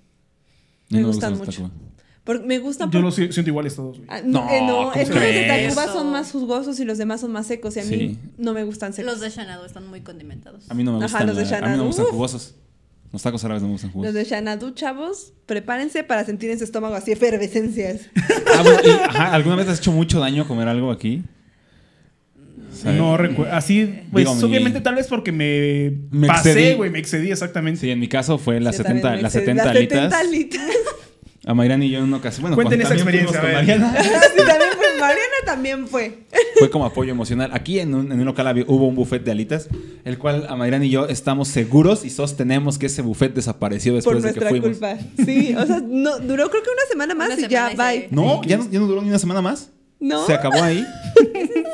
[SPEAKER 4] No
[SPEAKER 2] Me
[SPEAKER 4] me
[SPEAKER 2] gustan
[SPEAKER 4] gustan los
[SPEAKER 2] mucho.
[SPEAKER 4] tacos.
[SPEAKER 2] Por- me gustan
[SPEAKER 1] Yo
[SPEAKER 2] por-
[SPEAKER 1] los si- siento iguales todos, güey.
[SPEAKER 2] Ah,
[SPEAKER 4] No,
[SPEAKER 2] no, eh, no,
[SPEAKER 4] ¿cómo
[SPEAKER 2] es que los de
[SPEAKER 4] crees?
[SPEAKER 2] Tacuba son más jugosos y los demás son más secos. Y a mí
[SPEAKER 4] Sí.
[SPEAKER 2] no me gustan secos.
[SPEAKER 3] Los de Shanado están muy condimentados.
[SPEAKER 4] A mí no me
[SPEAKER 2] Ajá,
[SPEAKER 4] gustan,
[SPEAKER 2] los de
[SPEAKER 4] la- a mí
[SPEAKER 2] Shannon,
[SPEAKER 4] no me gustan
[SPEAKER 2] uf.
[SPEAKER 4] jugosos. Los tacos árabes no me gustan
[SPEAKER 2] Los
[SPEAKER 4] jugos. Ah,
[SPEAKER 2] de Xanadu, chavos, prepárense para sentir en su estómago así efervescencias.
[SPEAKER 4] Ah, bueno, y, ajá, ¿Alguna vez te has hecho mucho daño comer algo aquí? O sea,
[SPEAKER 1] No recuerdo. Así, pues
[SPEAKER 4] Digo, mi-
[SPEAKER 1] obviamente tal vez porque me,
[SPEAKER 4] Me
[SPEAKER 1] pasé,
[SPEAKER 4] excedí.
[SPEAKER 1] güey, me excedí exactamente.
[SPEAKER 4] Sí, en mi caso fue las
[SPEAKER 2] Yo también
[SPEAKER 4] 70,
[SPEAKER 2] me
[SPEAKER 4] las
[SPEAKER 2] excedí.
[SPEAKER 4] 70
[SPEAKER 2] Las 70
[SPEAKER 4] alitas.
[SPEAKER 2] alitas.
[SPEAKER 4] A Mayrán y yo en una ocasión. Bueno,
[SPEAKER 1] Cuenten
[SPEAKER 4] cuando
[SPEAKER 1] esa
[SPEAKER 4] también fuimos
[SPEAKER 1] experiencia,
[SPEAKER 4] con
[SPEAKER 1] a ver.
[SPEAKER 4] Mariana,
[SPEAKER 2] Ah, sí, también fue. Mariana también fue.
[SPEAKER 4] fue como apoyo emocional. Aquí en un, en un local había- hubo un buffet de alitas, el cual a Mayrán y yo estamos seguros y sostenemos que ese buffet desapareció después
[SPEAKER 2] por
[SPEAKER 4] de que
[SPEAKER 2] nuestra
[SPEAKER 4] fuimos.
[SPEAKER 2] culpa. Sí, o sea, no, duró creo que una semana más
[SPEAKER 3] Una
[SPEAKER 2] y ya,
[SPEAKER 3] semana y
[SPEAKER 2] bye.
[SPEAKER 3] se-
[SPEAKER 4] No, ya no, ya no duró ni una semana más.
[SPEAKER 2] ¿No?
[SPEAKER 4] Se acabó ahí.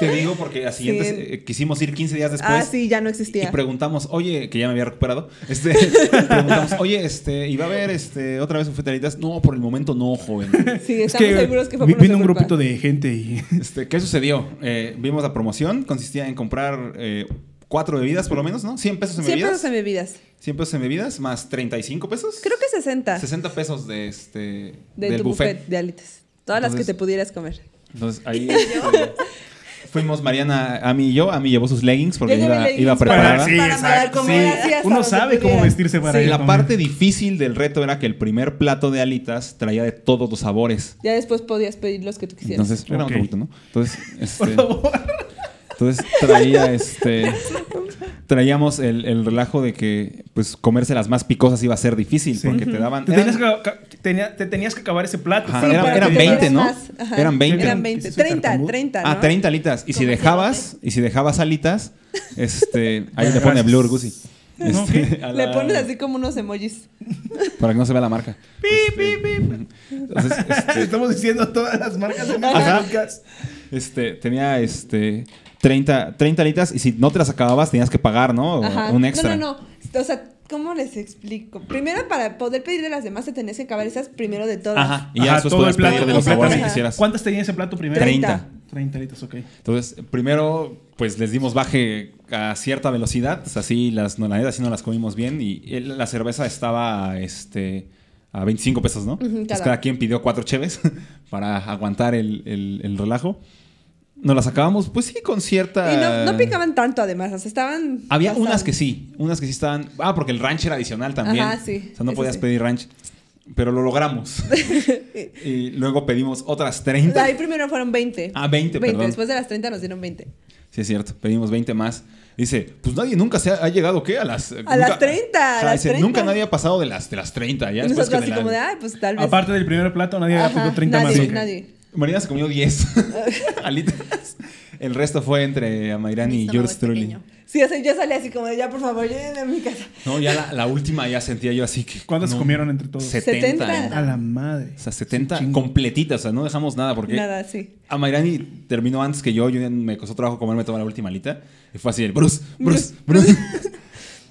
[SPEAKER 4] Te digo porque a siguientes
[SPEAKER 2] Sí.
[SPEAKER 4] eh, quisimos ir 15 días después.
[SPEAKER 2] ah, sí, ya no
[SPEAKER 4] Y
[SPEAKER 2] existía.
[SPEAKER 4] preguntamos, oye, que ya me había recuperado, este, preguntamos, oye, este, ¿iba a haber este, otra vez un de alitas? No, por el momento no, joven.
[SPEAKER 2] Sí, estamos seguros que fue
[SPEAKER 1] vi-
[SPEAKER 2] por nuestra
[SPEAKER 1] vino un
[SPEAKER 2] culpa.
[SPEAKER 1] grupito de gente y
[SPEAKER 4] Este, ¿Qué sucedió? Eh, vimos la promoción, consistía en comprar eh, cuatro bebidas por lo menos, ¿no? 100 pesos en
[SPEAKER 2] 100
[SPEAKER 4] bebidas.
[SPEAKER 2] pesos en bebidas.
[SPEAKER 4] 100 pesos en bebidas, más 35 pesos.
[SPEAKER 2] Creo que 60
[SPEAKER 4] 60 pesos de este,
[SPEAKER 2] de
[SPEAKER 4] del
[SPEAKER 2] tu buffet.
[SPEAKER 4] buffet.
[SPEAKER 2] de alitas. Todas las que
[SPEAKER 4] Entonces-
[SPEAKER 2] te pudieras comer.
[SPEAKER 4] Entonces ahí este, fuimos Mariana, a mí y yo, a mí llevó sus leggings porque
[SPEAKER 2] Yo llevé
[SPEAKER 4] iba,
[SPEAKER 2] leggings
[SPEAKER 4] iba
[SPEAKER 2] para-
[SPEAKER 4] preparada.
[SPEAKER 1] Para- sí,
[SPEAKER 2] para
[SPEAKER 1] exacto,
[SPEAKER 2] poder comer
[SPEAKER 1] sí.
[SPEAKER 2] así hasta
[SPEAKER 1] Uno
[SPEAKER 2] donde
[SPEAKER 1] sabe
[SPEAKER 2] pudiera.
[SPEAKER 1] cómo vestirse para
[SPEAKER 4] Sí,
[SPEAKER 1] ir a
[SPEAKER 4] la
[SPEAKER 1] comer.
[SPEAKER 4] parte difícil del reto era que el primer plato de alitas traía de todos los sabores.
[SPEAKER 2] Ya después podías pedir los que tú quisieras.
[SPEAKER 4] Entonces, era un
[SPEAKER 1] Ok.
[SPEAKER 4] poquito, ¿no? Entonces,
[SPEAKER 1] Por
[SPEAKER 4] este,
[SPEAKER 1] favor.
[SPEAKER 4] entonces traía este traíamos el, el relajo de que pues comerse las más picosas iba a ser difícil
[SPEAKER 1] Sí.
[SPEAKER 4] porque te daban
[SPEAKER 1] Te
[SPEAKER 4] eran-
[SPEAKER 1] tenías, que, ca- tenía- te tenías que acabar ese plato.
[SPEAKER 4] Ajá,
[SPEAKER 1] para
[SPEAKER 4] eran-
[SPEAKER 1] poder
[SPEAKER 2] para
[SPEAKER 4] ah, eran
[SPEAKER 2] que
[SPEAKER 1] llegar.
[SPEAKER 4] 20, ¿no?
[SPEAKER 2] comieras más. Ajá.
[SPEAKER 4] Eran 20.
[SPEAKER 2] Eran
[SPEAKER 1] Sí,
[SPEAKER 2] 20.
[SPEAKER 1] soy
[SPEAKER 2] 30,
[SPEAKER 1] tartamudo.
[SPEAKER 2] 30, ¿no?
[SPEAKER 4] ah 30 alitas y si
[SPEAKER 3] Como
[SPEAKER 4] dejabas y si dejabas alitas este ahí le
[SPEAKER 1] Gracias.
[SPEAKER 4] pone blur Gusi
[SPEAKER 1] No,
[SPEAKER 4] Este, a
[SPEAKER 2] Le
[SPEAKER 4] la-
[SPEAKER 2] pones así como unos emojis.
[SPEAKER 4] para que no se vea la marca
[SPEAKER 1] Pi,
[SPEAKER 4] Este,
[SPEAKER 1] pi, pi.
[SPEAKER 4] entonces este,
[SPEAKER 1] Estamos diciendo todas las marcas de
[SPEAKER 4] Ajá.
[SPEAKER 1] marcas.
[SPEAKER 4] Este, tenía este 30, 30 alitas y si no te las acababas tenías que pagar, ¿no? O
[SPEAKER 2] Ajá.
[SPEAKER 4] Un extra.
[SPEAKER 2] No, no, no. O sea, ¿cómo les explico? Primero, para poder pedirle a las demás, te tenías que acabar esas primero de todas.
[SPEAKER 4] Ajá, y ya
[SPEAKER 1] Ajá,
[SPEAKER 4] después
[SPEAKER 1] todo el
[SPEAKER 4] podías
[SPEAKER 1] plato
[SPEAKER 4] pedir de los
[SPEAKER 2] completo.
[SPEAKER 4] sabores que
[SPEAKER 2] Ajá.
[SPEAKER 4] quisieras.
[SPEAKER 1] ¿Cuántas tenía ese plato primero?
[SPEAKER 4] 30.
[SPEAKER 1] 30 litros, ok.
[SPEAKER 4] Entonces, primero, pues les dimos baje a cierta velocidad, o sea, así las no, la neta, así no las comimos bien y el- la cerveza estaba este a 25 pesos, ¿no? Entonces,
[SPEAKER 2] cada.
[SPEAKER 4] cada quien pidió cuatro cheves para aguantar el, el- el relajo. Nos las acabamos, pues sí, con cierta...
[SPEAKER 2] Y no, no picaban tanto, además. O sea, estaban.
[SPEAKER 4] Había
[SPEAKER 2] bastante-
[SPEAKER 4] unas que sí, unas que sí estaban. Ah, porque el ranch era adicional también.
[SPEAKER 2] Ajá, sí,
[SPEAKER 4] O sea, no
[SPEAKER 2] eso
[SPEAKER 4] podías
[SPEAKER 2] sí.
[SPEAKER 4] pedir ranch. Pero lo logramos. y luego pedimos otras 30.
[SPEAKER 2] Ahí primero fueron 20.
[SPEAKER 4] Ah, 20, perdón.
[SPEAKER 2] Después de las 30 nos dieron 20.
[SPEAKER 4] Sí, es cierto, pedimos 20 más. Dice, pues nadie nunca se ha, ha llegado, ¿qué? A las, a
[SPEAKER 2] las 30, a las
[SPEAKER 4] dice,
[SPEAKER 2] 30.
[SPEAKER 4] nunca nadie ha pasado de las, de las 30. Ya
[SPEAKER 2] y nosotros
[SPEAKER 4] después que
[SPEAKER 2] así
[SPEAKER 4] de la-
[SPEAKER 2] como de, ay, pues tal vez.
[SPEAKER 1] Aparte del primer plato, nadie había
[SPEAKER 2] Ajá,
[SPEAKER 1] pedido 30
[SPEAKER 2] nadie,
[SPEAKER 1] más. ok.
[SPEAKER 2] nadie.
[SPEAKER 4] Marina se comió 10 alitas. El resto fue entre Amairán y
[SPEAKER 3] Mi estómago
[SPEAKER 4] George
[SPEAKER 3] es
[SPEAKER 4] Truly.
[SPEAKER 3] pequeño.
[SPEAKER 2] Sí, o sea, yo salí así como de, ya, por favor, llévenme a mi casa.
[SPEAKER 4] No, ya la, la última ya sentía yo así que.
[SPEAKER 1] ¿Cuántas
[SPEAKER 4] no,
[SPEAKER 1] comieron entre todos?
[SPEAKER 4] 70.
[SPEAKER 2] 70.
[SPEAKER 1] A la madre.
[SPEAKER 4] O sea, 70
[SPEAKER 1] chingo.
[SPEAKER 4] completitas, o sea, no dejamos nada porque
[SPEAKER 2] Nada, sí.
[SPEAKER 4] a Mayrani terminó antes que yo, yo me costó trabajo comerme toda la última alita y fue así el Bruce, Bruce, Bruce.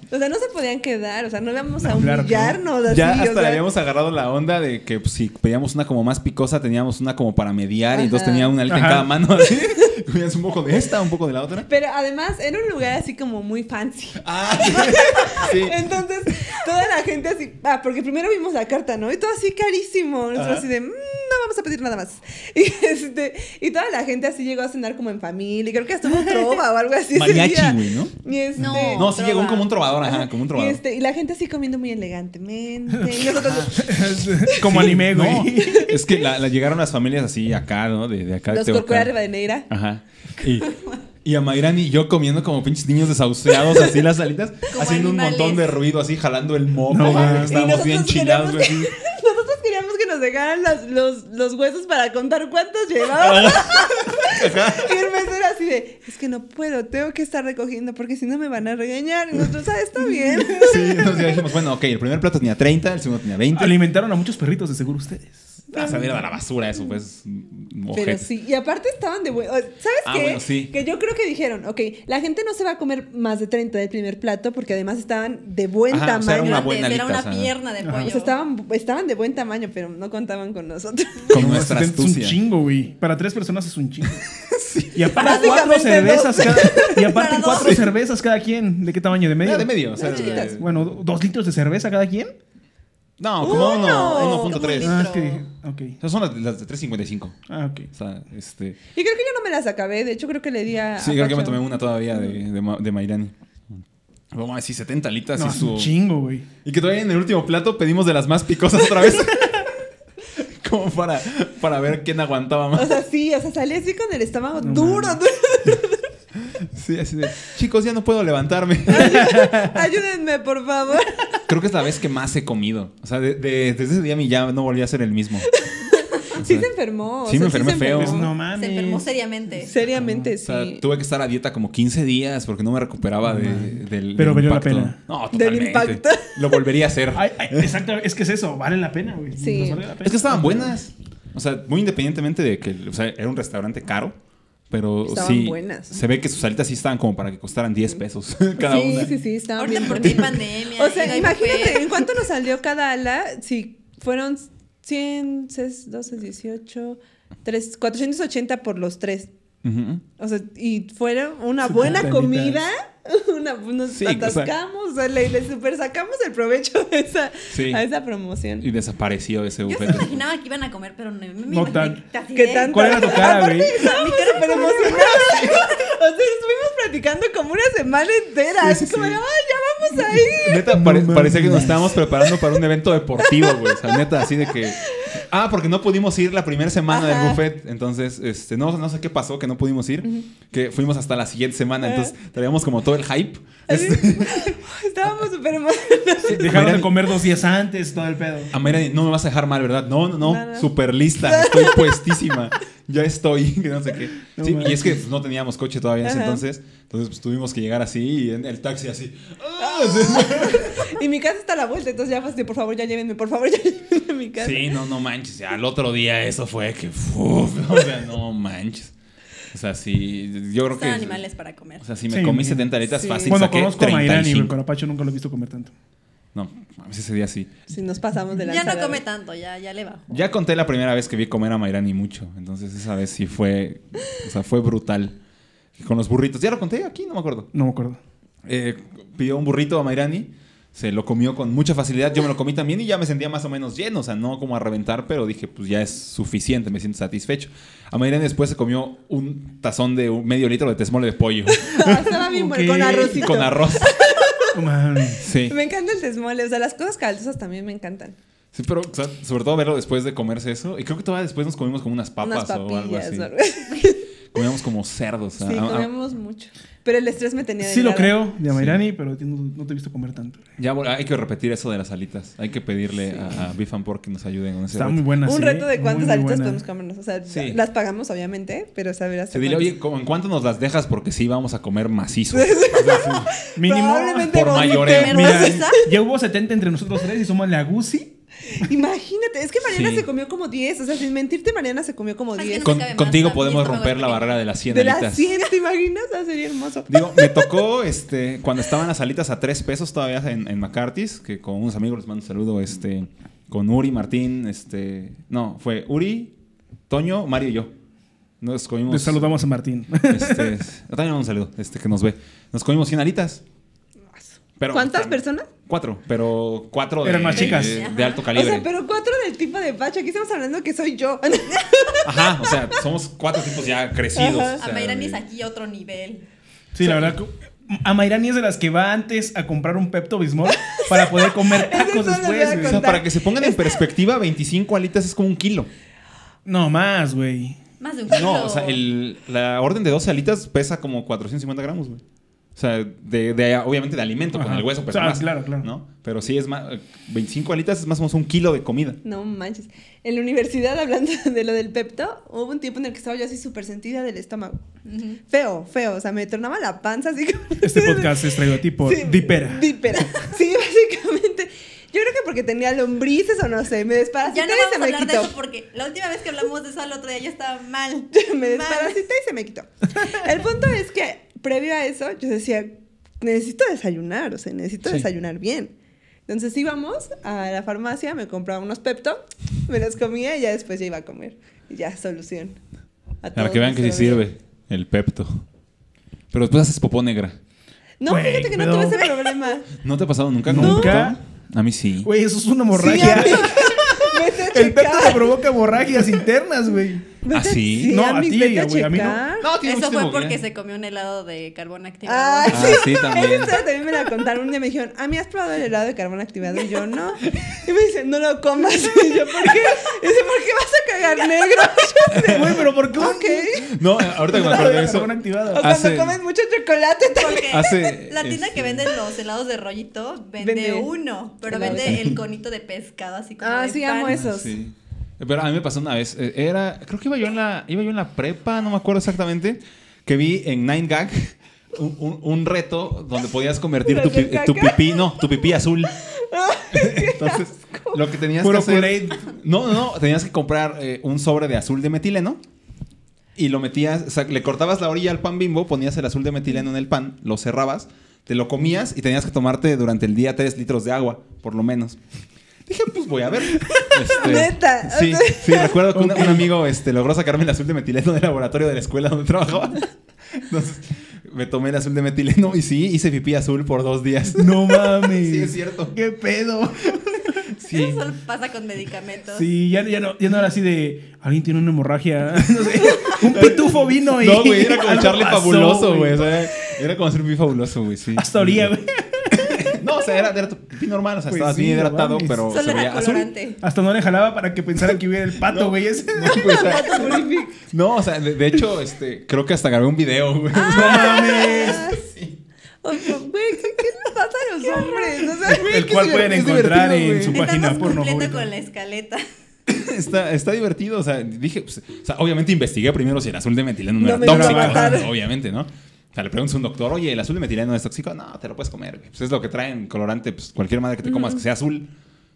[SPEAKER 2] O sea, no se podían quedar, o sea, no íbamos a
[SPEAKER 1] No, claro que no.
[SPEAKER 2] humillarnos así.
[SPEAKER 4] ya
[SPEAKER 2] o
[SPEAKER 4] hasta le
[SPEAKER 2] sea,
[SPEAKER 4] habíamos agarrado la onda de que pues, si pedíamos una como más picosa teníamos una como para mediar y entonces
[SPEAKER 2] Ajá.
[SPEAKER 4] tenía una alita en
[SPEAKER 1] Ajá.
[SPEAKER 4] cada mano así. Comías un poco de esta, un poco de la otra.
[SPEAKER 2] Pero además era un lugar así como muy fancy.
[SPEAKER 4] Ah, sí. sí.
[SPEAKER 2] Entonces, toda la gente así, ah, porque primero vimos la carta, ¿no? Y todo así carísimo. Nosotros
[SPEAKER 4] Ajá.
[SPEAKER 2] así de, "Mm, no vamos a pedir nada más. Y, este, y toda la gente así llegó a cenar como en familia. Y creo que hasta hubo trova o algo así. ese día.
[SPEAKER 4] Mariachi, güey, ¿no?
[SPEAKER 2] Y este,
[SPEAKER 3] No.
[SPEAKER 4] No, sí llegó un- como un trovador, ajá,
[SPEAKER 2] Ajá.
[SPEAKER 4] como un
[SPEAKER 2] Y,
[SPEAKER 4] trovador.
[SPEAKER 2] este, y la gente así comiendo muy elegantemente. Y nosotros,
[SPEAKER 1] Como
[SPEAKER 4] Sí,
[SPEAKER 1] anime, güey.
[SPEAKER 4] no, es que la, la llegaron las familias así acá, ¿no? De, de acá de
[SPEAKER 2] los
[SPEAKER 4] Tehuacán.
[SPEAKER 2] Corcuera Rivadeneira.
[SPEAKER 4] Ajá. Y, y a Mayrani y yo comiendo como pinches niños desahuciados, así las alitas,
[SPEAKER 3] Como
[SPEAKER 4] haciendo
[SPEAKER 3] animales.
[SPEAKER 4] un montón de ruido, así jalando el moco.
[SPEAKER 1] No,
[SPEAKER 4] güey,
[SPEAKER 1] mames.
[SPEAKER 4] que
[SPEAKER 1] Y
[SPEAKER 4] estábamos bien chilados, güey.
[SPEAKER 2] queríamos que,
[SPEAKER 4] así.
[SPEAKER 2] nosotros queríamos que nos dejaran los, los, los huesos para contar cuántos llevábamos.
[SPEAKER 4] Ah.
[SPEAKER 2] y el mesero así de, es que no puedo, tengo que estar recogiendo porque si no me van a regañar. Y nosotros, ah, está bien.
[SPEAKER 4] Sí, entonces ya dijimos, bueno, ok, el primer plato tenía 30, el segundo tenía 20.
[SPEAKER 1] Alimentaron a muchos perritos, de seguro ustedes.
[SPEAKER 4] A salir a la basura, eso, pues. mm,
[SPEAKER 2] Pero
[SPEAKER 4] ojete.
[SPEAKER 2] sí, y aparte estaban de buen... o- ¿Sabes
[SPEAKER 4] Ah,
[SPEAKER 2] qué?
[SPEAKER 4] bueno, sí.
[SPEAKER 2] Que yo creo que dijeron, ok, la gente no se va a comer más de 30 del primer plato porque además estaban de buen
[SPEAKER 4] Ajá, o
[SPEAKER 2] tamaño.
[SPEAKER 4] sea, era una
[SPEAKER 3] Grandes,
[SPEAKER 4] buena
[SPEAKER 3] era
[SPEAKER 4] alita,
[SPEAKER 3] una
[SPEAKER 4] o sea.
[SPEAKER 3] pierna de pollo.
[SPEAKER 2] O sea, estaban, estaban de buen tamaño, pero no contaban con nosotros.
[SPEAKER 4] Con nuestra
[SPEAKER 1] Es un
[SPEAKER 4] astucia.
[SPEAKER 1] chingo, güey. Para tres personas es un chingo. Y aparte
[SPEAKER 2] Prácticamente
[SPEAKER 1] cuatro cervezas
[SPEAKER 2] dos.
[SPEAKER 1] cada... Y aparte
[SPEAKER 3] Para dos.
[SPEAKER 1] cuatro cervezas cada quien. ¿De qué tamaño? ¿De medio?
[SPEAKER 4] Era Ah, de medio, o sea, de-
[SPEAKER 2] chiquitas.
[SPEAKER 1] Bueno, do- ¿dos litros de cerveza cada quien?
[SPEAKER 4] No, como
[SPEAKER 2] Uno.
[SPEAKER 4] uno,
[SPEAKER 3] Como un
[SPEAKER 4] 1.3.
[SPEAKER 1] Ah,
[SPEAKER 3] litro.
[SPEAKER 1] es que dije... Ok.
[SPEAKER 4] Esas son las, las de 3.55.
[SPEAKER 1] Ah, ok.
[SPEAKER 4] O sea, este.
[SPEAKER 2] Y creo que yo no me las acabé, de hecho creo que le di a...
[SPEAKER 4] Sí,
[SPEAKER 2] a
[SPEAKER 4] creo que me
[SPEAKER 2] Pacho.
[SPEAKER 4] tomé una todavía de, de, Ma- de Mayrani. Vamos a decir 70 alitas
[SPEAKER 1] No,
[SPEAKER 4] y
[SPEAKER 1] es un
[SPEAKER 4] su.
[SPEAKER 1] chingo, güey.
[SPEAKER 4] Y que todavía en el último plato pedimos de las más picosas otra vez. Como para, para ver quién aguantaba
[SPEAKER 2] O
[SPEAKER 4] más.
[SPEAKER 2] sea, sí, o sea, salí así con el estómago
[SPEAKER 1] No
[SPEAKER 2] duro.
[SPEAKER 1] mames.
[SPEAKER 4] Sí, así de, Chicos, ya no puedo levantarme.
[SPEAKER 2] Ayúdenme, por favor.
[SPEAKER 4] Creo que es la vez que más he comido. O sea, de- de- desde ese día a mí ya no volví a ser el mismo. O
[SPEAKER 2] Sí
[SPEAKER 4] sea,
[SPEAKER 2] se enfermó. o
[SPEAKER 4] Sí, me
[SPEAKER 2] sea,
[SPEAKER 4] enfermé feo.
[SPEAKER 1] Pues no
[SPEAKER 3] Se
[SPEAKER 1] mames.
[SPEAKER 3] enfermó seriamente.
[SPEAKER 2] Seriamente,
[SPEAKER 4] o sea,
[SPEAKER 2] sí.
[SPEAKER 4] tuve que estar a dieta como 15 días porque no me recuperaba de- del,
[SPEAKER 1] Pero
[SPEAKER 4] del
[SPEAKER 1] valió la
[SPEAKER 4] impacto.
[SPEAKER 1] pena.
[SPEAKER 4] No,
[SPEAKER 2] Del
[SPEAKER 4] totalmente.
[SPEAKER 2] impacto.
[SPEAKER 4] Lo volvería a hacer.
[SPEAKER 1] Ay, ay, exacto, es que es eso, vale la pena, güey.
[SPEAKER 2] Sí.
[SPEAKER 1] Nos vale la pena.
[SPEAKER 4] Es que estaban buenas. O sea, muy independientemente de que o sea, era un restaurante caro. Pero
[SPEAKER 2] Estaban
[SPEAKER 4] sí.
[SPEAKER 2] buenas.
[SPEAKER 4] Se ve que sus alitas sí estaban como para que costaran 10 pesos cada
[SPEAKER 2] sí,
[SPEAKER 4] una.
[SPEAKER 2] sí, sí, estaba
[SPEAKER 3] Ahorita
[SPEAKER 2] bien.
[SPEAKER 3] porque hay pandemia.
[SPEAKER 2] O
[SPEAKER 3] y no
[SPEAKER 2] sea,
[SPEAKER 3] hay
[SPEAKER 2] imagínate,
[SPEAKER 3] buffet.
[SPEAKER 2] ¿en cuánto nos salió cada ala? Si fueron 100, 6, 12, 18, 3, 480 por los tres.
[SPEAKER 4] Ujú.
[SPEAKER 2] O sea, y fueron una
[SPEAKER 1] Sus
[SPEAKER 2] buena
[SPEAKER 1] botanitas.
[SPEAKER 2] comida, una, nos
[SPEAKER 4] Sí, o sea-
[SPEAKER 2] atascamos, o sea, le, le super sacamos el provecho de esa,
[SPEAKER 4] Sí.
[SPEAKER 2] a esa promoción.
[SPEAKER 4] Y desapareció ese
[SPEAKER 3] Yo sí
[SPEAKER 4] buffet.
[SPEAKER 3] me imaginaba que iban a comer, pero no me
[SPEAKER 1] No
[SPEAKER 3] imaginé
[SPEAKER 1] tan.
[SPEAKER 3] que así
[SPEAKER 2] ¿Qué
[SPEAKER 3] de-
[SPEAKER 2] tanto?
[SPEAKER 1] ¿Cuál era tu cara, güey?
[SPEAKER 2] Mi cara súper emocionada. O sea, estuvimos platicando como una semana entera.
[SPEAKER 4] Sí,
[SPEAKER 2] así
[SPEAKER 4] sí,
[SPEAKER 2] como,
[SPEAKER 4] sí.
[SPEAKER 2] ay, ya vamos a ir.
[SPEAKER 4] Neta,
[SPEAKER 1] No
[SPEAKER 4] pare-
[SPEAKER 1] mames.
[SPEAKER 4] parecía que nos estábamos preparando para un evento deportivo, güey. O sea, neta, así de que. Ah, porque no pudimos ir la primera semana
[SPEAKER 2] Ajá.
[SPEAKER 4] del buffet. Entonces, este, no, no sé qué pasó, que no pudimos ir. Que fuimos hasta la siguiente semana. Entonces, traíamos como todo el hype.
[SPEAKER 2] Así,
[SPEAKER 4] Este,
[SPEAKER 2] Estábamos súper emocionados.
[SPEAKER 1] Sí, Dejaron de
[SPEAKER 4] Mira,
[SPEAKER 1] comer dos días antes, todo el pedo.
[SPEAKER 4] a Mayra, no me vas a dejar mal, ¿verdad? No, no, no.
[SPEAKER 2] No, no.
[SPEAKER 4] Súper lista. Estoy puestísima. Ya estoy. Que no sé qué.
[SPEAKER 1] No
[SPEAKER 4] Sí,
[SPEAKER 1] mames.
[SPEAKER 4] y es que pues, no teníamos coche todavía en ese
[SPEAKER 2] Ajá.
[SPEAKER 4] entonces. Entonces, pues tuvimos que llegar así y en el taxi así. ¡Ah!
[SPEAKER 2] Y mi casa está a la vuelta, entonces ya fue así, por favor, ya llévenme, por favor, ya llévenme a mi casa.
[SPEAKER 4] Sí, no, no manches. Al otro día eso fue que. uf, o sea, no manches. O sea, sí. Yo creo que.
[SPEAKER 3] Están animales para comer.
[SPEAKER 4] O sea, si me
[SPEAKER 1] Sí,
[SPEAKER 4] comí
[SPEAKER 1] imagino.
[SPEAKER 4] 70 alitas
[SPEAKER 2] Sí.
[SPEAKER 4] fácil,
[SPEAKER 1] bueno,
[SPEAKER 4] saqué
[SPEAKER 1] conozco a Mayrani, güey.
[SPEAKER 4] 35.
[SPEAKER 1] Con Apache nunca lo he visto comer tanto.
[SPEAKER 4] No, mames, ese día sí.
[SPEAKER 2] Si nos pasamos de la
[SPEAKER 3] ya no come tanto, ya, ya le bajo.
[SPEAKER 4] Ya conté la primera vez que vi comer a Mayrani mucho. Entonces, esa vez sí fue. O sea, fue brutal. Y Con los burritos. Ya lo conté aquí, no me acuerdo.
[SPEAKER 1] No me acuerdo.
[SPEAKER 4] Eh, pidió un burrito a Mayrani. Se lo comió con mucha facilidad. Yo me lo comí también y ya me sentía más o menos lleno. O sea, no como a reventar, pero dije, pues ya es suficiente. Me siento satisfecho. A Mayrani después se comió un tazón de un medio litro de tesmole de pollo.
[SPEAKER 2] Ah, Estaba bien bueno, con
[SPEAKER 1] Ok.
[SPEAKER 2] arrocito.
[SPEAKER 4] con arroz.
[SPEAKER 1] No mames.
[SPEAKER 4] Sí.
[SPEAKER 2] Me encanta el desmole, o sea, las cosas caldosas también me encantan.
[SPEAKER 4] Sí, pero o sea, sobre todo verlo después de comerse eso. Y creo que todavía después nos comimos como unas papas
[SPEAKER 2] Unas
[SPEAKER 4] o algo
[SPEAKER 2] papillas.
[SPEAKER 4] así. Ah,
[SPEAKER 2] o algo así.
[SPEAKER 4] Comíamos como cerdos. o sea,
[SPEAKER 2] Sí,
[SPEAKER 4] a- a-
[SPEAKER 2] comemos mucho. Pero el estrés me tenía de
[SPEAKER 1] Sí lo
[SPEAKER 2] lado.
[SPEAKER 1] creo, de Mayrani, pero a ti no, no te he visto comer tanto. güey.
[SPEAKER 4] ya vol- hay que repetir eso de las alitas. Hay que pedirle a, a Beef and Pork que nos ayuden con ese
[SPEAKER 1] Está
[SPEAKER 4] reto.
[SPEAKER 1] muy buena.
[SPEAKER 2] Un
[SPEAKER 1] sí,
[SPEAKER 2] reto de
[SPEAKER 1] muy,
[SPEAKER 2] cuántas
[SPEAKER 1] muy
[SPEAKER 2] alitas
[SPEAKER 1] buena.
[SPEAKER 2] podemos comernos. O sea,
[SPEAKER 4] Sí.
[SPEAKER 2] las pagamos, obviamente, pero saber hasta
[SPEAKER 4] Se dile,
[SPEAKER 2] cuántas.
[SPEAKER 4] oye, ¿cómo- ¿en cuánto nos las dejas? Porque sí, vamos a comer macizo. O sea, sí.
[SPEAKER 1] Mínimo.
[SPEAKER 2] Probablemente
[SPEAKER 4] por
[SPEAKER 2] vamos a
[SPEAKER 4] mayoreo.
[SPEAKER 2] comer
[SPEAKER 1] Mira,
[SPEAKER 2] más.
[SPEAKER 1] ya hubo 70 entre nosotros tres y somos la Gucci.
[SPEAKER 2] Imagínate, es que Mariana
[SPEAKER 4] Sí.
[SPEAKER 2] se comió como 10. O sea, sin mentirte, Mariana se comió como
[SPEAKER 3] Ay,
[SPEAKER 2] 10.
[SPEAKER 3] no
[SPEAKER 4] Con-
[SPEAKER 3] me cabe más,
[SPEAKER 4] contigo
[SPEAKER 3] a mí
[SPEAKER 4] podemos
[SPEAKER 3] esto me
[SPEAKER 4] romper la
[SPEAKER 3] gusta.
[SPEAKER 4] barrera de las 100
[SPEAKER 2] De las
[SPEAKER 4] alitas.
[SPEAKER 2] 100, ¿te imaginas? Ah, sería hermoso.
[SPEAKER 4] Digo, me tocó este cuando estaban las alitas a tres pesos todavía en, en McCarthy's, que con unos amigos les mando un saludo, este, con Uri, Martín, este, no, fue Uri, Toño, Mario y yo. Nos comimos.
[SPEAKER 1] Les saludamos a Martín.
[SPEAKER 4] Este, es- a Toño un saludo, este que nos ve. Nos comimos 100 alitas. Pero,
[SPEAKER 2] ¿Cuántas
[SPEAKER 4] tam-
[SPEAKER 2] personas?
[SPEAKER 4] Cuatro, pero cuatro de,
[SPEAKER 1] Eran más chicas.
[SPEAKER 4] de, de alto calibre.
[SPEAKER 2] O sea, pero cuatro del tipo de Pacho. Aquí estamos hablando que soy yo.
[SPEAKER 4] Ajá, o sea, somos cuatro tipos ya crecidos.
[SPEAKER 2] Ajá.
[SPEAKER 4] o sea,
[SPEAKER 3] A Mayrani es
[SPEAKER 4] de-
[SPEAKER 3] aquí otro nivel.
[SPEAKER 1] Sí, la verdad. que- A Mayrani es de las que va antes a comprar un Pepto Bismol para poder comer
[SPEAKER 2] Eso
[SPEAKER 1] tacos
[SPEAKER 2] les voy a
[SPEAKER 1] después.
[SPEAKER 4] O
[SPEAKER 1] güey.
[SPEAKER 4] sea, para que se pongan en perspectiva, 25 alitas es como un kilo.
[SPEAKER 1] No más, güey.
[SPEAKER 3] Más de un kilo.
[SPEAKER 4] No, o sea, el- la orden de 12 alitas pesa como 450 gramos, güey. O sea, de, de- obviamente de alimento, con
[SPEAKER 1] Ajá.
[SPEAKER 4] el hueso pesa
[SPEAKER 1] O sea,
[SPEAKER 4] más,
[SPEAKER 1] claro, claro.
[SPEAKER 4] ¿no? Pero sí es más... 25 alitas es más o menos un kilo de comida.
[SPEAKER 2] No manches. En la universidad, hablando de lo del pepto, hubo un tiempo en el que estaba yo así súper sentida del estómago.
[SPEAKER 3] Ujú.
[SPEAKER 2] Feo, feo. O sea, me tornaba la panza así como...
[SPEAKER 1] Este podcast es traído a ti por
[SPEAKER 2] Sí,
[SPEAKER 1] Dipera.
[SPEAKER 2] Dipera. Sí, básicamente. Yo creo que porque tenía lombrices o no sé. Me desparasité
[SPEAKER 3] Ya no
[SPEAKER 2] y
[SPEAKER 3] vamos
[SPEAKER 2] se
[SPEAKER 3] a
[SPEAKER 2] me
[SPEAKER 3] hablar de eso
[SPEAKER 2] quitó.
[SPEAKER 3] porque la última vez que hablamos de eso al otro día yo estaba mal.
[SPEAKER 2] Me
[SPEAKER 3] Mal.
[SPEAKER 2] desparasité y se me quitó. El punto es que, previo a eso, yo decía, necesito desayunar. O sea, necesito
[SPEAKER 4] Sí.
[SPEAKER 2] desayunar bien. Entonces íbamos a la farmacia, me compraba unos Pepto, me los comía y ya después ya iba a comer. Y ya, solución. A
[SPEAKER 4] Para
[SPEAKER 2] todo
[SPEAKER 4] que vean que sí
[SPEAKER 2] nuestro bien.
[SPEAKER 4] sirve el pepto. Pero después haces popó negra.
[SPEAKER 2] No,
[SPEAKER 1] Güey,
[SPEAKER 2] fíjate que no
[SPEAKER 1] pero-
[SPEAKER 2] tuve ese problema.
[SPEAKER 4] ¿No te ha pasado nunca?
[SPEAKER 1] Nunca.
[SPEAKER 4] A mí sí.
[SPEAKER 1] Güey, eso es una
[SPEAKER 2] Sí,
[SPEAKER 1] hemorragia.
[SPEAKER 2] amigo. Vete a
[SPEAKER 1] El Pepto
[SPEAKER 2] checar.
[SPEAKER 1] te provoca hemorragias internas, güey.
[SPEAKER 2] Vete-
[SPEAKER 4] ¿Ah, sí?
[SPEAKER 1] No,
[SPEAKER 2] a
[SPEAKER 1] a
[SPEAKER 2] mí,
[SPEAKER 1] ti,
[SPEAKER 2] vete a
[SPEAKER 1] güey, a mí no.
[SPEAKER 2] checar.
[SPEAKER 4] No, tiene
[SPEAKER 3] Eso
[SPEAKER 4] mucho
[SPEAKER 3] fue
[SPEAKER 4] tiempo que
[SPEAKER 3] porque
[SPEAKER 4] ya.
[SPEAKER 3] se comió un helado de carbón activado.
[SPEAKER 2] Ay,
[SPEAKER 4] Ah,
[SPEAKER 2] sí,
[SPEAKER 4] sí, también.
[SPEAKER 2] Esa historia también me la contaron. Un día me dijeron, a mí has probado el helado de carbón activado. Y yo, no. Y me dicen, no lo comas. Y yo, ¿por qué? Y dice, ¿por qué vas a cagar negro? Y yo,
[SPEAKER 1] Güey, pero ¿por qué?
[SPEAKER 2] ok.
[SPEAKER 4] No, ahorita que me acuerdo de eso.
[SPEAKER 2] O
[SPEAKER 1] Ah,
[SPEAKER 2] cuando
[SPEAKER 4] Hace-
[SPEAKER 2] comes mucho chocolate también.
[SPEAKER 3] Porque
[SPEAKER 4] Hace,
[SPEAKER 3] la tienda
[SPEAKER 4] este-
[SPEAKER 3] que vende los helados de rollito vende,
[SPEAKER 2] Vende
[SPEAKER 3] uno, pero
[SPEAKER 2] helados.
[SPEAKER 3] vende el conito de pescado así como
[SPEAKER 2] Ah,
[SPEAKER 3] de
[SPEAKER 2] sí,
[SPEAKER 3] pan.
[SPEAKER 2] amo eso. esos.
[SPEAKER 4] Sí. Pero a mí me pasó una vez. eh, Era, creo que iba yo en la, iba yo en la prepa, no me acuerdo exactamente, que vi en Nine Gag un, un- un reto donde podías convertir tu, pi-
[SPEAKER 2] ¿Hacer
[SPEAKER 4] tu
[SPEAKER 2] caca?
[SPEAKER 4] pipí, no, tu pipí azul. Entonces, lo que tenías
[SPEAKER 1] Puro
[SPEAKER 4] que hacer,
[SPEAKER 1] Kool-Aid.
[SPEAKER 4] no, no, no, tenías que comprar eh, un sobre de azul de metileno. Y lo metías, o sea, le cortabas la orilla al pan bimbo, ponías el azul de metileno en el pan, lo cerrabas, te lo comías y tenías que tomarte durante el día 3 litros de agua, por lo menos. Dije, pues voy a ver. Este,
[SPEAKER 2] Neta.
[SPEAKER 4] Sí, sí, recuerdo que una-
[SPEAKER 1] Ok.
[SPEAKER 4] un amigo este, logró sacarme el azul de metileno del laboratorio de la escuela donde trabajaba. Entonces, me tomé el azul de metileno y sí, hice pipí azul por dos días.
[SPEAKER 1] No mames.
[SPEAKER 4] Sí, es cierto.
[SPEAKER 1] ¿Qué pedo? Sí.
[SPEAKER 3] Eso solo pasa con medicamentos.
[SPEAKER 1] Sí, ya, ya, no, ya no era así de. Alguien tiene una hemorragia. No sé. Un pitufo vino y.
[SPEAKER 4] No, güey, era como
[SPEAKER 1] algo
[SPEAKER 4] Charlie
[SPEAKER 1] pasó,
[SPEAKER 4] fabuloso, güey. o sea, era como hacer pipí fabuloso, güey, sí.
[SPEAKER 1] Hasta olía, güey.
[SPEAKER 4] No, o sea, era, era tu pipí normal, o sea,
[SPEAKER 1] Pues
[SPEAKER 4] estabas
[SPEAKER 1] sí,
[SPEAKER 4] bien
[SPEAKER 1] no
[SPEAKER 4] hidratado,
[SPEAKER 1] mames.
[SPEAKER 4] pero
[SPEAKER 3] Solo
[SPEAKER 4] se
[SPEAKER 3] era
[SPEAKER 4] veía azul.
[SPEAKER 3] colorante.
[SPEAKER 1] Hasta no le jalaba para que pensaran que hubiera el pato, güey. ese.
[SPEAKER 4] No, pues, o sea, no, o sea, de, de hecho, este, creo que hasta grabé un video, güey.
[SPEAKER 2] Ah, O sea, Güey, ¿qué, qué les pasa a los hombres? O sea, güey,
[SPEAKER 1] El
[SPEAKER 4] qué
[SPEAKER 1] cual
[SPEAKER 4] diver-
[SPEAKER 1] pueden
[SPEAKER 4] es
[SPEAKER 1] encontrar
[SPEAKER 4] divertido,
[SPEAKER 1] en
[SPEAKER 4] güey.
[SPEAKER 1] su
[SPEAKER 3] Estamos
[SPEAKER 1] página porno.
[SPEAKER 3] cumpliendo
[SPEAKER 1] favorita.
[SPEAKER 3] con la escaleta.
[SPEAKER 4] Está, está divertido, o sea, dije, pues, o sea, obviamente investigué primero si el azul de metileno no,
[SPEAKER 2] No me
[SPEAKER 4] era
[SPEAKER 2] iban a
[SPEAKER 4] tóxico,
[SPEAKER 2] matar.
[SPEAKER 4] o sea, obviamente, ¿no? O sea, le preguntas a un doctor, oye, ¿el azul de metileno es tóxico? No, te lo puedes comer, güey. Pues es lo que traen colorante, pues cualquier madre que te comas que sea azul,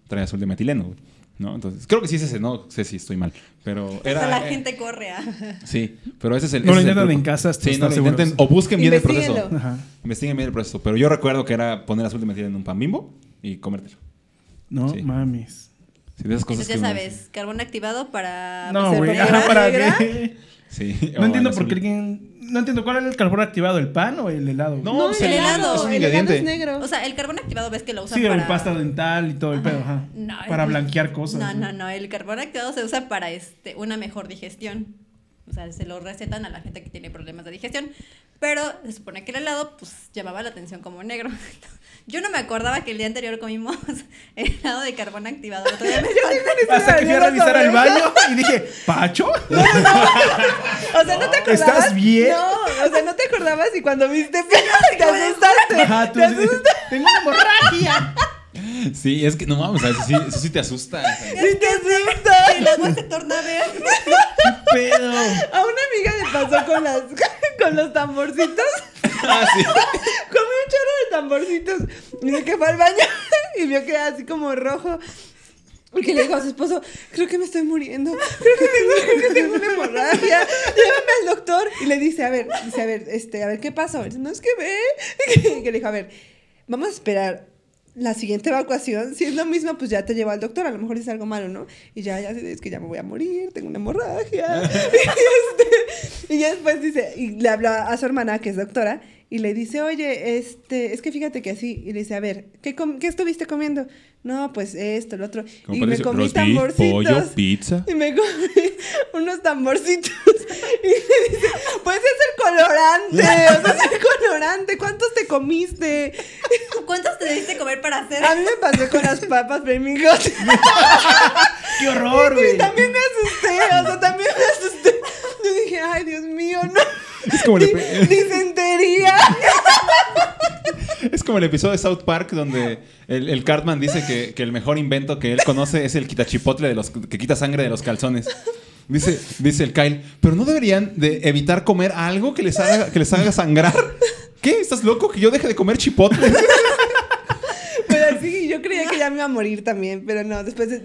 [SPEAKER 4] trae azul de metileno, güey. ¿No? Entonces, creo que sí es ese, no sé si estoy mal, pero era...
[SPEAKER 3] o sea, Pues la
[SPEAKER 4] eh,
[SPEAKER 3] gente corre ah. a...
[SPEAKER 4] Sí, pero ese es el...
[SPEAKER 1] No lo
[SPEAKER 4] ese es el
[SPEAKER 1] intentan
[SPEAKER 4] truco.
[SPEAKER 1] en casa hasta
[SPEAKER 4] Sí, no
[SPEAKER 1] estar
[SPEAKER 4] lo
[SPEAKER 1] seguros.
[SPEAKER 4] intenten, o busquen bien el proceso.
[SPEAKER 2] Investíguenlo.
[SPEAKER 1] Ajá.
[SPEAKER 4] Investiguen bien el proceso, pero yo recuerdo que era poner azul de metileno en un pan bimbo y comértelo.
[SPEAKER 1] No
[SPEAKER 4] Sí.
[SPEAKER 1] mames.
[SPEAKER 4] Sí, de esas cosas
[SPEAKER 3] Entonces Pues ya
[SPEAKER 4] que uno-
[SPEAKER 3] sabes, carbón activado para... pues,
[SPEAKER 1] No,
[SPEAKER 2] ¿se
[SPEAKER 1] güey.
[SPEAKER 2] pone
[SPEAKER 1] Ajá,
[SPEAKER 2] negra?
[SPEAKER 1] ¿para
[SPEAKER 2] ¿Negra?
[SPEAKER 1] qué?
[SPEAKER 4] Sí.
[SPEAKER 1] No
[SPEAKER 4] o
[SPEAKER 1] entiendo
[SPEAKER 4] el
[SPEAKER 1] por
[SPEAKER 4] azul.
[SPEAKER 1] qué alguien. No entiendo cuál era el carbón activado, el pan o el helado. güey?
[SPEAKER 4] No,
[SPEAKER 2] No,
[SPEAKER 4] pues
[SPEAKER 3] el helado,
[SPEAKER 4] es un
[SPEAKER 3] el
[SPEAKER 2] helado
[SPEAKER 4] ingrediente.
[SPEAKER 2] es negro.
[SPEAKER 3] O sea, el carbón activado ves que lo usan
[SPEAKER 1] Sí,
[SPEAKER 3] para...
[SPEAKER 1] el pasta dental y todo el pedo, ajá.
[SPEAKER 3] No,
[SPEAKER 1] para
[SPEAKER 3] el-
[SPEAKER 1] blanquear cosas.
[SPEAKER 3] No,
[SPEAKER 1] güey.
[SPEAKER 3] no, no. El carbón activado se usa para este, una mejor digestión. O sea, se lo recetan a la gente que tiene problemas de digestión. Pero se supone que el helado, pues, llamaba la atención como negro. Yo no me acordaba que el día anterior comimos helado de carbón activado. Todavía me falta.
[SPEAKER 1] Hasta que fui a revisar al baño y dije, ¿Pacho?
[SPEAKER 2] O sea, ¿no te acordabas?
[SPEAKER 1] ¿Estás bien?
[SPEAKER 2] No, o sea, ¿no te acordabas? Y cuando viste, te asustaste.
[SPEAKER 1] Ajá, tú
[SPEAKER 2] te
[SPEAKER 1] sí.
[SPEAKER 2] asustaste.
[SPEAKER 1] Tengo una hemorragia.
[SPEAKER 4] Sí, es que no mames, o sea, eso sí, eso sí te asusta. o sea.
[SPEAKER 2] Sí, te asusta.
[SPEAKER 3] El agua se torna verde.
[SPEAKER 1] Pedo.
[SPEAKER 2] A una amiga le pasó con, las, con los tamborcitos.
[SPEAKER 4] Ah, sí.
[SPEAKER 2] Comió un chorro de tamborcitos. Y de que fue al baño y vio que era así como rojo. Y que le dijo a su esposo, creo que me estoy muriendo, creo que tengo, creo que tengo una hemorragia, llévame al doctor. Y le dice, a ver, dice, a ver, este, a ver, ¿qué pasó? Y dice, no, es que ve. Y que, que le dijo, a ver, vamos a esperar la siguiente evacuación. Si es lo mismo, pues ya te llevo al doctor, a lo mejor es algo malo, ¿no? Y ya, ya, así de, es que ya me voy a morir, tengo una hemorragia. y, este, y ya después dice, y le habla a su hermana, que es doctora, y le dice, oye, este, es que fíjate que así. Y le dice, a ver, ¿qué, com- qué estuviste comiendo? No, pues esto, lo otro.
[SPEAKER 4] Como
[SPEAKER 2] y me
[SPEAKER 4] parece,
[SPEAKER 2] comí
[SPEAKER 4] roast beef,
[SPEAKER 2] tamborcitos.
[SPEAKER 4] pollo, pizza.
[SPEAKER 2] Y me comí unos tamborcitos. Y le dice, pues es el colorante, o sea, es el colorante. ¿Cuántos te comiste?
[SPEAKER 3] ¿Cuántos te debiste comer para hacer?
[SPEAKER 1] Ah,
[SPEAKER 2] A mí me pasó con las papas, pero mi hijo-
[SPEAKER 1] Qué horror,
[SPEAKER 2] Y
[SPEAKER 1] güey.
[SPEAKER 2] también me asusté, o sea, también me asusté. Yo dije, ay, Dios mío, no.
[SPEAKER 4] Es como, el,
[SPEAKER 2] Di-
[SPEAKER 4] epi-
[SPEAKER 2] Disentería.
[SPEAKER 4] es como el episodio de South Park donde el, el Cartman dice que, que el mejor invento que él conoce es el quitachipotle de los que quita sangre de los calzones. Dice, dice el Kyle, pero no deberían de evitar comer algo que les haga, que les haga sangrar. ¿Qué? ¿Estás loco que yo deje de comer chipotle?
[SPEAKER 2] Pero sí, yo creía que ya me iba a morir también, pero no, después eh,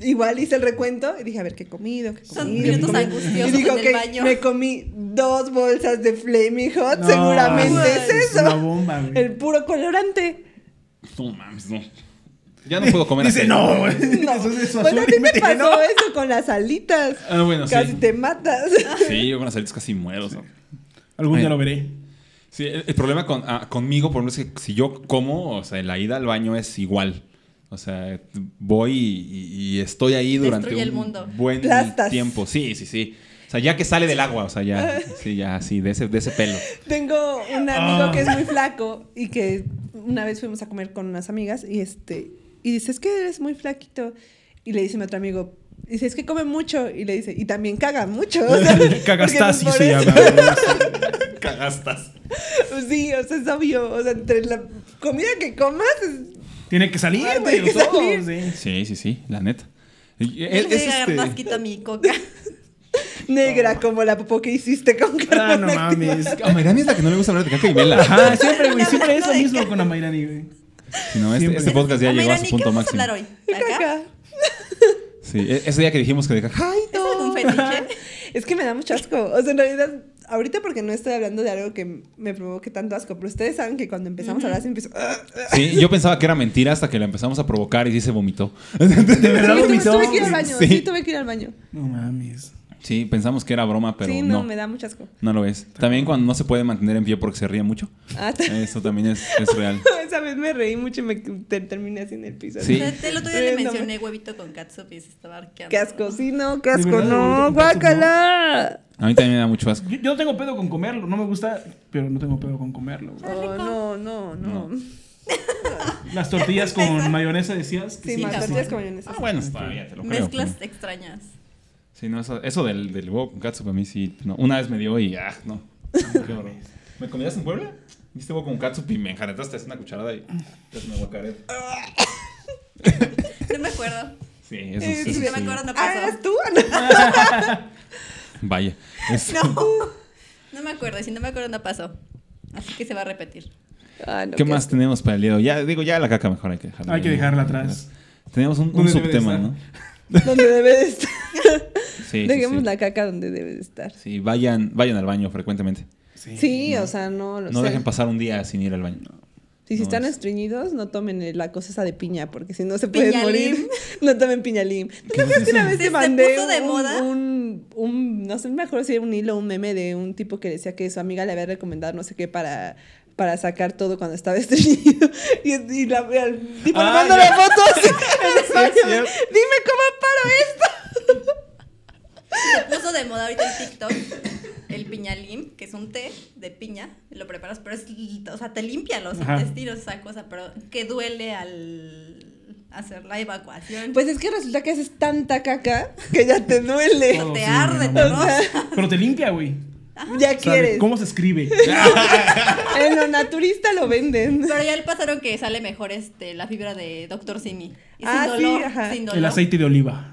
[SPEAKER 2] igual hice el recuento y dije, a ver, ¿qué he comido? ¿Qué he
[SPEAKER 3] Son
[SPEAKER 2] comido?
[SPEAKER 3] minutos
[SPEAKER 2] ¿Qué he comido?
[SPEAKER 3] angustiosos
[SPEAKER 2] y dijo,
[SPEAKER 3] en el
[SPEAKER 2] "Ok,
[SPEAKER 3] baño".
[SPEAKER 2] me comí dos bolsas de Flaming Hot,
[SPEAKER 1] No,
[SPEAKER 2] seguramente
[SPEAKER 1] güey,
[SPEAKER 2] es
[SPEAKER 1] es
[SPEAKER 2] eso.
[SPEAKER 1] una bomba, güey.
[SPEAKER 2] El puro colorante.
[SPEAKER 4] No mames, no. Ya no puedo comer
[SPEAKER 1] Dice,
[SPEAKER 4] así.
[SPEAKER 1] no, güey.
[SPEAKER 2] No.
[SPEAKER 1] Eso es eso
[SPEAKER 2] Pues
[SPEAKER 1] azul.
[SPEAKER 2] a ti
[SPEAKER 1] Y me
[SPEAKER 2] te
[SPEAKER 1] dije,
[SPEAKER 2] pasó
[SPEAKER 1] no.
[SPEAKER 2] eso con las alitas.
[SPEAKER 4] Ah, bueno, sí.
[SPEAKER 2] Casi te matas.
[SPEAKER 4] Sí, yo con las alitas casi muero. o sea.
[SPEAKER 1] Algún día
[SPEAKER 4] Ay.
[SPEAKER 1] lo veré.
[SPEAKER 4] Sí, el, el problema con, ah, conmigo, por ejemplo, es que si yo como, o sea, la ida al baño es igual. O sea, voy y, y- y estoy ahí durante
[SPEAKER 3] Destruye el
[SPEAKER 4] un
[SPEAKER 3] mundo.
[SPEAKER 4] buen
[SPEAKER 2] Plastas.
[SPEAKER 4] tiempo. Sí, sí, sí. O sea, ya que sale del agua, o sea, ya, sí, ya, así, de ese, de ese pelo.
[SPEAKER 2] Tengo un amigo
[SPEAKER 1] Ah.
[SPEAKER 2] que es muy flaco y que una vez fuimos a comer con unas amigas y este y dice, "Es que eres muy flaquito." Y le dice mi otro amigo, dice, "Es que come mucho." Y le dice, "Y también caga mucho." o sea,
[SPEAKER 1] Cagastasis
[SPEAKER 2] porque
[SPEAKER 1] se
[SPEAKER 2] por
[SPEAKER 1] llama.
[SPEAKER 2] eso-
[SPEAKER 4] Cagastas.
[SPEAKER 2] Sí, o sea, es obvio, o sea, entre la comida que comas es-
[SPEAKER 1] Tiene que salir,
[SPEAKER 2] Ah,
[SPEAKER 1] güey,
[SPEAKER 2] tiene que
[SPEAKER 1] los ojos,
[SPEAKER 2] salir.
[SPEAKER 1] sí.
[SPEAKER 4] Sí, sí, sí, la neta. Y- Es,
[SPEAKER 3] Es, le
[SPEAKER 4] es
[SPEAKER 3] voy a agarrar
[SPEAKER 4] este,
[SPEAKER 3] asquito a mi coca.
[SPEAKER 2] negra como la popó que hiciste con
[SPEAKER 1] Ah,
[SPEAKER 2] carbón
[SPEAKER 1] no
[SPEAKER 2] activado.
[SPEAKER 1] mames.
[SPEAKER 4] a Mayrani es la que no le gusta hablar de caca y vela.
[SPEAKER 1] Ajá, siempre, güey, siempre es lo
[SPEAKER 3] Hablando de
[SPEAKER 1] mismo con Amairani, güey.
[SPEAKER 4] Si no, este,
[SPEAKER 1] Siempre.
[SPEAKER 4] este podcast ya
[SPEAKER 3] Oye,
[SPEAKER 4] llegó a su
[SPEAKER 3] Irani,
[SPEAKER 4] punto
[SPEAKER 3] Ah, ¿qué vamos
[SPEAKER 4] máximo.
[SPEAKER 3] a hablar
[SPEAKER 2] De
[SPEAKER 3] hoy? ¿Acá?
[SPEAKER 2] caca.
[SPEAKER 4] Sí, e- ese día que dijimos que de caca. ¡Ay,
[SPEAKER 3] ¿Es algún fetiche?
[SPEAKER 2] Es que me da mucho asco. O sea, en realidad, ahorita porque no estoy hablando de algo que me provoque tanto asco, pero ustedes saben que cuando empezamos a hablar "Ah, se empiezo.
[SPEAKER 4] Sí, yo pensaba que era mentira hasta que la empezamos a provocar y sí se vomitó.
[SPEAKER 1] De
[SPEAKER 2] Sí,
[SPEAKER 1] verdad
[SPEAKER 2] tuve,
[SPEAKER 1] vomitó.
[SPEAKER 2] tuve que ir al
[SPEAKER 1] güey.
[SPEAKER 2] baño.
[SPEAKER 4] Sí.
[SPEAKER 2] Sí, tuve que ir al baño.
[SPEAKER 1] No mames.
[SPEAKER 4] Sí, pensamos que era broma, pero
[SPEAKER 2] sí, no,
[SPEAKER 4] no,
[SPEAKER 2] me da mucho asco.
[SPEAKER 4] no lo es. También cuando no se puede mantener en pie porque se ríe mucho.
[SPEAKER 2] Ah,
[SPEAKER 4] Eso también es, es real.
[SPEAKER 2] Esa vez me reí mucho y me te- terminé así en el piso.
[SPEAKER 4] Sí.
[SPEAKER 3] O sea, El otro día le
[SPEAKER 2] Eh, no.
[SPEAKER 3] mencioné huevito con catsup y se estaba arqueando.
[SPEAKER 2] Qué asco, sí, no, qué
[SPEAKER 1] De
[SPEAKER 2] asco,
[SPEAKER 1] verdad,
[SPEAKER 2] no,
[SPEAKER 1] de verdad, qué asco, no.
[SPEAKER 2] guácala.
[SPEAKER 4] A mí también me da mucho asco.
[SPEAKER 1] Yo, yo no tengo pedo con comerlo, no me gusta, pero no tengo pedo con comerlo. güey.
[SPEAKER 2] Oh, no, no, no.
[SPEAKER 4] No.
[SPEAKER 1] Las tortillas con mayonesa decías. que
[SPEAKER 2] Sí, más
[SPEAKER 1] que
[SPEAKER 3] cabrón.
[SPEAKER 2] tortillas con mayonesa.
[SPEAKER 4] Ah, bueno, todavía te lo creo.
[SPEAKER 3] Mezclas
[SPEAKER 4] pero-
[SPEAKER 3] extrañas.
[SPEAKER 4] Sí, no, eso, eso del, del huevo con catsup a mí sí. no. Una vez me dio y ah, no. Qué horror. ¿Me comías en Puebla? Viste huevo con catsup y me enjaretaste una cucharada y entonces me guacaré.
[SPEAKER 3] No me acuerdo.
[SPEAKER 4] Sí, eso,
[SPEAKER 2] Eh,
[SPEAKER 4] eso
[SPEAKER 3] sí, me
[SPEAKER 4] sí.
[SPEAKER 3] acuerdo. no
[SPEAKER 2] Ah,
[SPEAKER 3] pasó.
[SPEAKER 2] ¿eras tú?
[SPEAKER 4] Vaya. Es-
[SPEAKER 2] No.
[SPEAKER 3] No me acuerdo. y Si no me acuerdo, no pasó. Así que se va a repetir.
[SPEAKER 2] Ah, no,
[SPEAKER 4] ¿Qué más tenemos para el día de hoy? Ya, digo, ya la caca mejor hay que dejarla.
[SPEAKER 1] Hay que
[SPEAKER 4] ahí, ¿no?
[SPEAKER 1] dejarla atrás.
[SPEAKER 4] Tenemos un, un
[SPEAKER 1] ¿Dónde debe de
[SPEAKER 4] subtema,
[SPEAKER 1] estar?
[SPEAKER 4] ¿no?
[SPEAKER 2] asco. Donde debe de estar.
[SPEAKER 4] Sí, Sí,
[SPEAKER 2] Dejemos
[SPEAKER 4] sí.
[SPEAKER 2] la caca donde debe de estar.
[SPEAKER 4] Sí, vayan, vayan al baño frecuentemente.
[SPEAKER 2] Sí, o sea, no lo
[SPEAKER 4] No
[SPEAKER 2] sé.
[SPEAKER 4] dejen pasar un día sin ir al baño.
[SPEAKER 2] Si, si
[SPEAKER 4] no
[SPEAKER 2] están
[SPEAKER 4] es-
[SPEAKER 2] estreñidos, no tomen eh, la cosa esa de piña, porque si no se pueden
[SPEAKER 3] Piñalim.
[SPEAKER 2] morir. No tomen piñalim. ¿Tú no crees que una vez
[SPEAKER 3] Se-
[SPEAKER 2] te
[SPEAKER 3] se
[SPEAKER 2] mandé
[SPEAKER 3] puso de
[SPEAKER 2] un,
[SPEAKER 3] moda.
[SPEAKER 2] Un, un- no sé, mejor si era un hilo, un meme de un tipo que decía que su amiga le había recomendado no sé qué para para sacar todo cuando estaba estreñido. Y, y la, el tipo le
[SPEAKER 1] Ah,
[SPEAKER 2] mandó
[SPEAKER 1] ya.
[SPEAKER 2] las fotos en el baño.
[SPEAKER 1] cierto.
[SPEAKER 2] Dime cómo paro esto.
[SPEAKER 3] Se puso de moda ahorita en TikTok el piñalim, que es un té de piña, lo preparas, pero es, o sea, te limpia los
[SPEAKER 1] Ajá.
[SPEAKER 3] intestinos, esa cosa, pero que duele al hacer la evacuación.
[SPEAKER 2] Pues es que resulta que haces tanta caca que ya te duele.
[SPEAKER 4] Oh,
[SPEAKER 1] Todo,
[SPEAKER 3] te
[SPEAKER 1] sí,
[SPEAKER 3] arde,
[SPEAKER 1] no
[SPEAKER 3] te
[SPEAKER 2] mames.
[SPEAKER 3] rosa.
[SPEAKER 1] Pero te limpia, güey.
[SPEAKER 2] Ya
[SPEAKER 1] ¿Sabe
[SPEAKER 2] quieres.
[SPEAKER 1] ¿Cómo se escribe?
[SPEAKER 2] En lo naturista lo venden.
[SPEAKER 3] Pero ya le pasaron que sale mejor este la fibra de Dr. Simi. Y
[SPEAKER 2] Ah, sí,
[SPEAKER 3] sin dolor,
[SPEAKER 2] ajá.
[SPEAKER 3] sin dolor.
[SPEAKER 1] El aceite de oliva.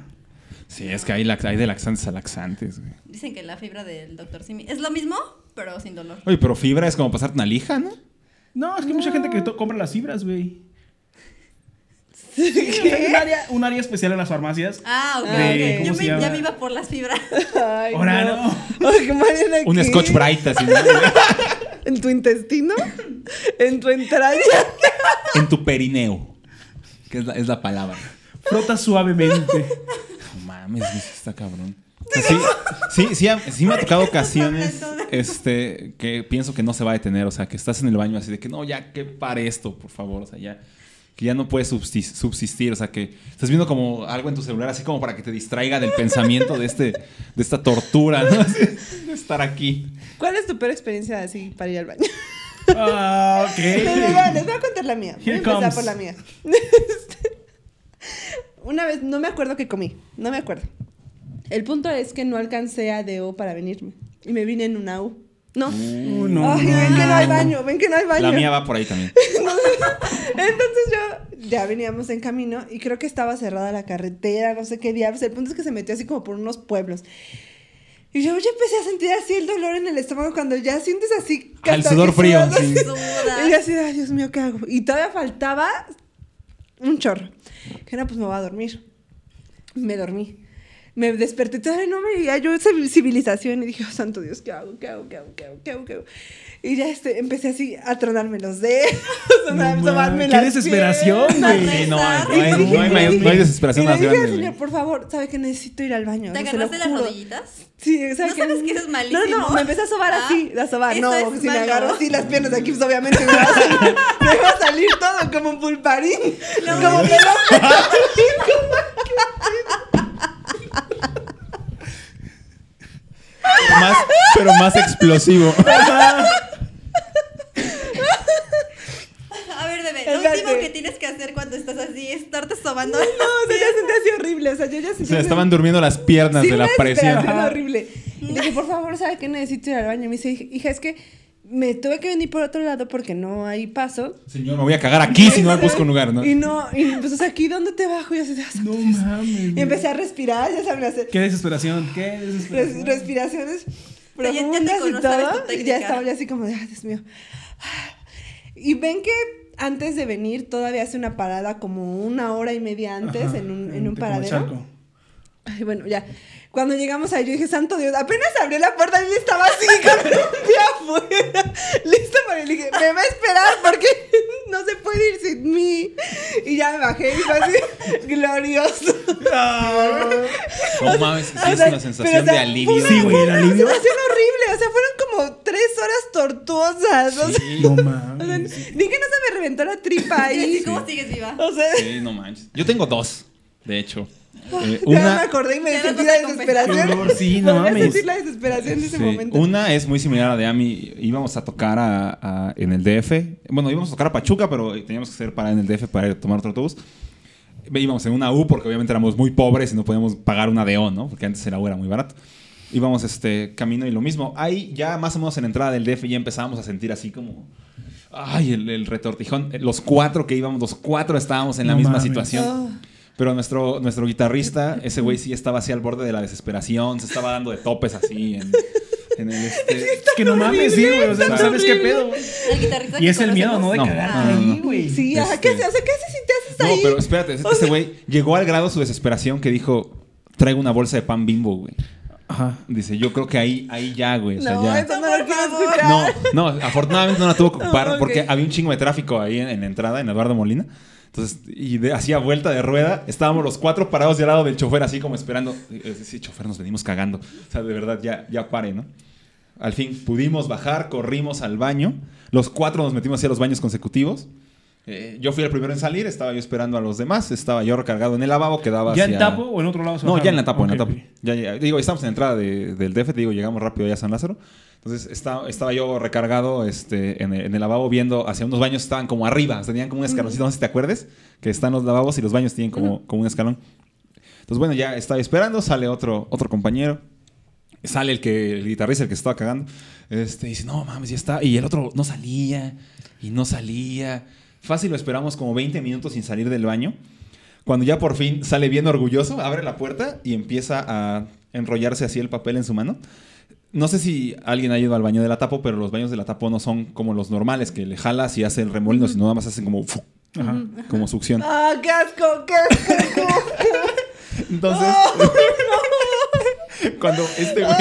[SPEAKER 4] Sí, es que hay, lax- hay de laxantes a laxantes, güey.
[SPEAKER 3] Dicen que la fibra del Dr. Simi es lo mismo, pero sin dolor.
[SPEAKER 4] Oye, pero fibra es como pasarte una lija, ¿no?
[SPEAKER 1] No, es que hay mucha gente que to- compra las fibras, güey. Hay Un
[SPEAKER 2] ¿Qué?
[SPEAKER 1] área, un área especial en las farmacias.
[SPEAKER 3] Ah, ok,
[SPEAKER 2] Ah,
[SPEAKER 3] ok.
[SPEAKER 2] ¿cómo
[SPEAKER 3] Yo
[SPEAKER 1] se
[SPEAKER 3] me-
[SPEAKER 1] llama?
[SPEAKER 3] ya me iba por las fibras.
[SPEAKER 2] Ay,
[SPEAKER 1] Ahora
[SPEAKER 2] no. Ay, Mariana,
[SPEAKER 4] Un
[SPEAKER 2] ¿qué?
[SPEAKER 4] scotch bright así, ¿no?
[SPEAKER 2] ¿En tu intestino? ¿En tu entraña?
[SPEAKER 4] En tu perineo. Que es la, es la palabra.
[SPEAKER 1] Frota suavemente.
[SPEAKER 4] No mames, güey, sí está cabrón. O sea, Sí, sí, sí, a- sí me ha tocado ocasiones
[SPEAKER 3] hablando de-
[SPEAKER 4] este, que pienso que no se va a detener. O sea, que estás en el baño así de que no, ya que pare esto, por favor. O sea, ya. Que ya no puedes subsistir, subsistir. O sea, que estás viendo como algo en tu celular, así como para que te distraiga del pensamiento de, este, de esta tortura, ¿no? Así, de estar aquí.
[SPEAKER 2] ¿Cuál es tu peor experiencia así para ir al baño?
[SPEAKER 1] Ah,
[SPEAKER 2] Les voy,
[SPEAKER 1] ok.
[SPEAKER 2] a, les voy a contar la mía. Voy a
[SPEAKER 1] Here
[SPEAKER 2] empezar
[SPEAKER 1] comes.
[SPEAKER 2] por la mía. Una vez, no me acuerdo qué comí. No me acuerdo. El punto es que no alcancé a DO para venirme. Y me vine en una U. No.
[SPEAKER 1] Uh, no,
[SPEAKER 2] Ay,
[SPEAKER 1] no,
[SPEAKER 2] ven que no hay
[SPEAKER 1] no.
[SPEAKER 2] baño, ven que no hay baño.
[SPEAKER 4] La mía va por ahí también.
[SPEAKER 2] Entonces yo ya veníamos en camino y creo que estaba cerrada la carretera, no sé qué diablos. El punto es que se metió así como por unos pueblos. Y yo ya empecé a sentir así el dolor en el estómago cuando ya sientes así.
[SPEAKER 4] Al
[SPEAKER 2] hasta
[SPEAKER 4] Ah, sudor
[SPEAKER 2] que
[SPEAKER 4] frío,
[SPEAKER 2] sudas,
[SPEAKER 4] sí.
[SPEAKER 2] así.
[SPEAKER 3] Sudas.
[SPEAKER 2] Y yo así, de, ay, Dios mío, ¿qué hago? Y todavía faltaba un chorro. Que no, pues me voy a dormir. Me dormí. Me desperté todavía no me veía yo esa civilización y dije, oh, santo Dios, ¿qué hago? ¿Qué hago? ¿Qué hago? ¿Qué hago? ¿Qué hago? ¿Qué hago? Y ya este, empecé así a tronarme los dedos, a
[SPEAKER 1] No, ma,
[SPEAKER 2] tomarme
[SPEAKER 1] qué
[SPEAKER 2] las
[SPEAKER 1] desesperación,
[SPEAKER 2] piernas.
[SPEAKER 1] güey.
[SPEAKER 4] Sí, no, hay- no
[SPEAKER 2] Y
[SPEAKER 4] hay,
[SPEAKER 2] le dije-
[SPEAKER 4] no hay
[SPEAKER 2] le
[SPEAKER 4] mayor-
[SPEAKER 2] dije-
[SPEAKER 4] no hay desesperación
[SPEAKER 2] y le
[SPEAKER 4] más
[SPEAKER 2] dije al
[SPEAKER 4] grande. güey.
[SPEAKER 2] señor, por favor, sabe que necesito ir al baño.
[SPEAKER 3] ¿Te
[SPEAKER 2] no se lo
[SPEAKER 3] agarraste las
[SPEAKER 2] juro".
[SPEAKER 3] rodillitas?
[SPEAKER 2] Sí, ¿sabes
[SPEAKER 3] ¿No sabes que eso es malísimo?
[SPEAKER 2] No, no, me empecé a sobar
[SPEAKER 3] Ah,
[SPEAKER 2] así, a sobar.
[SPEAKER 3] eso
[SPEAKER 2] No,
[SPEAKER 3] es
[SPEAKER 2] si me
[SPEAKER 3] malo.
[SPEAKER 2] agarro así las piernas de aquí, pues obviamente me va a salir, me va a salir todo como un pulparín. Como pelota.
[SPEAKER 4] más, pero más explosivo.
[SPEAKER 3] A ver, bebé, lo
[SPEAKER 2] Espérate.
[SPEAKER 3] último que tienes que hacer cuando estás así es estarte sobando.
[SPEAKER 2] No, o sea, ya sentí así horrible. O sea, yo ya sentí.
[SPEAKER 4] Se le estaban durmiendo las piernas
[SPEAKER 2] Sí,
[SPEAKER 4] de la
[SPEAKER 2] una
[SPEAKER 4] presión.
[SPEAKER 2] desesperación horrible. Y le dije, por favor, ¿sabe qué necesito ir al baño? Y me dice, hija, es que me tuve que venir por otro lado porque no hay paso.
[SPEAKER 4] Señor, me voy a cagar aquí si no me busco un lugar, ¿no?
[SPEAKER 2] Y no, y pues, o sea, aquí, ¿dónde te bajo? Y yo así, "Ah, santo
[SPEAKER 1] No
[SPEAKER 2] Dios".
[SPEAKER 1] mames.
[SPEAKER 2] Y empecé a respirar, ya saben, hacer
[SPEAKER 1] Qué desesperación, qué
[SPEAKER 2] res-
[SPEAKER 1] desesperación.
[SPEAKER 2] respiraciones
[SPEAKER 3] sea, ya- ya te
[SPEAKER 2] profundas y
[SPEAKER 3] conoces, sabes tu
[SPEAKER 2] todo. Y
[SPEAKER 3] técnica.
[SPEAKER 2] ya estaba yo así como de, ay, Dios mío. Y ven que antes de venir todavía hace una parada como una hora y media antes
[SPEAKER 1] Ajá,
[SPEAKER 2] en un,
[SPEAKER 1] como
[SPEAKER 2] en un
[SPEAKER 1] el
[SPEAKER 2] paradero.
[SPEAKER 1] charco.
[SPEAKER 2] Ay, bueno, ya. Cuando llegamos ahí, yo dije, santo Dios, apenas abrió la puerta y yo estaba así, con un pie afuera, lista para él. Y dije, me va a esperar porque no se puede ir sin mí. Y ya me bajé y fue así, glorioso. Ah,
[SPEAKER 4] No mames, sí
[SPEAKER 2] O
[SPEAKER 4] es
[SPEAKER 2] sea,
[SPEAKER 4] una sensación
[SPEAKER 2] pero, o sea,
[SPEAKER 4] de alivio.
[SPEAKER 1] Sí, güey, el
[SPEAKER 2] Una
[SPEAKER 1] alivio.
[SPEAKER 2] sensación horrible, o sea, fueron como tres horas tortuosas. O sea,
[SPEAKER 4] Sí,
[SPEAKER 1] No
[SPEAKER 2] o sea, ni
[SPEAKER 1] mames.
[SPEAKER 2] que no se me reventó la tripa
[SPEAKER 3] Ay,
[SPEAKER 2] ahí.
[SPEAKER 3] ¿Cómo sigues viva?
[SPEAKER 2] O sea,
[SPEAKER 4] sí, no manches. Yo tengo dos, de hecho. Eh,
[SPEAKER 2] ya me
[SPEAKER 4] una,
[SPEAKER 2] acordé y me
[SPEAKER 3] Ya no
[SPEAKER 2] sentí
[SPEAKER 3] te
[SPEAKER 2] la
[SPEAKER 3] compensas.
[SPEAKER 2] desesperación.
[SPEAKER 1] Qué dolor, sí, no
[SPEAKER 2] Volví a
[SPEAKER 1] mames.
[SPEAKER 2] sentir la desesperación de ese
[SPEAKER 4] sí,
[SPEAKER 2] momento.
[SPEAKER 4] una es muy similar a la de Ami. Íbamos a tocar a- a- en el DF. Bueno, íbamos a tocar a Pachuca, pero teníamos que hacer parada en el DF para ir a tomar otro autobús. Ve- Íbamos en una U porque obviamente éramos muy pobres y no podíamos pagar una DO, ¿no? Porque antes el U era muy barato. Íbamos este camino y lo mismo. Ahí ya más o menos en la entrada del DF ya empezábamos a sentir así como... Ay, el, el retortijón. Los cuatro que íbamos, los cuatro estábamos en la
[SPEAKER 1] No
[SPEAKER 4] misma
[SPEAKER 1] mames.
[SPEAKER 4] situación.
[SPEAKER 2] Oh.
[SPEAKER 4] Pero nuestro, nuestro guitarrista, ese güey sí estaba así al borde de la desesperación, se estaba dando de topes así en, en el este.
[SPEAKER 1] Es que no mames, sí, güey. O sea, no
[SPEAKER 4] Está
[SPEAKER 1] sabes qué pedo.
[SPEAKER 3] El guitarrista
[SPEAKER 1] Y
[SPEAKER 3] que
[SPEAKER 1] es el miedo, ¿no?
[SPEAKER 3] conocemos.
[SPEAKER 1] De
[SPEAKER 4] No,
[SPEAKER 1] cagarte
[SPEAKER 4] no, no,
[SPEAKER 1] ahí, güey.
[SPEAKER 2] Sí, ajá, ¿qué
[SPEAKER 4] Este-
[SPEAKER 2] haces? O sea, ¿qué haces si te haces
[SPEAKER 4] No,
[SPEAKER 2] ahí?
[SPEAKER 4] pero espérate, ese ese güey llegó al grado su desesperación que dijo, traigo una bolsa de pan bimbo, güey.
[SPEAKER 1] Ajá.
[SPEAKER 4] Dice, yo creo que ahí, ahí ya, güey. o sea,
[SPEAKER 2] no,
[SPEAKER 4] ya.
[SPEAKER 2] eso no lo
[SPEAKER 3] Por
[SPEAKER 2] quiero
[SPEAKER 3] favor.
[SPEAKER 2] escuchar.
[SPEAKER 4] No, no, afortunadamente no la tuvo que ocupar
[SPEAKER 2] Ah, ok.
[SPEAKER 4] porque había un chingo de tráfico ahí en, en la entrada, en Eduardo Molina. Entonces, y de- hacía vuelta de rueda. Estábamos los cuatro parados de al lado del chofer, así como esperando. Eh, Sí, chofer, nos venimos cagando. O sea, de verdad, ya, ya pare, ¿no? Al fin pudimos bajar, corrimos al baño. Los cuatro nos metimos hacia los baños consecutivos. Eh, yo fui el primero en salir, estaba yo esperando a los demás. Estaba yo recargado en el lavabo, quedaba
[SPEAKER 1] ¿Ya
[SPEAKER 4] hacia-
[SPEAKER 1] en tapo o en otro lado? se
[SPEAKER 4] ah. no,
[SPEAKER 1] bajaron?
[SPEAKER 4] ya en la tapa,
[SPEAKER 1] Ok,
[SPEAKER 4] en la tapa.
[SPEAKER 1] ok.
[SPEAKER 4] Ya, ya. Digo, estamos en la entrada de- del DF, te digo, llegamos rápido ya a San Lázaro. Entonces esta- estaba yo recargado este, en, el, en el lavabo viendo hacia unos baños, estaban como arriba, tenían como un escaloncito, no sé si te acuerdes, que están los lavabos y los baños tienen como, como un escalón. Entonces bueno, ya estaba esperando, sale otro, otro compañero, sale el que el guitarrista el que se estaba cagando este dice no mames ya está y el otro no salía y no salía fácil lo esperamos como 20 minutos sin salir del baño cuando ya por fin sale bien orgulloso abre la puerta y empieza a enrollarse así el papel en su mano no sé si alguien ha ido al baño de la tapo pero los baños de la tapo no son como los normales que le jalas y hace el remolino sino nada más hacen como fu-
[SPEAKER 1] Ajá.
[SPEAKER 4] como succión
[SPEAKER 2] Ah, qué asco, qué asco.
[SPEAKER 4] Entonces,
[SPEAKER 1] Ah,
[SPEAKER 4] cuando este güey.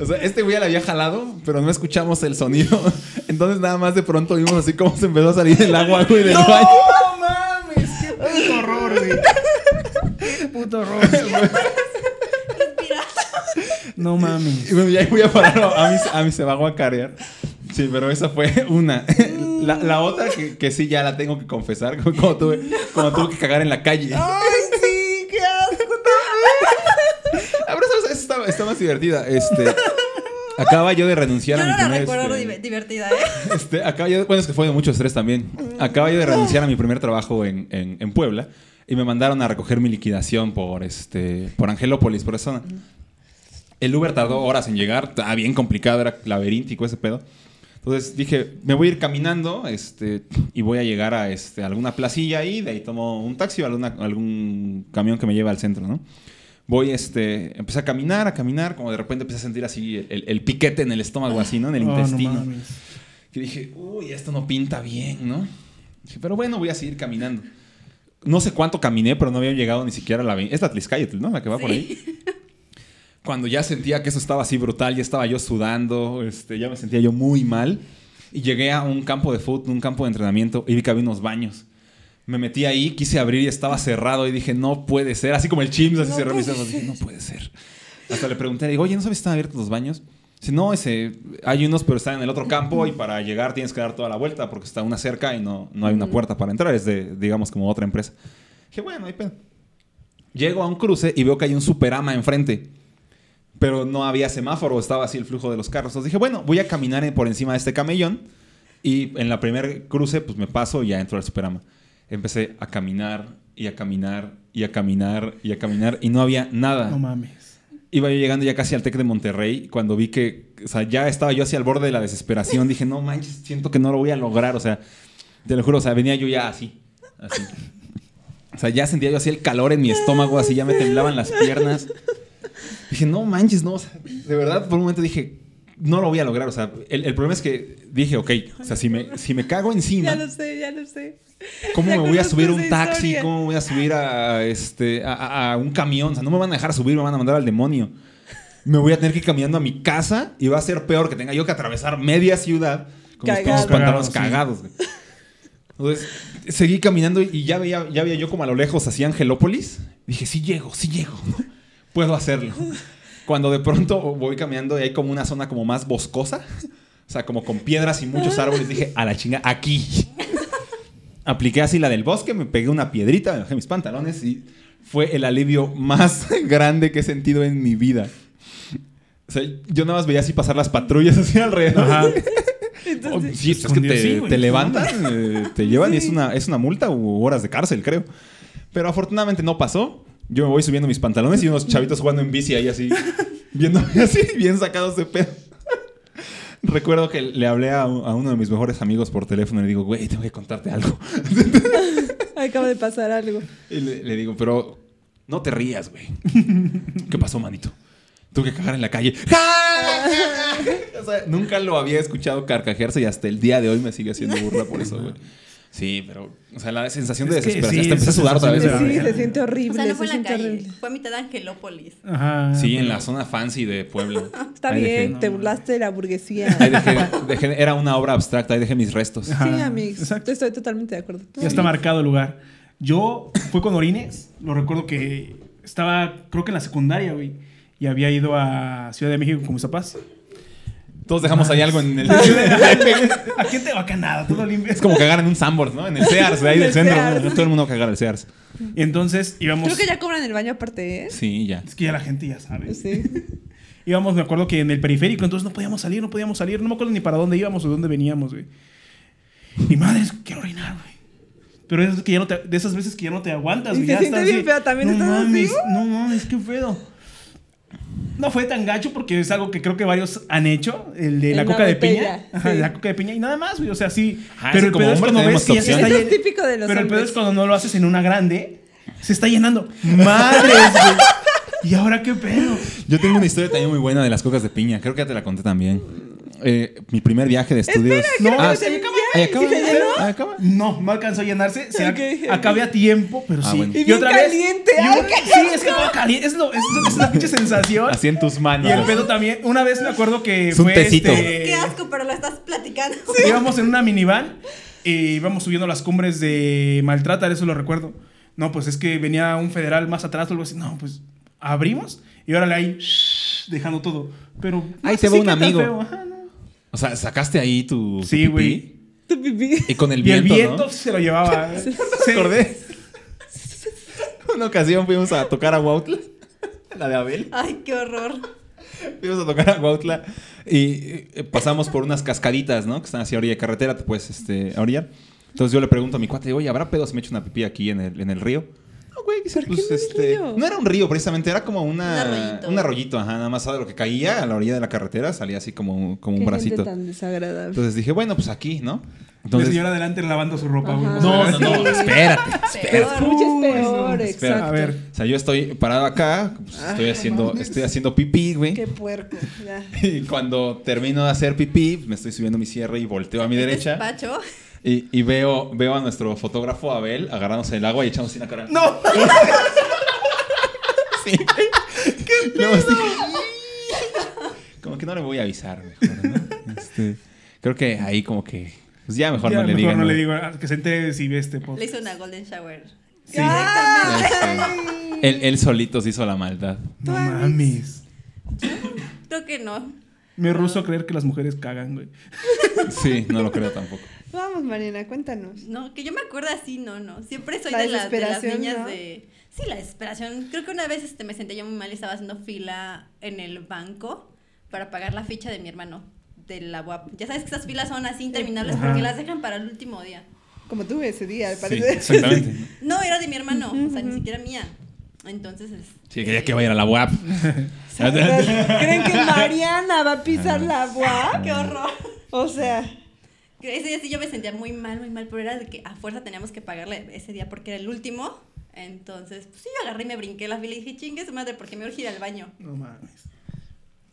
[SPEAKER 4] O sea, este güey ya la había jalado, pero no escuchamos el sonido. Entonces, nada más de pronto vimos así como se empezó a salir el agua, güey, del baño.
[SPEAKER 1] ¡No mames! ¡Qué puto horror, güey! ¡Qué puto horror! güey.
[SPEAKER 3] Respira.
[SPEAKER 1] No mames.
[SPEAKER 4] Y bueno, ya voy a parar. A mí, a mí se va a guacarear. Sí, pero esa fue una. La, la otra que, que sí ya la tengo que confesar, como cuando tuve, cuando tuve que cagar en la calle.
[SPEAKER 2] Ay, sí, qué asco.
[SPEAKER 4] Ah, pero esa- esa está, está más divertida. Este. Acaba yo de renunciar
[SPEAKER 3] Yo
[SPEAKER 4] a mi
[SPEAKER 3] no la
[SPEAKER 4] primer,
[SPEAKER 3] recuerdo
[SPEAKER 4] este,
[SPEAKER 3] div- divertida, ¿eh?
[SPEAKER 4] Este, acabo yo, bueno, es que fue de mucho estrés también. Acabo yo de renunciar a mi primer trabajo en, en- en Puebla y me mandaron a recoger mi liquidación por, este, por Angelópolis, por esa zona. El Uber tardó horas en llegar, estaba bien complicado, era laberíntico ese pedo. Entonces dije, me voy a ir caminando este, y voy a llegar a este, alguna placilla ahí, de ahí tomo un taxi o alguna- algún camión que me lleve al centro, ¿no? Voy, este, empecé a caminar, a caminar, como de repente empecé a sentir así el, el piquete en el estómago, así, ¿no? En el
[SPEAKER 1] Ah,
[SPEAKER 4] intestino
[SPEAKER 1] No mames.
[SPEAKER 4] que dije, uy, esto no pinta bien, ¿no? Dije, pero bueno, voy a seguir caminando. No sé cuánto caminé, pero no había llegado ni siquiera a la... ve- Es la Tliscayetl, ¿no? La que va por ahí. Cuando ya sentía que eso estaba así brutal, ya estaba yo sudando, este, ya me sentía yo muy mal. Y llegué a un campo de fútbol, un campo de entrenamiento, y vi que había unos baños. Me metí ahí, quise abrir y estaba cerrado. Y dije, no puede ser. Así como el Chims, así
[SPEAKER 2] No
[SPEAKER 4] cerró mis
[SPEAKER 2] puede
[SPEAKER 4] ojos. Dije, no puede ser. Hasta le pregunté, le digo, oye, ¿no sabes si están abiertos los baños? Dice, no, ese, hay unos, pero están en el otro campo y para llegar tienes que dar toda la vuelta porque está una cerca y no, no hay una puerta para entrar. Es de, digamos, como otra empresa. Dije, bueno, hay pedo. Llego a un cruce y veo que hay un superama enfrente. pero no había semáforo, estaba así el flujo de los carros. Entonces dije, bueno, voy a caminar en- por encima de este camellón y en la primer cruce pues me paso y ya entro al Superama. Empecé a caminar y a caminar y a caminar y a caminar y no había nada.
[SPEAKER 1] No mames.
[SPEAKER 4] Iba yo llegando ya casi al TEC de Monterrey cuando vi que, o sea, ya estaba yo hacia el borde de la desesperación. Dije, no manches, siento que no lo voy a lograr. O sea, te lo juro, o sea, venía yo ya así, así. O sea, ya sentía yo así el calor en mi estómago, así ya me temblaban las piernas. Dije, no manches, no. o sea, de verdad, por un momento dije, no lo voy a lograr. O sea, el, el problema es que dije, ok, o sea, si me, si me cago encima...
[SPEAKER 2] Ya lo sé, ya lo sé.
[SPEAKER 4] ¿Cómo
[SPEAKER 2] Ya
[SPEAKER 4] me voy a
[SPEAKER 2] conozco
[SPEAKER 4] subir a un
[SPEAKER 2] esa
[SPEAKER 4] taxi?
[SPEAKER 2] historia.
[SPEAKER 4] ¿Cómo me voy a subir a, este, a- a, a un camión? O sea, no me van a dejar subir, me van a mandar al demonio. Me voy a tener que ir caminando a mi casa y va a ser peor que tenga yo que atravesar media ciudad con mis
[SPEAKER 2] Cagado.
[SPEAKER 4] pinches pantalones
[SPEAKER 1] Cagado,
[SPEAKER 4] cagados. güey. Entonces, seguí caminando y ya veía, ya veía yo como a lo lejos así Angelópolis. Dije, sí llego, sí llego. Puedo hacerlo. Cuando de pronto voy caminando y hay como una zona como más boscosa. O sea, como con piedras y muchos árboles. Dije, a la chinga, aquí. Apliqué así la del bosque, me pegué una piedrita, me bajé mis pantalones y fue el alivio más grande que he sentido en mi vida. O sea, yo nada más veía así pasar las patrullas así alrededor.
[SPEAKER 1] Ajá.
[SPEAKER 4] Oh,
[SPEAKER 2] Entonces,
[SPEAKER 4] sí, pues es que te,
[SPEAKER 1] Sí, güey,
[SPEAKER 4] te
[SPEAKER 1] no
[SPEAKER 4] levantan, eh, te llevan y es una, es una multa u horas de cárcel, creo. Pero afortunadamente no pasó. Yo me voy subiendo mis pantalones y unos chavitos jugando en bici ahí así, viéndome así, bien sacados de pedo. Recuerdo que le hablé a, un- a uno de mis mejores amigos por teléfono y le digo, güey, tengo que contarte algo.
[SPEAKER 2] acaba de pasar algo.
[SPEAKER 4] Y le, le digo, pero no te rías, güey. ¿Qué pasó, manito? Tuve que cagar en la calle. O sea, nunca lo había escuchado carcajearse y hasta el día de hoy me sigue haciendo burla por eso, güey. Sí, pero, o sea, la sensación de
[SPEAKER 1] Es que
[SPEAKER 4] desesperación.
[SPEAKER 1] sí,
[SPEAKER 4] hasta empecé a
[SPEAKER 1] esa
[SPEAKER 4] sudar otra
[SPEAKER 1] sensación es de la
[SPEAKER 2] Sí,
[SPEAKER 4] vez.
[SPEAKER 1] verga.
[SPEAKER 2] se siente horrible.
[SPEAKER 3] O sea, no fue
[SPEAKER 2] se
[SPEAKER 3] en la
[SPEAKER 2] siente
[SPEAKER 3] calle,
[SPEAKER 2] horrible.
[SPEAKER 3] fue a mitad de Angelópolis.
[SPEAKER 1] Ajá.
[SPEAKER 4] Sí, en la zona fancy de Puebla.
[SPEAKER 2] Está
[SPEAKER 4] Ahí dejé-
[SPEAKER 2] bien, te burlaste de la burguesía.
[SPEAKER 4] ahí dejé- dejé- era una obra abstracta, ahí dejé mis restos.
[SPEAKER 1] Ajá.
[SPEAKER 2] Sí, amigos.
[SPEAKER 1] Exacto.
[SPEAKER 2] Estoy totalmente de acuerdo.
[SPEAKER 1] Ya está marcado el lugar. Yo fue con orines. Lo recuerdo que estaba, creo que en la secundaria, güey. Y había ido a Ciudad de México con mis papás.
[SPEAKER 4] Todos dejamos ahí algo en el.
[SPEAKER 1] ¿A quién te va a ganar? Todo limpio.
[SPEAKER 4] Es como cagar en un Sambors, ¿no? En el Sears, de ahí
[SPEAKER 2] En
[SPEAKER 4] del
[SPEAKER 2] el
[SPEAKER 4] centro.
[SPEAKER 2] Sears.
[SPEAKER 4] Todo el mundo cagar al Sears.
[SPEAKER 1] Entonces íbamos.
[SPEAKER 2] Creo que ya cobran el baño aparte, ¿eh?
[SPEAKER 4] Sí, ya.
[SPEAKER 1] Es que ya la gente ya sabe.
[SPEAKER 2] Sí.
[SPEAKER 1] Íbamos, me acuerdo que en el periférico, entonces no podíamos salir, no podíamos salir. No me acuerdo ni para dónde íbamos o dónde veníamos, güey. Y madre, quiero orinar, güey. Pero es que ya no te- de esas veces que ya no te aguantas,
[SPEAKER 2] Y
[SPEAKER 1] güey.
[SPEAKER 2] se
[SPEAKER 1] ya
[SPEAKER 2] siente
[SPEAKER 1] estás
[SPEAKER 2] bien
[SPEAKER 1] así,
[SPEAKER 2] feo, también
[SPEAKER 1] no
[SPEAKER 2] estás así,
[SPEAKER 1] mames,
[SPEAKER 2] ¡uh!
[SPEAKER 1] No mames, qué pedo. No fue tan gacho porque es algo que creo que varios han hecho, el de
[SPEAKER 2] En
[SPEAKER 1] la
[SPEAKER 2] la
[SPEAKER 1] coca de
[SPEAKER 2] botella,
[SPEAKER 1] piña. Ajá,
[SPEAKER 2] sí.
[SPEAKER 1] la coca de piña y nada más, güey. O sea, sí.
[SPEAKER 4] Ajá,
[SPEAKER 1] pero
[SPEAKER 4] ese
[SPEAKER 1] el
[SPEAKER 4] Ah, como
[SPEAKER 1] pedo es
[SPEAKER 4] hombre
[SPEAKER 1] cuando
[SPEAKER 4] tenemos
[SPEAKER 1] ves que ya se
[SPEAKER 4] opción.
[SPEAKER 1] está
[SPEAKER 2] Eso es
[SPEAKER 1] llen-
[SPEAKER 2] típico de los
[SPEAKER 1] Pero el pedo
[SPEAKER 2] hombres.
[SPEAKER 1] es cuando no lo haces en una grande, se está llenando. Madres, güey. ¿Y ahora qué pedo?
[SPEAKER 4] Yo tengo una historia también muy buena de las cocas de piña. Creo que ya te la conté también. Eh, mi primer viaje de estudios.
[SPEAKER 1] No,
[SPEAKER 4] Ah,
[SPEAKER 1] se acaba.
[SPEAKER 4] ahí acaba.
[SPEAKER 1] ¿Sí se llenó?
[SPEAKER 4] Ahí acaba.
[SPEAKER 1] No, no alcanzó a llenarse. Se ac-
[SPEAKER 2] Ok, ok.
[SPEAKER 1] acabé a tiempo, pero
[SPEAKER 4] Ah,
[SPEAKER 1] sí.
[SPEAKER 4] bueno. Y
[SPEAKER 2] bien
[SPEAKER 1] otra vez-
[SPEAKER 2] caliente,
[SPEAKER 1] y
[SPEAKER 2] ay,
[SPEAKER 1] un-
[SPEAKER 2] qué
[SPEAKER 1] sí, es que todo caliente. Es, lo, es, es la pinche sensación.
[SPEAKER 4] Así en tus manos.
[SPEAKER 1] Y el pedo también. Una vez me acuerdo que
[SPEAKER 4] Es un
[SPEAKER 1] fue
[SPEAKER 4] tecito.
[SPEAKER 1] este-
[SPEAKER 3] Qué asco, pero lo estás platicando.
[SPEAKER 1] Íbamos en una minivan y íbamos subiendo las cumbres de Maltratar, eso lo recuerdo. No, pues es que venía un federal más atrás o algo así. No, pues abrimos y ahora le ahí shh, dejando todo. Pero
[SPEAKER 4] Ahí
[SPEAKER 1] no sé
[SPEAKER 4] te va
[SPEAKER 1] si
[SPEAKER 4] un
[SPEAKER 1] qué tan
[SPEAKER 4] amigo.
[SPEAKER 1] feo, ajá, no.
[SPEAKER 4] O sea, sacaste ahí tu. tu
[SPEAKER 1] Sí,
[SPEAKER 4] pipí
[SPEAKER 1] güey.
[SPEAKER 2] Tu pipí.
[SPEAKER 4] Y con el
[SPEAKER 1] Y el
[SPEAKER 4] viento.
[SPEAKER 1] viento se lo llevaba.
[SPEAKER 4] ¿no?
[SPEAKER 1] Se-
[SPEAKER 4] Acordé. una ocasión fuimos a tocar a Huautla. La de Abel.
[SPEAKER 3] Ay, qué horror.
[SPEAKER 4] Fuimos a tocar a Huautla y eh, pasamos por unas cascaditas, ¿no? Que están hacia orilla de carretera, te puedes este, orillar. Entonces yo le pregunto a mi cuate, oye, ¿habrá pedo si me echo una pipí aquí en el, en el río? No, güey, dice,
[SPEAKER 2] ¿Por qué
[SPEAKER 4] pues,
[SPEAKER 2] en el
[SPEAKER 4] este,
[SPEAKER 2] río?
[SPEAKER 4] no era un río precisamente, era como una,
[SPEAKER 3] Un arroyito.
[SPEAKER 4] Un arroyito, ajá, nada más de lo que caía a la orilla de la carretera, salía así como, como un
[SPEAKER 2] Qué gente
[SPEAKER 4] bracito.
[SPEAKER 2] tan desagradable.
[SPEAKER 4] Entonces dije, bueno, pues aquí, ¿no?
[SPEAKER 1] La
[SPEAKER 4] Entonces,
[SPEAKER 1] señora adelante lavando su ropa, güey.
[SPEAKER 2] Ajá.
[SPEAKER 4] no, no, no,
[SPEAKER 2] Sí.
[SPEAKER 4] espérate.
[SPEAKER 2] Pero
[SPEAKER 3] Peor.
[SPEAKER 2] mucho es
[SPEAKER 1] Uy,
[SPEAKER 2] peor,
[SPEAKER 1] no,
[SPEAKER 4] espera.
[SPEAKER 2] exacto.
[SPEAKER 1] A ver.
[SPEAKER 4] O sea, yo estoy parado acá, pues, estoy, haciendo, estoy haciendo pipí, güey.
[SPEAKER 2] Qué puerco. ya.
[SPEAKER 4] Y cuando termino de hacer pipí, me estoy subiendo mi cierre y volteo a mi derecha.
[SPEAKER 3] este Despacho.
[SPEAKER 4] Y, y veo, veo a nuestro fotógrafo Abel agarrándose el agua y echándose en la cara.
[SPEAKER 1] No,
[SPEAKER 4] Sí. ¡Qué Como que no le voy a avisar, mejor, ¿no? Este, creo que ahí como que... Pues ya mejor
[SPEAKER 1] Ya,
[SPEAKER 4] no le
[SPEAKER 1] mejor
[SPEAKER 4] digan.
[SPEAKER 1] no
[SPEAKER 4] ¿no?
[SPEAKER 1] le digo ah, que se entere si ve este
[SPEAKER 3] Le
[SPEAKER 1] podcast.
[SPEAKER 3] hice una golden shower.
[SPEAKER 1] Sí.
[SPEAKER 4] Ya sé. Este, Él, él solito se hizo la maldad.
[SPEAKER 1] No mames.
[SPEAKER 3] Creo que no.
[SPEAKER 1] Me ruso creer que las mujeres cagan, güey.
[SPEAKER 4] Sí, no lo creo tampoco.
[SPEAKER 2] Vamos, Mariana, cuéntanos.
[SPEAKER 3] No, que yo me acuerdo así, no, no. Siempre soy
[SPEAKER 2] La
[SPEAKER 3] de, las, de las
[SPEAKER 2] desesperación,
[SPEAKER 3] niñas
[SPEAKER 2] ¿no?
[SPEAKER 3] de... Sí, la desesperación. Creo que una vez este, me senté yo muy mal y estaba haciendo fila en el banco para pagar la ficha de mi hermano de la UAP. Ya sabes que esas filas son así interminables
[SPEAKER 1] Ajá.
[SPEAKER 3] porque las dejan para el último día.
[SPEAKER 2] Como tú ese día, al
[SPEAKER 4] Sí,
[SPEAKER 2] parecer.
[SPEAKER 4] exactamente.
[SPEAKER 3] No, era de mi hermano, o sea, ni siquiera mía. Entonces... es-
[SPEAKER 4] Sí, quería que vayan a la UAP.
[SPEAKER 2] ¿Creen que Mariana va a pisar la
[SPEAKER 3] ¡Ah,
[SPEAKER 2] agua?
[SPEAKER 3] qué horror!
[SPEAKER 2] O sea,
[SPEAKER 3] Que Ese día sí yo me sentía muy mal, muy mal, pero era de que a fuerza teníamos que pagarle ese día porque era el último. Entonces, pues sí, yo agarré y me brinqué la fila y dije, chingue su madre, porque me urgí ir al baño.
[SPEAKER 1] No mames.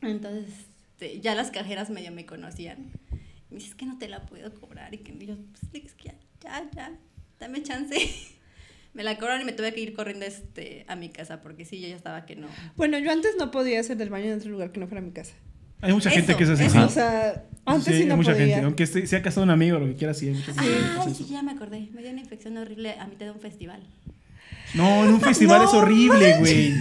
[SPEAKER 3] Entonces, este, ya las cajeras medio me conocían. Y me dice, es que no te la puedo cobrar. Y que y yo, pues es que ya, ya, ya, dame chance. me la cobraron y me tuve que ir corriendo este, a mi casa porque sí, yo ya estaba que no.
[SPEAKER 2] bueno, yo antes no podía hacer del baño en otro lugar que no fuera mi casa.
[SPEAKER 1] Hay mucha
[SPEAKER 3] Eso,
[SPEAKER 1] gente que es así.
[SPEAKER 3] eso.
[SPEAKER 2] O sea, antes sí,
[SPEAKER 1] hay
[SPEAKER 2] no
[SPEAKER 1] mucha
[SPEAKER 2] podía.
[SPEAKER 1] gente. Aunque esté- sea casado un amigo, lo que quiera, sí. hay mucha gente que
[SPEAKER 3] Ay,
[SPEAKER 1] hace
[SPEAKER 3] sí, ya me acordé. Me dio una infección horrible a mitad de un festival.
[SPEAKER 1] eso. No, en un festival
[SPEAKER 2] No
[SPEAKER 1] es horrible, güey.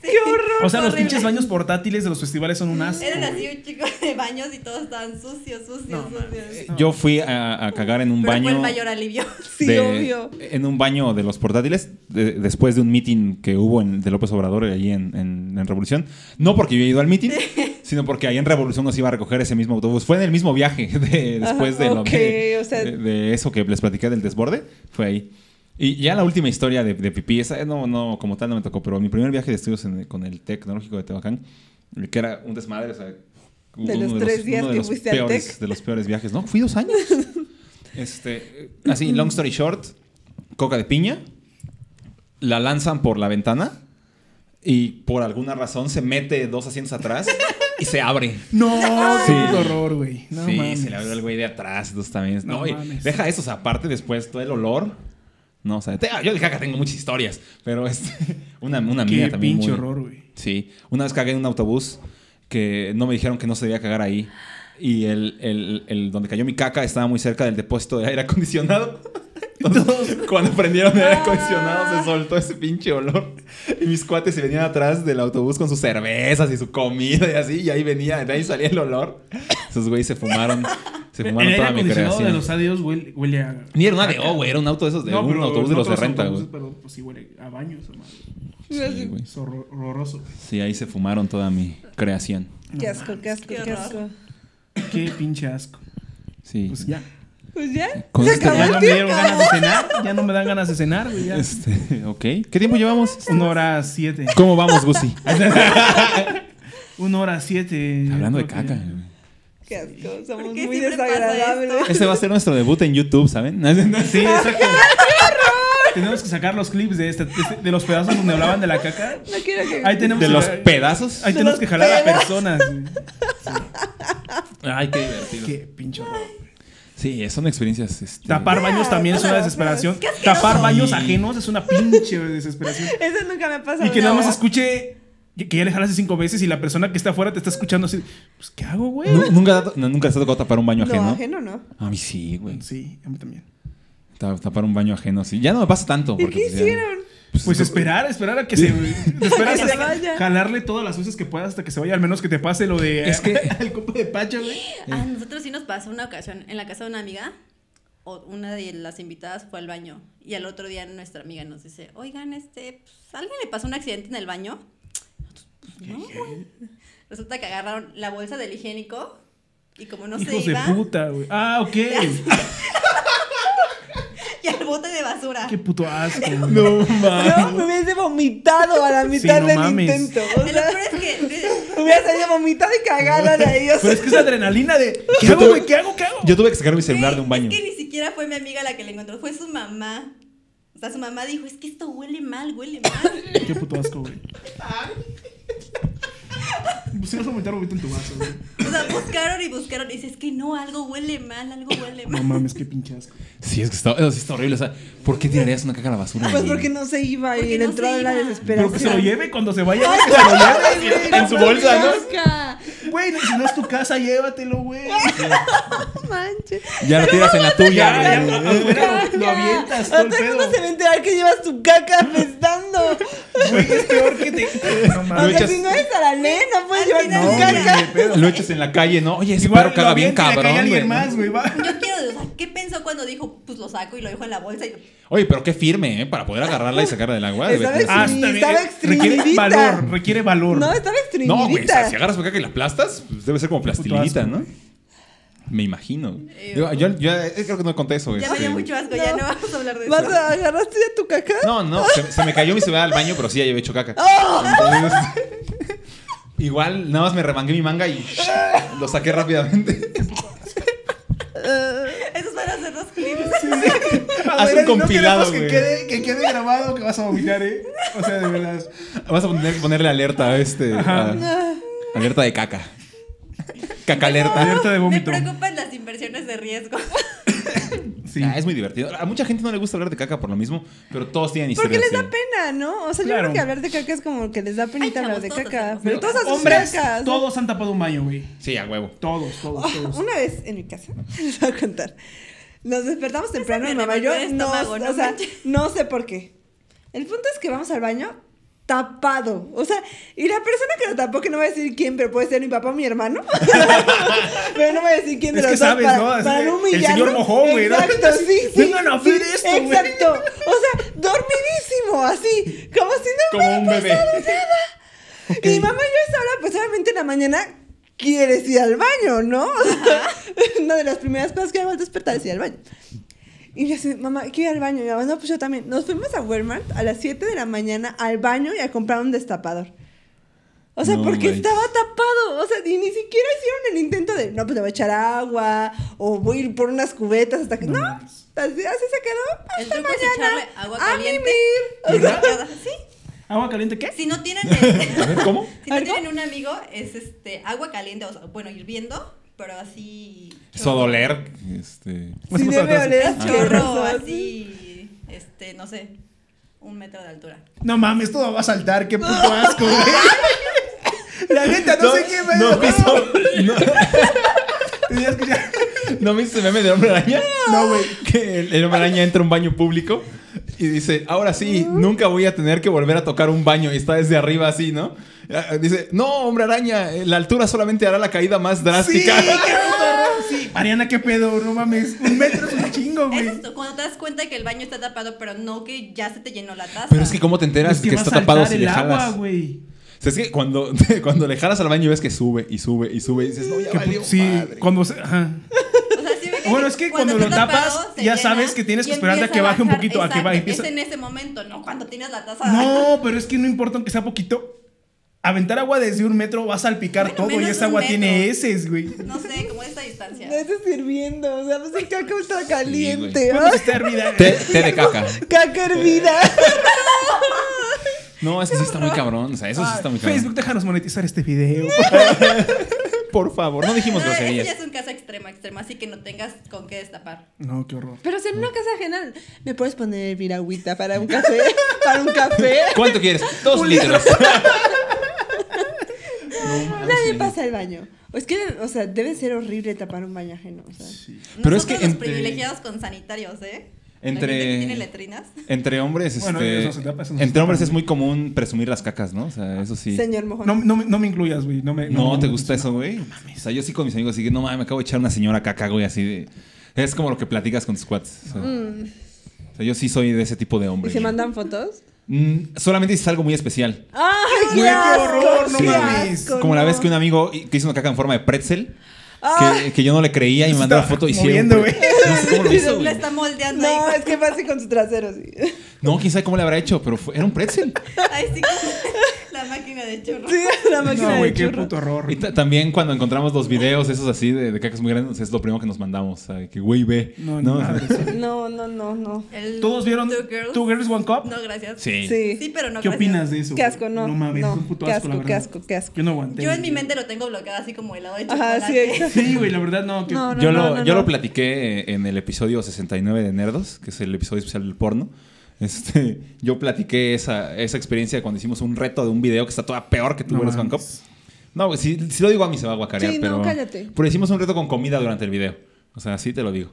[SPEAKER 3] ¡Qué horror!
[SPEAKER 1] O sea, los pinches baños portátiles de los festivales son un asco.
[SPEAKER 3] Eran
[SPEAKER 1] güey.
[SPEAKER 3] así un chico de baños y todos estaban sucios, sucios,
[SPEAKER 1] No,
[SPEAKER 3] sucios.
[SPEAKER 4] Yo fui a, a cagar en un
[SPEAKER 3] Pero
[SPEAKER 4] baño.
[SPEAKER 3] fue el mayor alivio.
[SPEAKER 2] Sí,
[SPEAKER 4] de-
[SPEAKER 2] obvio.
[SPEAKER 4] En un baño de los portátiles, de- después de un meeting que hubo en, de López Obrador allí en, en- en Revolución. No porque yo he ido al meeting, sino porque ahí en Revolución nos iba a recoger ese mismo autobús. Fue en el mismo viaje de- después
[SPEAKER 2] Ajá,
[SPEAKER 4] de, lo
[SPEAKER 2] ok,
[SPEAKER 4] que-
[SPEAKER 2] o sea-
[SPEAKER 4] de, de eso que les platiqué del desborde. Fue ahí. Y ya la última historia de, de pipí, esa no, no, como tal no me tocó, pero mi primer viaje de estudios en- con el Tecnológico de Tehuacán, que era un desmadre, o sea, uno
[SPEAKER 2] los tres días
[SPEAKER 4] uno
[SPEAKER 2] que fuiste al
[SPEAKER 4] peores-
[SPEAKER 2] Tec.
[SPEAKER 4] De los peores viajes, ¿no? Fui dos años. Este, así, long story short, coca de piña, la lanzan por la ventana y por alguna razón se mete dos asientos atrás y se abre.
[SPEAKER 1] No,
[SPEAKER 4] Sí.
[SPEAKER 1] qué puto horror, güey. No
[SPEAKER 4] sí,
[SPEAKER 1] mames.
[SPEAKER 4] se le abrió el güey de atrás, entonces también. No,
[SPEAKER 1] No
[SPEAKER 4] y
[SPEAKER 1] mames.
[SPEAKER 4] deja eso, o sea, aparte después todo el olor. No, o sea, te- ah, yo dije que tengo muchas historias, pero este, una, una mía
[SPEAKER 1] Qué
[SPEAKER 4] también.
[SPEAKER 1] pinche
[SPEAKER 4] muy-
[SPEAKER 1] horror, güey.
[SPEAKER 4] Sí, una vez cagué en un autobús que no me dijeron que no se debía cagar ahí. Y el, el- el donde cayó mi caca estaba muy cerca del depósito de aire acondicionado. Entonces, cuando prendieron el aire
[SPEAKER 1] Ah.
[SPEAKER 4] acondicionado, se soltó ese pinche olor. Y mis cuates se venían atrás del autobús con sus cervezas y su comida y así. Y ahí venía, de ahí salía el olor. Esos güeyes se fumaron, se
[SPEAKER 1] El
[SPEAKER 4] fumaron
[SPEAKER 1] aire
[SPEAKER 4] toda mi
[SPEAKER 1] acondicionado de
[SPEAKER 4] creación.
[SPEAKER 1] los adiós huele, huele a.
[SPEAKER 4] Ni era una de O, güey, era un auto de esos, de un
[SPEAKER 1] pero
[SPEAKER 4] autobús de
[SPEAKER 1] no
[SPEAKER 4] los de
[SPEAKER 1] todos
[SPEAKER 4] renta, güey.
[SPEAKER 1] autobuses, Pero pues sí huele a baños, hermano. pues,
[SPEAKER 4] Sí, güey.
[SPEAKER 1] Es horror- horroroso.
[SPEAKER 4] Sí, ahí se fumaron toda mi creación.
[SPEAKER 2] Qué asco, qué asco,
[SPEAKER 3] Qué
[SPEAKER 2] qué,
[SPEAKER 3] horror.
[SPEAKER 2] asco.
[SPEAKER 1] Qué pinche asco.
[SPEAKER 4] Sí.
[SPEAKER 1] Pues ya.
[SPEAKER 2] Pues ya,
[SPEAKER 4] Con
[SPEAKER 2] se
[SPEAKER 4] este
[SPEAKER 2] acabó
[SPEAKER 1] Ya
[SPEAKER 4] Como
[SPEAKER 1] no
[SPEAKER 2] el
[SPEAKER 1] me
[SPEAKER 2] tiempo.
[SPEAKER 1] dieron ganas de cenar. Ya no me dan ganas de cenar, güey. ya.
[SPEAKER 4] Este, ok. ¿Qué tiempo llevamos?
[SPEAKER 1] Una hora siete.
[SPEAKER 4] ¿Cómo vamos, Gusi?
[SPEAKER 1] Una hora siete.
[SPEAKER 4] Hablando de
[SPEAKER 1] Creo que
[SPEAKER 4] caca.
[SPEAKER 1] ya.
[SPEAKER 2] Qué asco, somos
[SPEAKER 3] ¿Por qué
[SPEAKER 2] muy
[SPEAKER 3] siempre pasa
[SPEAKER 2] desagradables.
[SPEAKER 4] Este va a ser nuestro debut en YouTube, ¿saben?
[SPEAKER 1] Sí, exacto. Tenemos que sacar los clips de, este, de este- de los pedazos donde hablaban de la caca.
[SPEAKER 2] No quiero que.
[SPEAKER 1] Ahí tenemos
[SPEAKER 4] De
[SPEAKER 1] que-
[SPEAKER 4] los pedazos.
[SPEAKER 1] Ahí
[SPEAKER 2] de
[SPEAKER 1] tenemos
[SPEAKER 2] los
[SPEAKER 1] que jalar a
[SPEAKER 2] pedos.
[SPEAKER 1] personas. güey.
[SPEAKER 4] Ay, qué divertido.
[SPEAKER 1] Qué pinche horror.
[SPEAKER 4] Sí, son experiencias. este,
[SPEAKER 1] Tapar baños también es una desesperación. Tapar baños ajenos es una pinche desesperación.
[SPEAKER 2] Eso nunca me ha pasado.
[SPEAKER 1] Y que nada
[SPEAKER 2] no.
[SPEAKER 1] más escuche que ya le jalaste cinco veces y la persona que está afuera te está escuchando así. Pues, ¿qué hago, güey?
[SPEAKER 4] Nu- Nunca, no, nunca se tocó tapar un baño
[SPEAKER 2] No,
[SPEAKER 4] ajeno.
[SPEAKER 2] ajeno no.
[SPEAKER 4] A mí sí, güey.
[SPEAKER 1] Sí, a mí también.
[SPEAKER 4] Ta- Tapar un baño ajeno, sí. Ya no me pasa tanto.
[SPEAKER 2] ¿Y
[SPEAKER 4] porque,
[SPEAKER 2] qué
[SPEAKER 4] pues, ya-
[SPEAKER 2] hicieron?
[SPEAKER 1] Pues esperar, esperar a que se. te esperas
[SPEAKER 2] Que se
[SPEAKER 1] hasta-
[SPEAKER 2] vaya.
[SPEAKER 1] jalarle todas las veces que puedas hasta que se vaya, al menos que te pase lo de.
[SPEAKER 4] Es que-
[SPEAKER 1] el copo de Pacho, güey.
[SPEAKER 3] A Ah, nosotros sí nos pasó una ocasión en la casa de una amiga. o- Una de las invitadas fue al baño y al otro día nuestra amiga nos dice, oigan, este, pues, ¿a alguien le pasó un accidente en el baño? Nosotros, "Pues, no, güey". Resulta que agarraron la bolsa del higiénico y como no
[SPEAKER 1] Hijos
[SPEAKER 3] se
[SPEAKER 1] de
[SPEAKER 3] iba,
[SPEAKER 1] puta, güey. Ah, ok.
[SPEAKER 3] y al bote de basura.
[SPEAKER 1] Qué puto asco. güey.
[SPEAKER 4] No
[SPEAKER 2] Yo
[SPEAKER 4] mames.
[SPEAKER 2] me hubiese vomitado a la mitad
[SPEAKER 1] no
[SPEAKER 2] del
[SPEAKER 1] mames.
[SPEAKER 2] intento. O
[SPEAKER 3] Y lo
[SPEAKER 2] sea,
[SPEAKER 3] peor es que
[SPEAKER 2] me hubiera salido vomitado y cagada de ahí. O
[SPEAKER 1] Pero
[SPEAKER 2] sea,
[SPEAKER 1] es que es adrenalina de. ¿Qué
[SPEAKER 4] Yo
[SPEAKER 1] hago,
[SPEAKER 4] tuve-
[SPEAKER 1] güey? ¿Qué hago? ¿Qué hago?
[SPEAKER 4] Yo tuve que sacar mi celular de un baño.
[SPEAKER 3] Es que ni siquiera fue mi amiga la que la encontró, fue su mamá. O sea, su mamá dijo, es que esto huele mal, huele mal.
[SPEAKER 1] Qué puto asco, güey. Si vas a vomitar, vomita en tu vaso, güey.
[SPEAKER 3] O sea, buscaron y buscaron y dice, es que no, algo huele mal, algo huele
[SPEAKER 1] No
[SPEAKER 3] mal.
[SPEAKER 1] mames, qué pinche asco.
[SPEAKER 4] Sí, es que está, eso sí está horrible. O sea, ¿por qué tirarías una caca a la basura?
[SPEAKER 2] pues
[SPEAKER 4] güey?
[SPEAKER 2] porque no se iba y
[SPEAKER 3] Porque
[SPEAKER 2] le
[SPEAKER 3] no
[SPEAKER 2] entró
[SPEAKER 3] se
[SPEAKER 2] de la
[SPEAKER 3] iba.
[SPEAKER 1] Pero que se lo
[SPEAKER 2] desesperación.
[SPEAKER 1] lleve cuando se vaya. güey, que se lo lleve
[SPEAKER 2] Ay,
[SPEAKER 4] en su bolsa, ¿no?
[SPEAKER 2] casca.
[SPEAKER 1] Güey, si no es tu casa, llévatelo, güey.
[SPEAKER 2] No manches.
[SPEAKER 4] Ya lo tiras en la tuya,
[SPEAKER 1] Ya,
[SPEAKER 4] güey.
[SPEAKER 1] ya, afuera lo- lo avientas, todo el
[SPEAKER 2] Hasta que
[SPEAKER 1] pedo.
[SPEAKER 2] no se va a enterar que llevas tu caca apestando.
[SPEAKER 1] Güey, es peor que te. No
[SPEAKER 2] O
[SPEAKER 1] mames.
[SPEAKER 2] sea,
[SPEAKER 4] echas-
[SPEAKER 2] si no es Aralé, no puedes llevar
[SPEAKER 3] final
[SPEAKER 1] No,
[SPEAKER 2] tu
[SPEAKER 1] güey,
[SPEAKER 2] caca.
[SPEAKER 1] ni de pedo.
[SPEAKER 4] Lo echas en en la calle, ¿no? Oye, ese
[SPEAKER 1] Igual
[SPEAKER 4] perro caga
[SPEAKER 1] lo
[SPEAKER 4] bien
[SPEAKER 1] avienta y le cae a
[SPEAKER 4] cabrón,
[SPEAKER 1] alguien
[SPEAKER 4] güey.
[SPEAKER 1] más, güey. va.
[SPEAKER 3] Yo quiero, o sea, ¿qué pensó cuando dijo, pues lo saco y lo dijo en la bolsa? Y,
[SPEAKER 4] Oye, pero qué firme, ¿eh? Para poder agarrarla y sacarla del agua.
[SPEAKER 2] Está
[SPEAKER 4] debe-
[SPEAKER 2] bien. Ah, Sí, estaba
[SPEAKER 1] requiere
[SPEAKER 2] extremadita.
[SPEAKER 1] valor, requiere valor.
[SPEAKER 2] No, estaba
[SPEAKER 4] No, güey, o
[SPEAKER 2] extremadita.
[SPEAKER 4] sea, si agarras acá que la aplastas, pues debe ser como plastilinita,
[SPEAKER 1] asco,
[SPEAKER 4] ¿no?
[SPEAKER 1] güey.
[SPEAKER 4] Me imagino. güey.
[SPEAKER 3] Eh,
[SPEAKER 4] Yo, yo- yo, eh, creo que no conté eso, güey.
[SPEAKER 3] ya me dio
[SPEAKER 4] Este,
[SPEAKER 3] mucho asco,
[SPEAKER 2] No.
[SPEAKER 3] ya no vamos a hablar de eso.
[SPEAKER 2] ¿Vas a- ¿Agarraste ya tu caca?
[SPEAKER 4] No, no, se, se me cayó mi celular al baño, pero sí, ya llevé hecho caca.
[SPEAKER 2] ¡Oh!
[SPEAKER 4] Entonces, igual, nada más me remangué mi manga y lo saqué rápidamente.
[SPEAKER 3] Esos van a ser los clips.
[SPEAKER 1] A
[SPEAKER 4] Haz
[SPEAKER 1] ver,
[SPEAKER 4] un compilado,
[SPEAKER 1] no
[SPEAKER 4] güey.
[SPEAKER 1] queremos que quede, que quede grabado que vas a vomitar, ¿eh? O sea, de verdad.
[SPEAKER 4] Vas a poner- ponerle alerta a este.
[SPEAKER 1] Ajá.
[SPEAKER 4] a- alerta de caca. Caca alerta.
[SPEAKER 1] Alerta de
[SPEAKER 3] Me
[SPEAKER 1] vómito.
[SPEAKER 3] preocupan las inversiones de riesgo.
[SPEAKER 1] Sí.
[SPEAKER 4] Ah, es muy divertido. A mucha gente no le gusta hablar de caca por lo mismo, pero todos tienen
[SPEAKER 2] Porque
[SPEAKER 4] historias.
[SPEAKER 2] les da
[SPEAKER 4] así.
[SPEAKER 2] pena, ¿no? O sea, yo
[SPEAKER 1] Claro.
[SPEAKER 2] creo que hablar de caca es como que les da penita
[SPEAKER 3] Ay,
[SPEAKER 2] hablar
[SPEAKER 3] chavos,
[SPEAKER 2] de
[SPEAKER 3] todos
[SPEAKER 2] caca.
[SPEAKER 3] hacemos
[SPEAKER 2] Pero
[SPEAKER 4] caca.
[SPEAKER 2] todos hacen
[SPEAKER 1] Hombres,
[SPEAKER 4] ¿eh?
[SPEAKER 2] cacas. ¿no?
[SPEAKER 1] todos han tapado un baño, güey.
[SPEAKER 4] Sí, a huevo.
[SPEAKER 1] Todos, todos, todos.
[SPEAKER 2] Oh, Una vez en mi casa, les voy a contar. Nos despertamos temprano, mi
[SPEAKER 3] me
[SPEAKER 2] mamá y yo.
[SPEAKER 3] revolvió el
[SPEAKER 2] No,
[SPEAKER 3] estómago, no
[SPEAKER 2] o sea,
[SPEAKER 3] manches.
[SPEAKER 2] no sé por qué. El punto es que vamos al baño tapado. O sea, y la persona que lo tapó, que no voy a decir quién, pero puede ser mi papá o mi hermano. pero no voy a decir quién de
[SPEAKER 1] Es
[SPEAKER 2] los
[SPEAKER 1] que
[SPEAKER 2] dos
[SPEAKER 1] sabes,
[SPEAKER 2] para,
[SPEAKER 1] ¿no? Así
[SPEAKER 2] para
[SPEAKER 1] de,
[SPEAKER 2] no
[SPEAKER 1] el señor
[SPEAKER 2] humillarlo.
[SPEAKER 1] mojó, güey, ¿no?
[SPEAKER 2] Exacto, sí, sí.
[SPEAKER 1] Vengan a ver
[SPEAKER 2] sí,
[SPEAKER 1] esto, güey.
[SPEAKER 2] Exacto. O sea, dormidísimo, así. Como si no
[SPEAKER 4] Como un bebé.
[SPEAKER 2] y mi mamá y yo a esa hora, pues obviamente en la mañana quieres ir al baño, ¿no? O sea, Una de las primeras cosas que hago al despertar es ir al baño. Y yo así, mamá, quiero ir al baño. Y mi mamá, no, pues yo también. Nos fuimos a Walmart a las 7 de la mañana al baño y a comprar un destapador. O sea,
[SPEAKER 4] No
[SPEAKER 2] porque
[SPEAKER 4] manches.
[SPEAKER 2] estaba tapado. O sea, y ni siquiera hicieron el intento de, no, pues le voy a echar agua o voy a ir por unas cubetas hasta que. No, así, así se quedó.
[SPEAKER 3] El
[SPEAKER 2] Hasta
[SPEAKER 3] truco es
[SPEAKER 2] mañana.
[SPEAKER 3] echarle agua
[SPEAKER 2] a
[SPEAKER 3] caliente.
[SPEAKER 2] mimir. O sea,
[SPEAKER 3] Sí.
[SPEAKER 1] ¿Agua caliente qué?
[SPEAKER 3] Si no tienen,
[SPEAKER 4] A ver, ¿cómo?
[SPEAKER 3] si no
[SPEAKER 2] ¿Algo?
[SPEAKER 3] tienen un amigo, es este agua caliente, o sea, bueno, hirviendo, pero así.
[SPEAKER 4] Eso doler. Este.
[SPEAKER 2] sí,
[SPEAKER 1] Pasemos
[SPEAKER 2] debe
[SPEAKER 1] atrás.
[SPEAKER 2] oler
[SPEAKER 4] Ah.
[SPEAKER 3] Es chorro,
[SPEAKER 2] asqueroso,
[SPEAKER 3] así. Este, no sé, un metro de altura.
[SPEAKER 1] No mames, todo va a saltar, qué puto asco, güey. La neta, no, sé qué, güey.
[SPEAKER 4] No, me hizo, no,
[SPEAKER 1] Tenías que ya-
[SPEAKER 4] ¿no me hizo el meme de hombre araña.
[SPEAKER 1] No, güey.
[SPEAKER 4] Que el, el hombre araña entra a un baño público y dice, ahora sí, nunca voy a tener que volver a tocar un baño. Y está desde arriba así, ¿no? Ah, Dice, no, hombre araña, eh, la altura solamente hará la caída más
[SPEAKER 1] Sí, qué
[SPEAKER 4] drástica.
[SPEAKER 1] puto, sí. Mariana, qué pedo, no mames. Un metro es un chingo,
[SPEAKER 3] Es
[SPEAKER 1] güey.
[SPEAKER 3] esto, cuando te das cuenta que el baño está tapado, pero no que ya se te llenó la taza.
[SPEAKER 4] Pero es que cómo te enteras
[SPEAKER 1] Es
[SPEAKER 4] que,
[SPEAKER 1] va
[SPEAKER 4] está
[SPEAKER 1] a saltar
[SPEAKER 4] tapado si
[SPEAKER 1] el
[SPEAKER 4] le
[SPEAKER 1] agua,
[SPEAKER 4] jalas. O
[SPEAKER 1] güey.
[SPEAKER 4] sea, es que cuando, cuando le jalas al baño ves que sube y sube y sube y dices, no, ya
[SPEAKER 1] Qué
[SPEAKER 4] valió
[SPEAKER 1] pu- Sí,
[SPEAKER 4] madre".
[SPEAKER 1] cuando se- ajá.
[SPEAKER 3] O sea, sí ve
[SPEAKER 1] Bueno, es que cuando
[SPEAKER 3] está
[SPEAKER 1] lo tapas,
[SPEAKER 3] se
[SPEAKER 1] ya sabes que tienes que
[SPEAKER 3] y
[SPEAKER 1] esperarte a
[SPEAKER 3] empieza
[SPEAKER 1] que baje un
[SPEAKER 3] bajar.
[SPEAKER 1] poquito, a que baje, empieza-
[SPEAKER 3] Exacto, Es en ese momento, no cuando tienes la taza.
[SPEAKER 1] No, pero es que no importa aunque sea poquito. Aventar agua desde un metro va a salpicar
[SPEAKER 3] Bueno,
[SPEAKER 1] todo y
[SPEAKER 3] menos
[SPEAKER 1] esa
[SPEAKER 3] un
[SPEAKER 1] agua
[SPEAKER 3] metro.
[SPEAKER 1] tiene heces, güey.
[SPEAKER 3] No sé, como esta distancia.
[SPEAKER 2] No estás sirviendo, o sea, pues el caca está caliente.
[SPEAKER 4] güey.
[SPEAKER 1] ¿Cuándo
[SPEAKER 2] ay,
[SPEAKER 1] se pues está hervida?
[SPEAKER 4] Té, té de caca.
[SPEAKER 2] Caca hervida.
[SPEAKER 4] No, es que sí está muy cabrón. O sea, eso sí está muy cabrón.
[SPEAKER 1] Ah, Facebook, déjanos monetizar este video.
[SPEAKER 4] Por favor, no dijimos
[SPEAKER 3] No, ese ya
[SPEAKER 4] groserías.
[SPEAKER 3] es un caso extremo, extremo, así que no tengas con qué destapar.
[SPEAKER 1] No, qué horror.
[SPEAKER 2] Pero si en una casa ajena, ¿me puedes poner viragüita para un café? ¿Para un café?
[SPEAKER 4] ¿Cuánto quieres? Dos litros.
[SPEAKER 1] Ah,
[SPEAKER 2] Nadie pasa al baño. O es que, o sea, debe ser horrible tapar un baño ajeno. O sea.
[SPEAKER 3] Nosotros
[SPEAKER 4] Pero es que
[SPEAKER 3] los
[SPEAKER 4] entre-
[SPEAKER 3] privilegiados con sanitarios, ¿eh?
[SPEAKER 4] Entre-
[SPEAKER 3] La gente que tiene letrinas.
[SPEAKER 4] Entre hombres,
[SPEAKER 1] Bueno,
[SPEAKER 4] este,
[SPEAKER 1] eso se tapa, eso no se
[SPEAKER 4] entre
[SPEAKER 1] tapa.
[SPEAKER 4] hombres es muy común presumir las cacas, ¿no? O sea, eso sí.
[SPEAKER 2] Señor mojón.
[SPEAKER 1] No, no, me- no me incluyas, güey. No, me,
[SPEAKER 4] No,
[SPEAKER 1] me-
[SPEAKER 4] te gusta eso, güey. O sea, yo sí con mis amigos así que no mames, me acabo de echar una señora caca, güey, así de. Es como lo que platicas con tus cuates. O sea, O sea, yo sí soy de ese tipo de hombre.
[SPEAKER 2] Mm. ¿Y se
[SPEAKER 4] güey.
[SPEAKER 2] mandan fotos?
[SPEAKER 4] Mm, solamente si es algo muy especial.
[SPEAKER 2] ¡Ay,
[SPEAKER 1] Güey, qué
[SPEAKER 2] asco,
[SPEAKER 1] horror, no
[SPEAKER 2] qué
[SPEAKER 1] mames.
[SPEAKER 2] asco,
[SPEAKER 4] como la
[SPEAKER 2] no.
[SPEAKER 4] vez que un amigo i- que hizo una caca en forma de pretzel,
[SPEAKER 2] Ah.
[SPEAKER 4] que, que yo no le creía y me
[SPEAKER 1] Se
[SPEAKER 4] mandó la
[SPEAKER 1] está
[SPEAKER 4] foto y
[SPEAKER 1] moviendo,
[SPEAKER 4] siempre. No sé cómo lo hizo,
[SPEAKER 3] La
[SPEAKER 4] güey.
[SPEAKER 3] está moldeando
[SPEAKER 2] No,
[SPEAKER 3] ahí.
[SPEAKER 2] es que fue así con su trasero, sí.
[SPEAKER 4] No, quién sabe cómo le habrá hecho, pero fue- era un pretzel.
[SPEAKER 3] Ahí sí que- la máquina de churros.
[SPEAKER 2] Sí, la máquina
[SPEAKER 1] No, güey,
[SPEAKER 2] de
[SPEAKER 1] qué
[SPEAKER 2] churros.
[SPEAKER 1] puto horror.
[SPEAKER 4] Y ta- también cuando encontramos los videos esos así de, de cacas muy grandes, es lo primero que nos mandamos. ¿sabe? Que güey ve.
[SPEAKER 1] No,
[SPEAKER 4] ¿no?
[SPEAKER 1] no, madre.
[SPEAKER 2] No, no, no, no.
[SPEAKER 3] El
[SPEAKER 1] ¿Todos vieron
[SPEAKER 3] Two Girls.
[SPEAKER 1] Two Girls One Cup?
[SPEAKER 3] No, gracias.
[SPEAKER 4] Sí.
[SPEAKER 2] Sí.
[SPEAKER 3] Sí, pero no
[SPEAKER 1] ¿Qué
[SPEAKER 3] gracias.
[SPEAKER 1] opinas de eso?
[SPEAKER 2] Qué
[SPEAKER 1] güey?
[SPEAKER 2] asco, no.
[SPEAKER 1] No mames,
[SPEAKER 2] no,
[SPEAKER 1] es un puto
[SPEAKER 2] qué
[SPEAKER 1] asco, la
[SPEAKER 2] asco,
[SPEAKER 1] verdad.
[SPEAKER 2] qué asco, qué asco.
[SPEAKER 1] Yo no aguanté.
[SPEAKER 3] Yo en mi
[SPEAKER 1] güey.
[SPEAKER 3] mente lo tengo bloqueado así como helado de chocolate.
[SPEAKER 2] Ajá, sí, exacto.
[SPEAKER 1] Sí, güey, la verdad, no. que-
[SPEAKER 2] No, no.
[SPEAKER 4] Yo, lo, yo
[SPEAKER 2] no.
[SPEAKER 4] lo platiqué en el episodio 69 de Nerdos, que es el episodio especial del porno. Este, yo platiqué esa, esa experiencia cuando hicimos un reto de un video que está toda peor que tú
[SPEAKER 1] No
[SPEAKER 4] eres
[SPEAKER 1] mames.
[SPEAKER 4] Bangkok. No, güey, si, si lo digo a mí se va a guacarear,
[SPEAKER 2] Sí, no,
[SPEAKER 4] pero.
[SPEAKER 2] cállate.
[SPEAKER 4] Pero hicimos un reto con comida durante el video. O sea, sí te lo digo.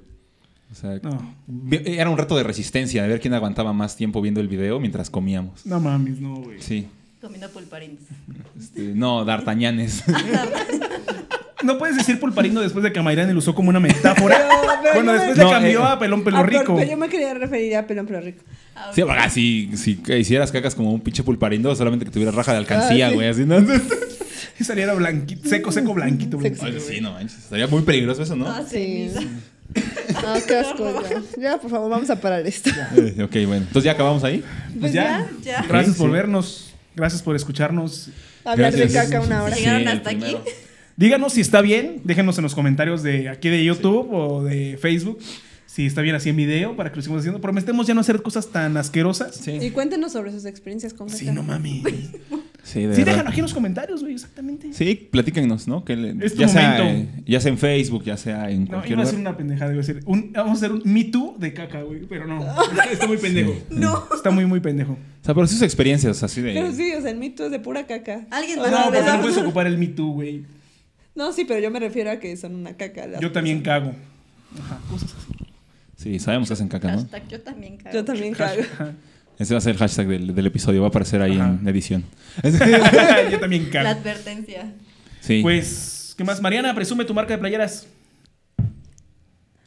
[SPEAKER 4] O sea,
[SPEAKER 1] No.
[SPEAKER 4] vi- era un reto de resistencia, de ver quién aguantaba más tiempo viendo el video mientras comíamos.
[SPEAKER 1] No mames, no, güey.
[SPEAKER 4] Sí.
[SPEAKER 3] Comiendo pulparines.
[SPEAKER 4] Este, no, D'Artañanes.
[SPEAKER 1] No puedes decir pulparindo después de que Amairani lo usó como una metáfora.
[SPEAKER 2] pero
[SPEAKER 1] bueno,
[SPEAKER 2] yo
[SPEAKER 1] después le
[SPEAKER 2] me-
[SPEAKER 4] No,
[SPEAKER 1] cambió
[SPEAKER 4] eh,
[SPEAKER 1] a pelón pelo
[SPEAKER 2] Ah, pero-
[SPEAKER 1] rico.
[SPEAKER 2] pero yo me quería referir a pelón pero rico.
[SPEAKER 3] Ah,
[SPEAKER 4] Sí,
[SPEAKER 3] ok.
[SPEAKER 4] porque, ah, si, si hicieras cacas como un pinche pulparindo, solamente que tuvieras raja de alcancía,
[SPEAKER 2] Ah, sí.
[SPEAKER 4] güey. Así, ¿no?
[SPEAKER 1] Y saliera blanquito, seco, seco, blanquito. blanquito.
[SPEAKER 4] Oye, sí, no manches. Estaría muy peligroso eso, ¿no?
[SPEAKER 3] Ah,
[SPEAKER 2] Sí.
[SPEAKER 3] ceniza.
[SPEAKER 2] No, Ah, qué asco. Ya. Ya, por favor, vamos a parar esto.
[SPEAKER 4] Eh, ok, bueno. Entonces ya acabamos ahí.
[SPEAKER 1] Pues ya.
[SPEAKER 3] ya.
[SPEAKER 1] Gracias
[SPEAKER 4] Sí,
[SPEAKER 1] por
[SPEAKER 4] sí.
[SPEAKER 1] vernos. Gracias por escucharnos.
[SPEAKER 2] Hablar
[SPEAKER 4] Gracias.
[SPEAKER 2] de caca una hora.
[SPEAKER 3] Sí. Llegaron
[SPEAKER 4] el
[SPEAKER 3] hasta aquí.
[SPEAKER 4] primero.
[SPEAKER 1] Díganos si está bien. Déjenos en los comentarios de aquí de YouTube o de Facebook. Si está bien así en video para que lo sigamos haciendo. Prometemos ya no hacer cosas tan asquerosas. Sí,
[SPEAKER 2] Y
[SPEAKER 4] Sí,
[SPEAKER 2] cuéntenos sobre sus experiencias con caca.
[SPEAKER 1] no mames.
[SPEAKER 4] sí, de
[SPEAKER 1] Sí,
[SPEAKER 4] verdad.
[SPEAKER 1] déjanos aquí en los comentarios, güey, exactamente.
[SPEAKER 4] Sí, platíquenos, ¿no? Que le-
[SPEAKER 1] Es tu
[SPEAKER 4] ya, sea,
[SPEAKER 1] momento.
[SPEAKER 4] eh, ya sea en Facebook, ya sea en
[SPEAKER 1] No,
[SPEAKER 4] cualquier
[SPEAKER 1] iba a ser
[SPEAKER 4] lugar.
[SPEAKER 1] una pendejada, iba a decir, un- vamos a hacer un Me Too de caca, güey, pero no, está, está muy pendejo.
[SPEAKER 3] No.
[SPEAKER 1] Está muy, muy pendejo.
[SPEAKER 4] O sea, pero sus experiencias así de...
[SPEAKER 2] Pero sí, o sea, el mito es de pura caca.
[SPEAKER 3] Alguien
[SPEAKER 2] O
[SPEAKER 3] más.
[SPEAKER 2] sea,
[SPEAKER 1] No,
[SPEAKER 3] lo
[SPEAKER 1] porque
[SPEAKER 3] verá.
[SPEAKER 1] no puedes ocupar el Me Too, güey.
[SPEAKER 2] No, sí, pero yo me refiero a que son una caca. las
[SPEAKER 1] Yo también cago. Ajá, cosas así.
[SPEAKER 4] Sí, sabemos que hacen caca, ¿no?
[SPEAKER 3] Hashtag yo también cago.
[SPEAKER 2] Yo también cago.
[SPEAKER 1] Ajá.
[SPEAKER 4] Ese va a ser el hashtag del, del episodio, va a aparecer ahí
[SPEAKER 1] Ajá.
[SPEAKER 4] en edición.
[SPEAKER 1] Yo también
[SPEAKER 3] La
[SPEAKER 1] cago.
[SPEAKER 3] advertencia.
[SPEAKER 4] Sí.
[SPEAKER 1] Pues, ¿qué más? Mariana, presume tu marca de playeras.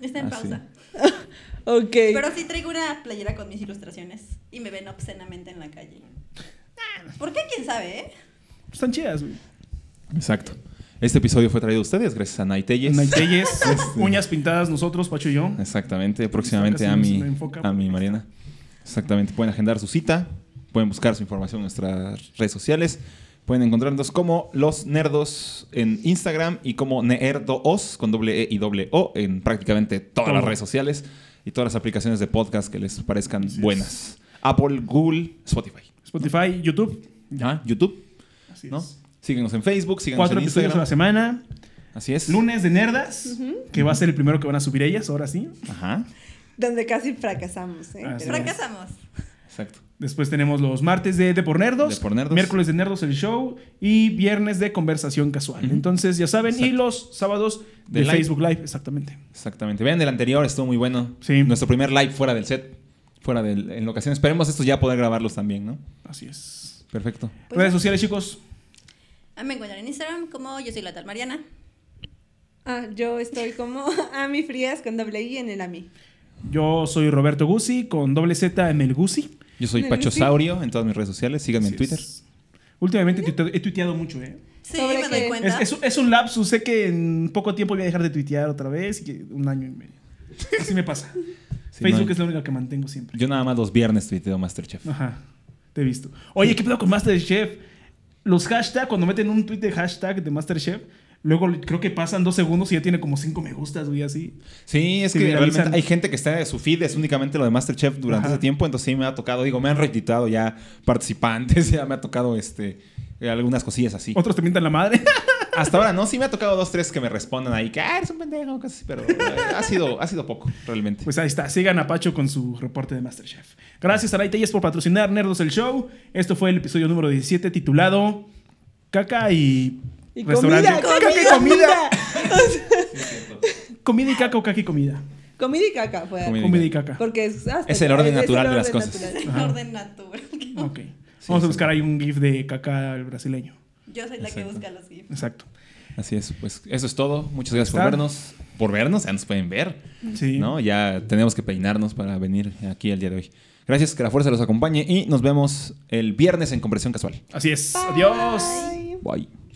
[SPEAKER 3] Está en
[SPEAKER 4] Ah,
[SPEAKER 3] pausa.
[SPEAKER 2] Ok.
[SPEAKER 3] Pero sí traigo una playera con mis ilustraciones y me ven obscenamente en la calle. ¿Por qué? ¿Quién sabe? eh?
[SPEAKER 1] Están chidas, güey.
[SPEAKER 4] Exacto. Este episodio fue traído a ustedes gracias a Naiteyes.
[SPEAKER 1] Naiteyes,
[SPEAKER 4] Este.
[SPEAKER 1] uñas pintadas nosotros, Pacho y yo.
[SPEAKER 4] Exactamente. Próximamente
[SPEAKER 1] Casi
[SPEAKER 4] a
[SPEAKER 1] no se
[SPEAKER 4] mi,
[SPEAKER 1] me enfoca,
[SPEAKER 4] a mi
[SPEAKER 1] pero-
[SPEAKER 4] Mariana. Exactamente. Pueden agendar su cita. Pueden buscar su información en nuestras redes sociales. Pueden encontrarnos como Los Nerdos en Instagram y como Nerdoos con doble E y doble O en prácticamente todas
[SPEAKER 1] Todo.
[SPEAKER 4] las redes sociales y todas las aplicaciones de podcast que les parezcan buenas. Apple, Google, Spotify.
[SPEAKER 1] Spotify, YouTube.
[SPEAKER 4] Ah, YouTube,
[SPEAKER 1] Así
[SPEAKER 4] ¿no?
[SPEAKER 1] es.
[SPEAKER 4] Síguenos en Facebook, síguenos
[SPEAKER 1] Cuatro
[SPEAKER 4] en
[SPEAKER 1] episodios a
[SPEAKER 4] Instagram.
[SPEAKER 1] la semana.
[SPEAKER 4] Así es.
[SPEAKER 1] Lunes de Nerdas, que va a ser el primero que van a subir ellas, ahora sí.
[SPEAKER 4] Ajá.
[SPEAKER 2] Donde casi fracasamos,
[SPEAKER 1] Así
[SPEAKER 2] ¿eh? Pero-
[SPEAKER 1] es.
[SPEAKER 3] Fracasamos.
[SPEAKER 4] Exacto.
[SPEAKER 1] Después tenemos los martes de De por Nerdos,
[SPEAKER 4] De por Nerdos.
[SPEAKER 1] miércoles de Nerdos el show y viernes de conversación casual.
[SPEAKER 4] Ujú.
[SPEAKER 1] Entonces, ya saben, y
[SPEAKER 4] Exacto.
[SPEAKER 1] los sábados
[SPEAKER 4] De
[SPEAKER 1] de,
[SPEAKER 4] live.
[SPEAKER 1] Facebook Live, exactamente.
[SPEAKER 4] Exactamente. Vean el anterior, estuvo muy bueno.
[SPEAKER 1] Sí.
[SPEAKER 4] Nuestro primer live fuera del set, fuera de en locación. Esperemos estos ya poder grabarlos también, ¿no?
[SPEAKER 1] Así es.
[SPEAKER 4] Perfecto.
[SPEAKER 3] Pues
[SPEAKER 1] Redes
[SPEAKER 3] ya.
[SPEAKER 1] sociales, chicos.
[SPEAKER 3] Ah, Me encuentran en Instagram como yo soy la tal Mariana.
[SPEAKER 2] Ah, yo estoy como Ami Frías con doble I en el Ami.
[SPEAKER 1] Yo soy Roberto Guzzi con doble Z en el Guzzi.
[SPEAKER 4] Yo soy
[SPEAKER 2] Muy bien,
[SPEAKER 4] Pacho
[SPEAKER 2] sí.
[SPEAKER 4] Saurio en todas mis redes sociales. Síganme
[SPEAKER 1] Así
[SPEAKER 4] en Twitter.
[SPEAKER 1] es. Últimamente he tuite- he tuiteado mucho, ¿eh?
[SPEAKER 3] Sí,
[SPEAKER 2] ¿Sobre
[SPEAKER 3] me
[SPEAKER 2] qué?
[SPEAKER 3] doy
[SPEAKER 1] Es,
[SPEAKER 3] cuenta.
[SPEAKER 1] es un- es un lapsus, sé que en poco tiempo voy a dejar de tuitear otra vez y que un año y medio. Así me pasa.
[SPEAKER 4] Sí,
[SPEAKER 1] Facebook
[SPEAKER 4] no,
[SPEAKER 1] es Ah. la única que mantengo siempre.
[SPEAKER 4] Yo nada más los viernes tuiteo Masterchef.
[SPEAKER 1] Ajá, te he visto. Oye, ¿qué pedo con Masterchef? Los hashtags, cuando meten un tweet de hashtag de Masterchef, luego creo que pasan dos segundos y ya tiene como cinco me gustas, güey, así.
[SPEAKER 4] Sí, es
[SPEAKER 1] Se
[SPEAKER 4] que
[SPEAKER 1] viralizan.
[SPEAKER 4] realmente hay gente que está su feed es únicamente lo de Masterchef durante
[SPEAKER 1] Ajá.
[SPEAKER 4] ese tiempo, entonces sí me ha tocado, digo, me han retuiteado ya participantes, ya me ha tocado este algunas cosillas así.
[SPEAKER 1] Otros te mientan la madre.
[SPEAKER 4] Hasta ahora no, sí me ha tocado dos, tres que me respondan ahí que ah, eres un pendejo, cosas así, pero eh, ha sido, ha sido poco, realmente.
[SPEAKER 1] Pues ahí está, sigan a Pacho con su reporte de Masterchef. Gracias a Telles por patrocinar Nerdos el Show. Esto fue el episodio número 17 titulado Caca y,
[SPEAKER 2] Y
[SPEAKER 1] Restaurante.
[SPEAKER 2] comida,
[SPEAKER 1] Caca y
[SPEAKER 2] comida,
[SPEAKER 1] comida.
[SPEAKER 2] comida.
[SPEAKER 1] Comida y caca o caca y comida.
[SPEAKER 2] Comida y caca fue.
[SPEAKER 4] Comida.
[SPEAKER 1] Comida y caca.
[SPEAKER 2] Porque es, hasta-
[SPEAKER 4] Es el orden natural de
[SPEAKER 2] orden
[SPEAKER 4] las cosas.
[SPEAKER 2] natural.
[SPEAKER 3] En orden natural.
[SPEAKER 1] Ok. Vamos a buscar ahí un GIF de caca al brasileño.
[SPEAKER 3] Yo soy la que
[SPEAKER 4] Exacto.
[SPEAKER 3] busca los gifs.
[SPEAKER 1] Exacto.
[SPEAKER 4] Así es, pues eso es todo. Muchas gracias por
[SPEAKER 1] Está.
[SPEAKER 4] vernos. Por vernos, ya nos pueden ver.
[SPEAKER 1] Sí.
[SPEAKER 4] ¿no? Ya tenemos que peinarnos para venir aquí el día de hoy. Gracias, que la fuerza los acompañe y nos vemos el viernes en Conversión Casual.
[SPEAKER 1] Así es. Adiós.
[SPEAKER 2] Bye.
[SPEAKER 4] Bye.